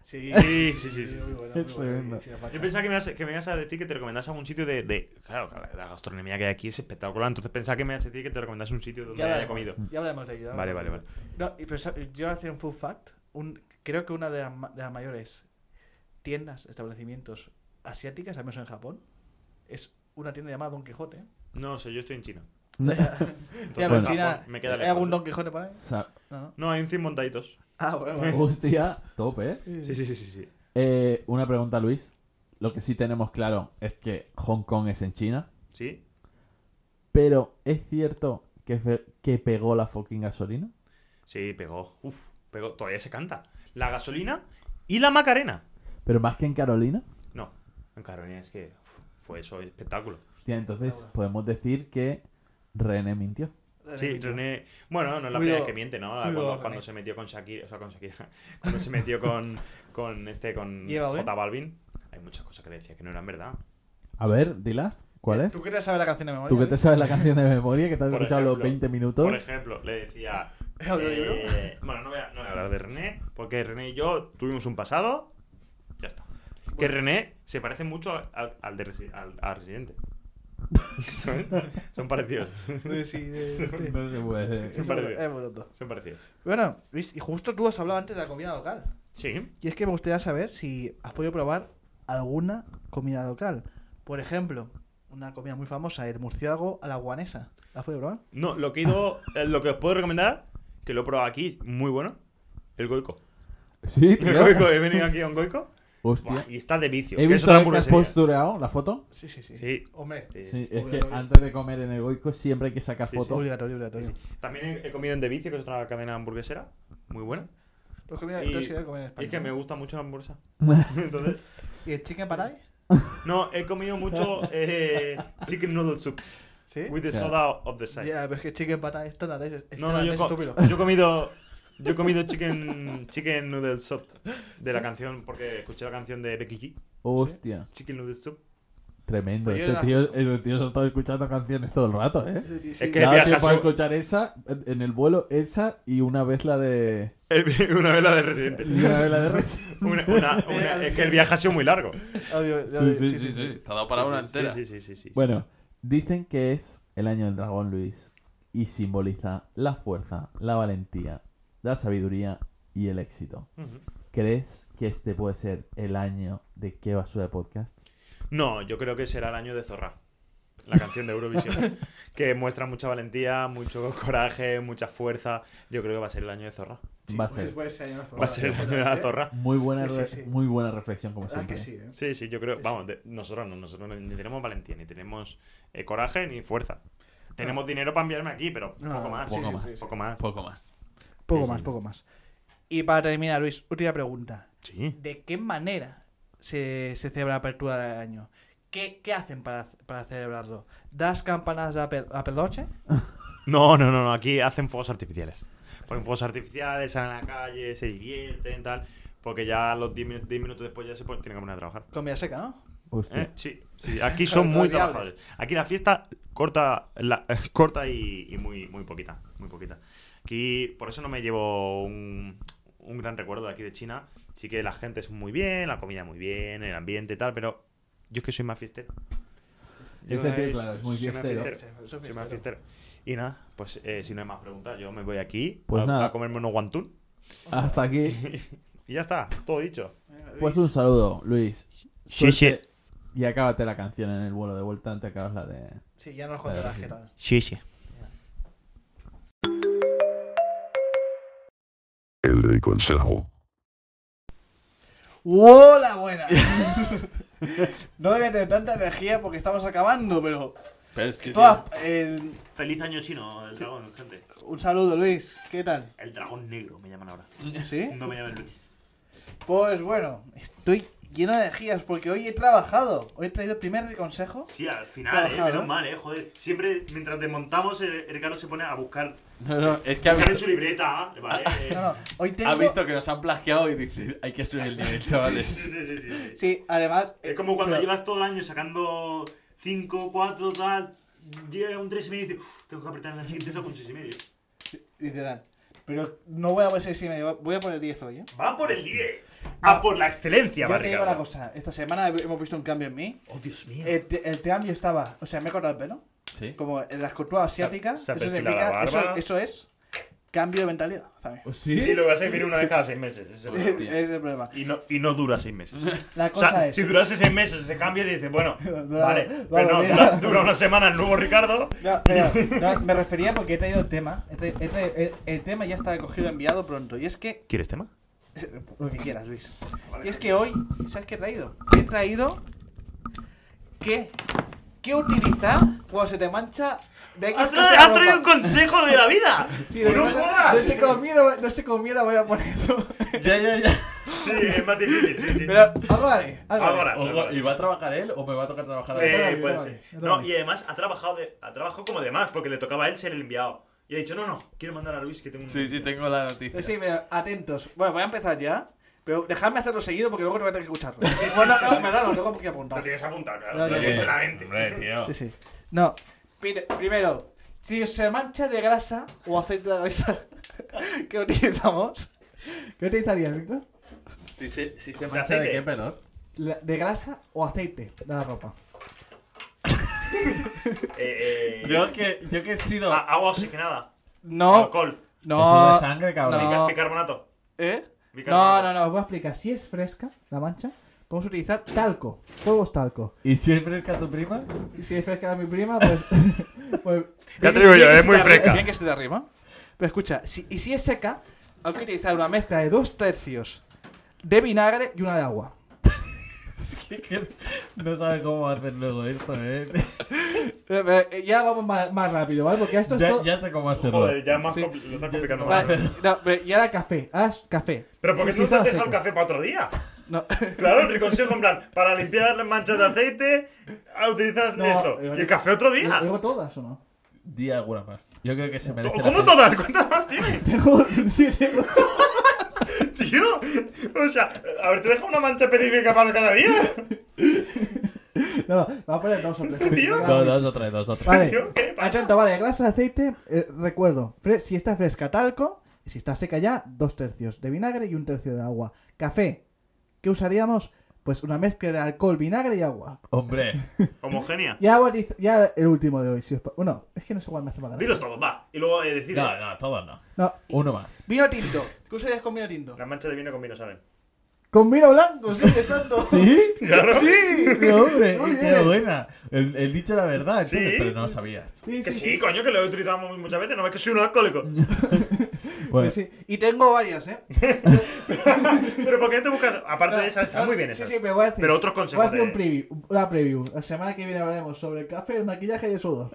S3: Sí,
S2: sí, sí, sí, sí.
S3: muy bueno,
S1: Es
S3: muy bueno.
S1: tremendo.
S3: Sí, facha.
S2: Yo pensaba que me, ibas, que me ibas a decir que te recomendase algún sitio de, de- Claro, la, la gastronomía que hay aquí es espectacular. Entonces pensaba que me ibas a decir que te recomendase un sitio donde
S3: Ya
S2: haya
S3: hablaremos,
S2: comido.
S3: ya hablaremos de ello. ya
S2: Vale,
S3: hablaremos
S2: vale,
S3: de ello. No, y pero sa- yo hacía un food fact. Un, creo que una de, las ma- de las mayores tiendas, establecimientos asiáticas, al menos en Japón, es una tienda llamada Don Quijote.
S2: No sé, yo estoy en China. Entonces,
S3: Ya, pero en
S1: Bueno.
S3: China,
S2: Japón, me queda
S3: ¿Hay
S2: lejos.
S3: algún Don Quijote por ahí?
S1: Sa-
S3: No.
S2: No, hay un 100 montaditos.
S3: Ah, bueno, bueno.
S1: Hostia, top, ¿eh?
S2: Sí, sí, sí, sí. sí.
S1: Eh, Una pregunta, Luis. Lo que sí tenemos claro es que Hong Kong es en China,
S2: ¿Sí?
S1: pero ¿es cierto que, fe- que pegó la fucking gasolina?
S2: Sí, pegó. Uf, pegó. Todavía se canta. La gasolina y la Macarena.
S1: Pero más que en Carolina.
S2: No, en Carolina es que uf, fue eso espectáculo.
S1: Hostia, entonces podemos decir que René mintió.
S2: Sí, René. Bueno, no es la
S3: Muy
S2: primera
S3: do-
S2: vez que miente, ¿no?
S3: muy
S2: Cuando,
S3: dolor,
S2: cuando
S3: René.
S2: se metió con Shakira. O sea, con Shakira. Cuando se metió con, con este, con
S3: ¿Y J Balvin?
S2: J Balvin. Hay muchas cosas que le decía que no eran verdad.
S1: A ver, dilas, ¿cuál
S2: Eh,
S1: es?
S3: ¿Tú qué te sabes la canción de memoria?
S1: Tú que te sabes la canción de memoria, que te has
S2: Por
S1: escuchado los
S2: ejemplo,
S1: 20 minutos.
S2: Por ejemplo, le decía.
S3: ¿El audiolibro?
S2: eh, bueno, no voy, a, no voy a hablar de René, porque René y yo tuvimos un pasado. Ya está. Que René se parece mucho al, al de Resi- al- a Residente. ¿Sabes? Son parecidos.
S3: Sí, sí, de- de-
S1: No se puede.
S3: Es
S2: parecido.
S3: es bruto.
S2: Son parecidos.
S3: Bueno, Luis, y justo tú has hablado antes de la comida local.
S2: Sí.
S3: Y es que me gustaría saber si has podido probar alguna comida local. Por ejemplo, una comida muy famosa, el murciélago a la guanesa. ¿La has podido probar?
S2: No, lo que he ido. eh, lo que os puedo recomendar, que lo he probado aquí, muy bueno. El goico.
S1: Sí,
S2: El
S1: tío.
S2: goico, he venido aquí a un goico.
S1: Hostia.
S2: Buah, y está de vicio.
S1: He
S2: que es
S1: visto
S2: otra
S1: que has
S2: hamburguesería.
S1: postureado la foto.
S3: Sí, sí, sí.
S2: Sí.
S3: Hombre,
S2: sí.
S1: Sí, es que
S3: Obligatorio.
S1: antes de comer en el goico siempre hay que sacar
S2: Sí,
S1: fotos.
S3: obligatorio, obligatorio.
S2: También he, he comido en De Vicio, que es otra cadena hamburguesera. Muy buena.
S3: Los comidas
S2: Y-
S3: entonces, sí, de comida en
S2: Y
S3: España.
S2: es que me gusta mucho la hamburguesa. Entonces,
S3: ¿Y el chicken parai?
S2: no, he comido mucho eh, chicken noodle soup
S3: ¿Sí?
S2: with the
S1: Ya.
S2: soda of the
S3: Ya,
S2: side.
S3: pero es que chicken parai es tan es
S2: no, no, yo, he
S3: es
S2: co-
S3: estúpido.
S2: yo he comido yo he comido chicken chicken noodle soup de la canción porque escuché la canción de Becky G,
S1: Hostia.
S2: chicken noodle soup.
S1: Tremendo.
S3: Pues yo
S1: Este
S3: la
S1: tío, este tío se ha estado escuchando canciones todo el rato, ¿eh?
S3: Sí, sí,
S2: Es
S3: sí.
S2: que
S1: Cada
S2: viaja
S1: tiempo a
S2: su-
S1: escuchar esa, en en el vuelo esa y una vez la de...
S2: una vela de residente.
S1: Y una vez la de... Rech-
S2: Una- una- una- es que el viaje ha sido muy largo.
S3: Audio-
S1: Sí,
S3: audio-
S1: sí,
S9: Sí, sí, sí. Te ha dado para una
S2: Sí,
S9: entera.
S2: Sí, sí, sí, sí.
S1: Bueno, dicen que es el año del dragón, Luis, y simboliza la fuerza, la valentía, la sabiduría y el éxito.
S2: Ujú.
S1: ¿Crees que este puede ser el año de qué basura de podcast?
S2: No, yo creo que será el año de Zorra. La canción de Eurovisión. que muestra mucha valentía, mucho coraje, mucha fuerza. Yo creo que va a ser el año de Zorra.
S1: Va a ser
S3: Puede Pues ser, una zorra,
S2: Va a ser el año de la
S3: completamente.
S2: Zorra.
S1: muy buena,
S3: Sí,
S1: re-
S3: sí, sí.
S1: muy buena reflexión, como
S3: La
S1: siempre.
S3: verdad que sí, ¿eh?
S2: Sí, sí, yo creo. Vamos, de- nosotros no, nosotros no- ni tenemos valentía, ni tenemos eh, coraje, ni fuerza. Tenemos dinero para enviarme aquí, pero
S3: No,
S2: Ah, poco más.
S3: sí,
S9: Poco
S3: sí,
S9: más.
S3: sí, sí.
S2: Poco más.
S9: Poco más.
S3: Poco
S2: Sí,
S3: más,
S2: sí.
S3: poco más. Y para terminar, Luis, última pregunta.
S2: Sí.
S3: ¿De qué manera se, se celebra la apertura del año? ¿Qué, qué hacen para, para celebrarlo? ¿Das campanas a, pe- a pedoche?
S2: No, no, no, no, aquí hacen fuegos artificiales. Ponen fuegos artificiales, salen a la calle, se divierten, tal. Porque ya los 10 minu- 10 minutos después ya se ponen- tienen que poner a trabajar.
S3: Comida seca, ¿no?
S1: Hostia.
S2: ¿Eh? Sí, sí, aquí son muy
S3: Odiables.
S2: trabajadores. Aquí la fiesta corta, la- corta y, y muy, muy poquita, muy poquita. Aquí, por eso no me llevo un, un gran recuerdo de aquí de China. Sí que la gente es muy bien, la comida muy bien, el ambiente y tal, pero yo es que soy más fiestero.
S1: Es de pie, Este claro, es muy
S2: soy más
S1: fiestero.
S3: Soy- soy
S2: Soy más
S3: fiestero.
S2: fiestero. Y nada, pues eh, si no hay más preguntas, yo me voy aquí
S1: Pues
S2: a,
S1: nada.
S2: a comerme unos guantún.
S1: Hasta aquí.
S2: Y ya está, todo dicho.
S3: Venga,
S1: Pues un
S3: Luis.
S1: saludo, Luis. Pues
S2: Sí, sí.
S1: Suerte. Y acábate la canción en el vuelo de vuelta, antes acabas la de...
S3: Sí, ya nos contarás qué tal.
S2: Sí, sí.
S5: El del consejo.
S3: ¡Hola, buena! no voy a tener tanta energía porque estamos acabando, pero.
S4: Pero es que,
S3: Todas, eh,
S2: Feliz año chino, el dragón, gente.
S3: un saludo, Luis. ¿Qué tal?
S2: El dragón negro me llaman ahora.
S3: ¿Sí?
S2: No me llamen Luis.
S3: Pues bueno, estoy lleno de energías porque hoy he trabajado. Hoy he traído el primer consejo.
S2: Sí, al final, eh,
S3: Trabajado.
S2: menos mal, eh, joder. Siempre, mientras desmontamos, eh, Ricardo se pone a buscar.
S4: no, no, es que ha
S2: Me han hecho
S4: visto,
S2: libreta, ¿eh? vale. eh.
S3: No, no, hoy tengo.
S4: ha visto que nos han plagiado y dice, hay que subir el nivel,
S2: Sí,
S4: chavales.
S2: sí, sí, sí, sí.
S3: Sí, además.
S2: Es como cuando
S3: pero-
S2: llevas todo el año sacando 5, 4, tal. Llega un 3 y medio y dices, "Uf, tengo que apretar en la siguiente saco un 6 y medio.
S3: Literal. Pero no voy a poner 6 y medio, voy a poner 10 hoy, ¿eh?
S2: Va por el 10. A por la excelencia,
S3: Yo te digo una
S2: Ricardo.
S3: cosa, Eh, esta semana hemos visto un cambio en mí.
S2: Oh, Dios mío.
S3: El, te- el cambio estaba, o sea, me he cortado el pelo,
S4: Sí.
S3: como en las culturas asiáticas.
S2: se ha
S3: eso,
S2: perfilado
S3: significa-
S2: la
S3: eso,
S2: barba.
S3: eso es cambio de mentalidad. ¿sabes?
S1: Oh,
S4: ¿Sí?
S2: Sí, lo vas a vivir una vez cada 6 meses. ese es el
S3: Ese
S2: problema.
S3: es el problema.
S2: Y no, y no dura 6 meses.
S3: La
S2: O
S3: cosa
S2: sea,
S3: es.
S2: si durase 6 meses ese cambio, dices, bueno,
S3: Dura-
S2: vale.
S3: dura
S2: Pero no,
S3: la
S2: dura,
S3: vida.
S2: dura una semana el nuevo Ricardo.
S3: No, no, no, me refería porque he traído el tema. he tra- he tra- el, el tema ya está cogido enviado pronto. Y es que.
S2: ¿Quieres tema?
S3: Lo que quieras, Luis. Y es que hoy, ¿sabes qué he traído? He traído. ¿Qué? ¿Qué utilizar cuando se te mancha de X
S2: ¡Has,
S3: cosa
S2: tra-
S3: la
S2: has traído un
S3: ropa?
S2: consejo de la vida!
S3: Sí, lo que
S2: ¡No
S3: pasa-
S2: jodas!
S3: No sé cómo mierda, no sé cómo mierda voy a ponerlo.
S4: Ya, ya, ya.
S2: Sí, es más difícil. Sí, sí.
S3: Pero algo haré, algo haré.
S2: Ahora, ahora.
S4: O- ¿Y va a trabajar él o me va a tocar trabajar a
S2: Sí,
S4: mí?
S3: Otra vez,
S2: puede
S3: otra
S2: ser.
S3: vez, otra
S2: No,
S3: vez.
S2: y además ha trabajado, de, ha trabajado como de más, porque le tocaba a él ser el enviado. Y ha dicho, no, no, quiero mandar a Luis que tengo un...
S4: Sí, sí, tengo la noticia.
S3: Pues Sí, pero atentos. Bueno, voy a empezar ya. Pero dejadme hacerlo seguido porque luego no voy a tener que escucharlo.
S2: sí,
S3: Bueno,
S2: sí,
S3: no,
S2: sí.
S3: en verdad lo tengo que
S2: Lo
S3: apuntar.
S2: tienes apuntado, claro.
S3: Claro,
S2: lo tienes
S4: claro.
S2: en la mente.
S3: Sí, sí. No. Pide- Primero, si se mancha de grasa o aceite de grasa, ¿qué utilizamos? ¿Qué utilizarías, Víctor?
S4: Si se, si se
S2: ¿De
S4: mancha de
S2: aceite?
S4: qué, perdón.
S3: La- ¿De grasa o aceite de la ropa?
S2: Eh, eh,
S4: Yo que, yo que he sido.
S2: a- agua oxigenada.
S3: No,
S2: Alcohol.
S1: Eso
S3: no,
S1: de sangre, cabrón.
S3: No.
S2: bica- Bicarbonato.
S3: ¿eh? No,
S2: Bicarbonato.
S3: no, no, os voy a explicar. Si es fresca la mancha, podemos utilizar talco, huevos talco.
S1: ¿Y si es fresca tu prima?
S3: Y si es fresca mi prima, pues. pues-
S10: Ya te
S3: bien que-
S10: digo yo,
S3: bien que
S10: es
S3: se
S10: muy
S3: te arri-
S10: fresca.
S3: Bien que esté de arriba. Pero escucha, si- y si es seca, hay que utilizar una mezcla de dos tercios de vinagre y una de agua.
S1: No sabe cómo hacer luego esto, eh.
S3: Eh, eh, eh, Ya vamos más, más rápido, ¿vale? Porque esto es
S1: Ya,
S3: todo.
S1: ya sé cómo hacerlo.
S2: Joder, ya es más
S3: Sí.
S2: compli- lo estás complicando más.
S3: Vale, no, pero ya era café, ahora es café.
S2: Pero ¿por qué
S3: Sí,
S2: no
S3: sí,
S2: te has dejado
S3: estaba
S2: el
S3: seco.
S2: café para otro día?
S3: No,
S2: Claro, el consejo en plan, para limpiar las manchas de aceite, ah, utilizas
S3: No,
S2: esto.
S3: eh, eh,
S2: Y el café otro día.
S3: ¿Tengo todas o no?
S1: Di alguna más. Yo creo que se merece. la
S2: ¿Cómo
S1: pena.
S2: todas? ¿Cuántas más tienes?
S3: Tengo. Sí, tengo.
S2: Tío, o sea, a ver, te deja una mancha específica para cada día.
S3: No, me voy a poner dos o tres.
S2: ¿Este tío?
S1: Dos, dos, otra, dos, otra.
S3: Vale.
S2: Tío, ¿qué pasa?
S3: Atento, vale, grasa, aceite, eh, recuerdo, fre- si está fresca, talco, y si está seca ya, dos tercios de vinagre y un tercio de agua. Café, ¿qué usaríamos? Pues una mezcla de alcohol, vinagre y agua.
S1: Hombre,
S2: Homogénea.
S3: Y agua, dice- ya el último de hoy, si os pa- Bueno, es que no sé cuál me hace más gracia.
S2: Dilos todos, va. Y luego eh, decide.
S1: no, no, todos no.
S3: No,
S1: Uno más.
S3: vino tinto. ¿Qué usarías con vino tinto?
S2: Las manchas de vino con vino saben.
S3: Con vino blanco, sí, exacto.
S1: ¿Sí?
S2: Claro.
S1: Sí, hombre,
S3: Muy
S1: qué
S3: bien.
S1: buena. El, el dicho era verdad, entonces,
S2: Sí.
S1: pero no lo sabías.
S3: Sí,
S2: Que
S3: sí,
S2: sí,
S3: sí.
S2: coño, que lo he utilizado muy- muchas veces. No ves que soy un alcohólico.
S1: Bueno,
S3: Pues Sí, sí. Y tengo varias, ¿eh?
S2: Pero ¿por qué no te buscas? Aparte de esa, está muy bien esa.
S3: Sí, sí, pero voy a decir.
S2: Pero otros consejos
S3: Voy a hacer
S2: de-
S3: un preview, una preview. La semana que viene hablaremos sobre el café, el maquillaje y el sudor.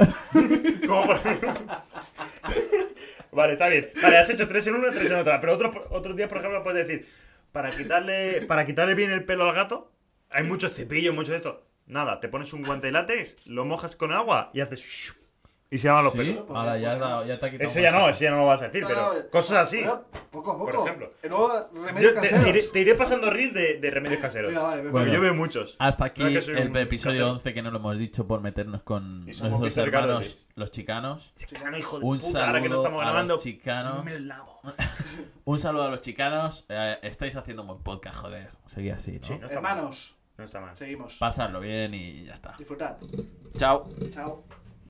S2: Como por- vale, está bien. Vale, has hecho tres en una, tres en otra. Pero otros otros días, por ejemplo, puedes decir, para quitarle, para quitarle bien el pelo al gato, hay muchos cepillos, mucho de esto. Nada, te pones un guante de látex, lo mojas con agua y haces... shup, Y se van los
S1: ¿sí? pues
S2: pelos.
S1: Ahora ya, has dado- ya te ha quitado.
S2: Ese ya no,
S1: más.
S2: ese ya no lo vas a decir, pero cosas así.
S3: Pero poco a poco.
S2: Por ejemplo.
S3: El nuevo remedio
S2: Yo te, te iré, te iré pasando reels de, de remedios caseros.
S3: Venga, vale,
S2: porque
S3: perfecto.
S2: yo veo muchos.
S1: Hasta aquí
S2: Creo que soy
S1: el
S2: un
S1: episodio
S2: casero.
S1: 11 que no lo hemos dicho por meternos con
S2: Y somos
S1: nuestros
S2: Víctor Ricardo
S1: hermanos,
S2: Luis.
S1: los chicanos.
S2: Chicano, hijo de
S1: Un
S2: puta, ahora que no
S1: saludo
S2: estamos
S1: a
S2: grabando.
S1: los chicanos.
S2: Me lavo.
S1: Un saludo a los chicanos. Eh, estáis haciendo un buen podcast, joder. Seguí así, ¿no?
S2: Sí, no está mal.
S3: Hermanos.
S11: No está mal.
S1: Seguimos.
S3: Pasarlo bien y ya está.
S1: Disfrutad.
S3: Chao.
S1: Chao.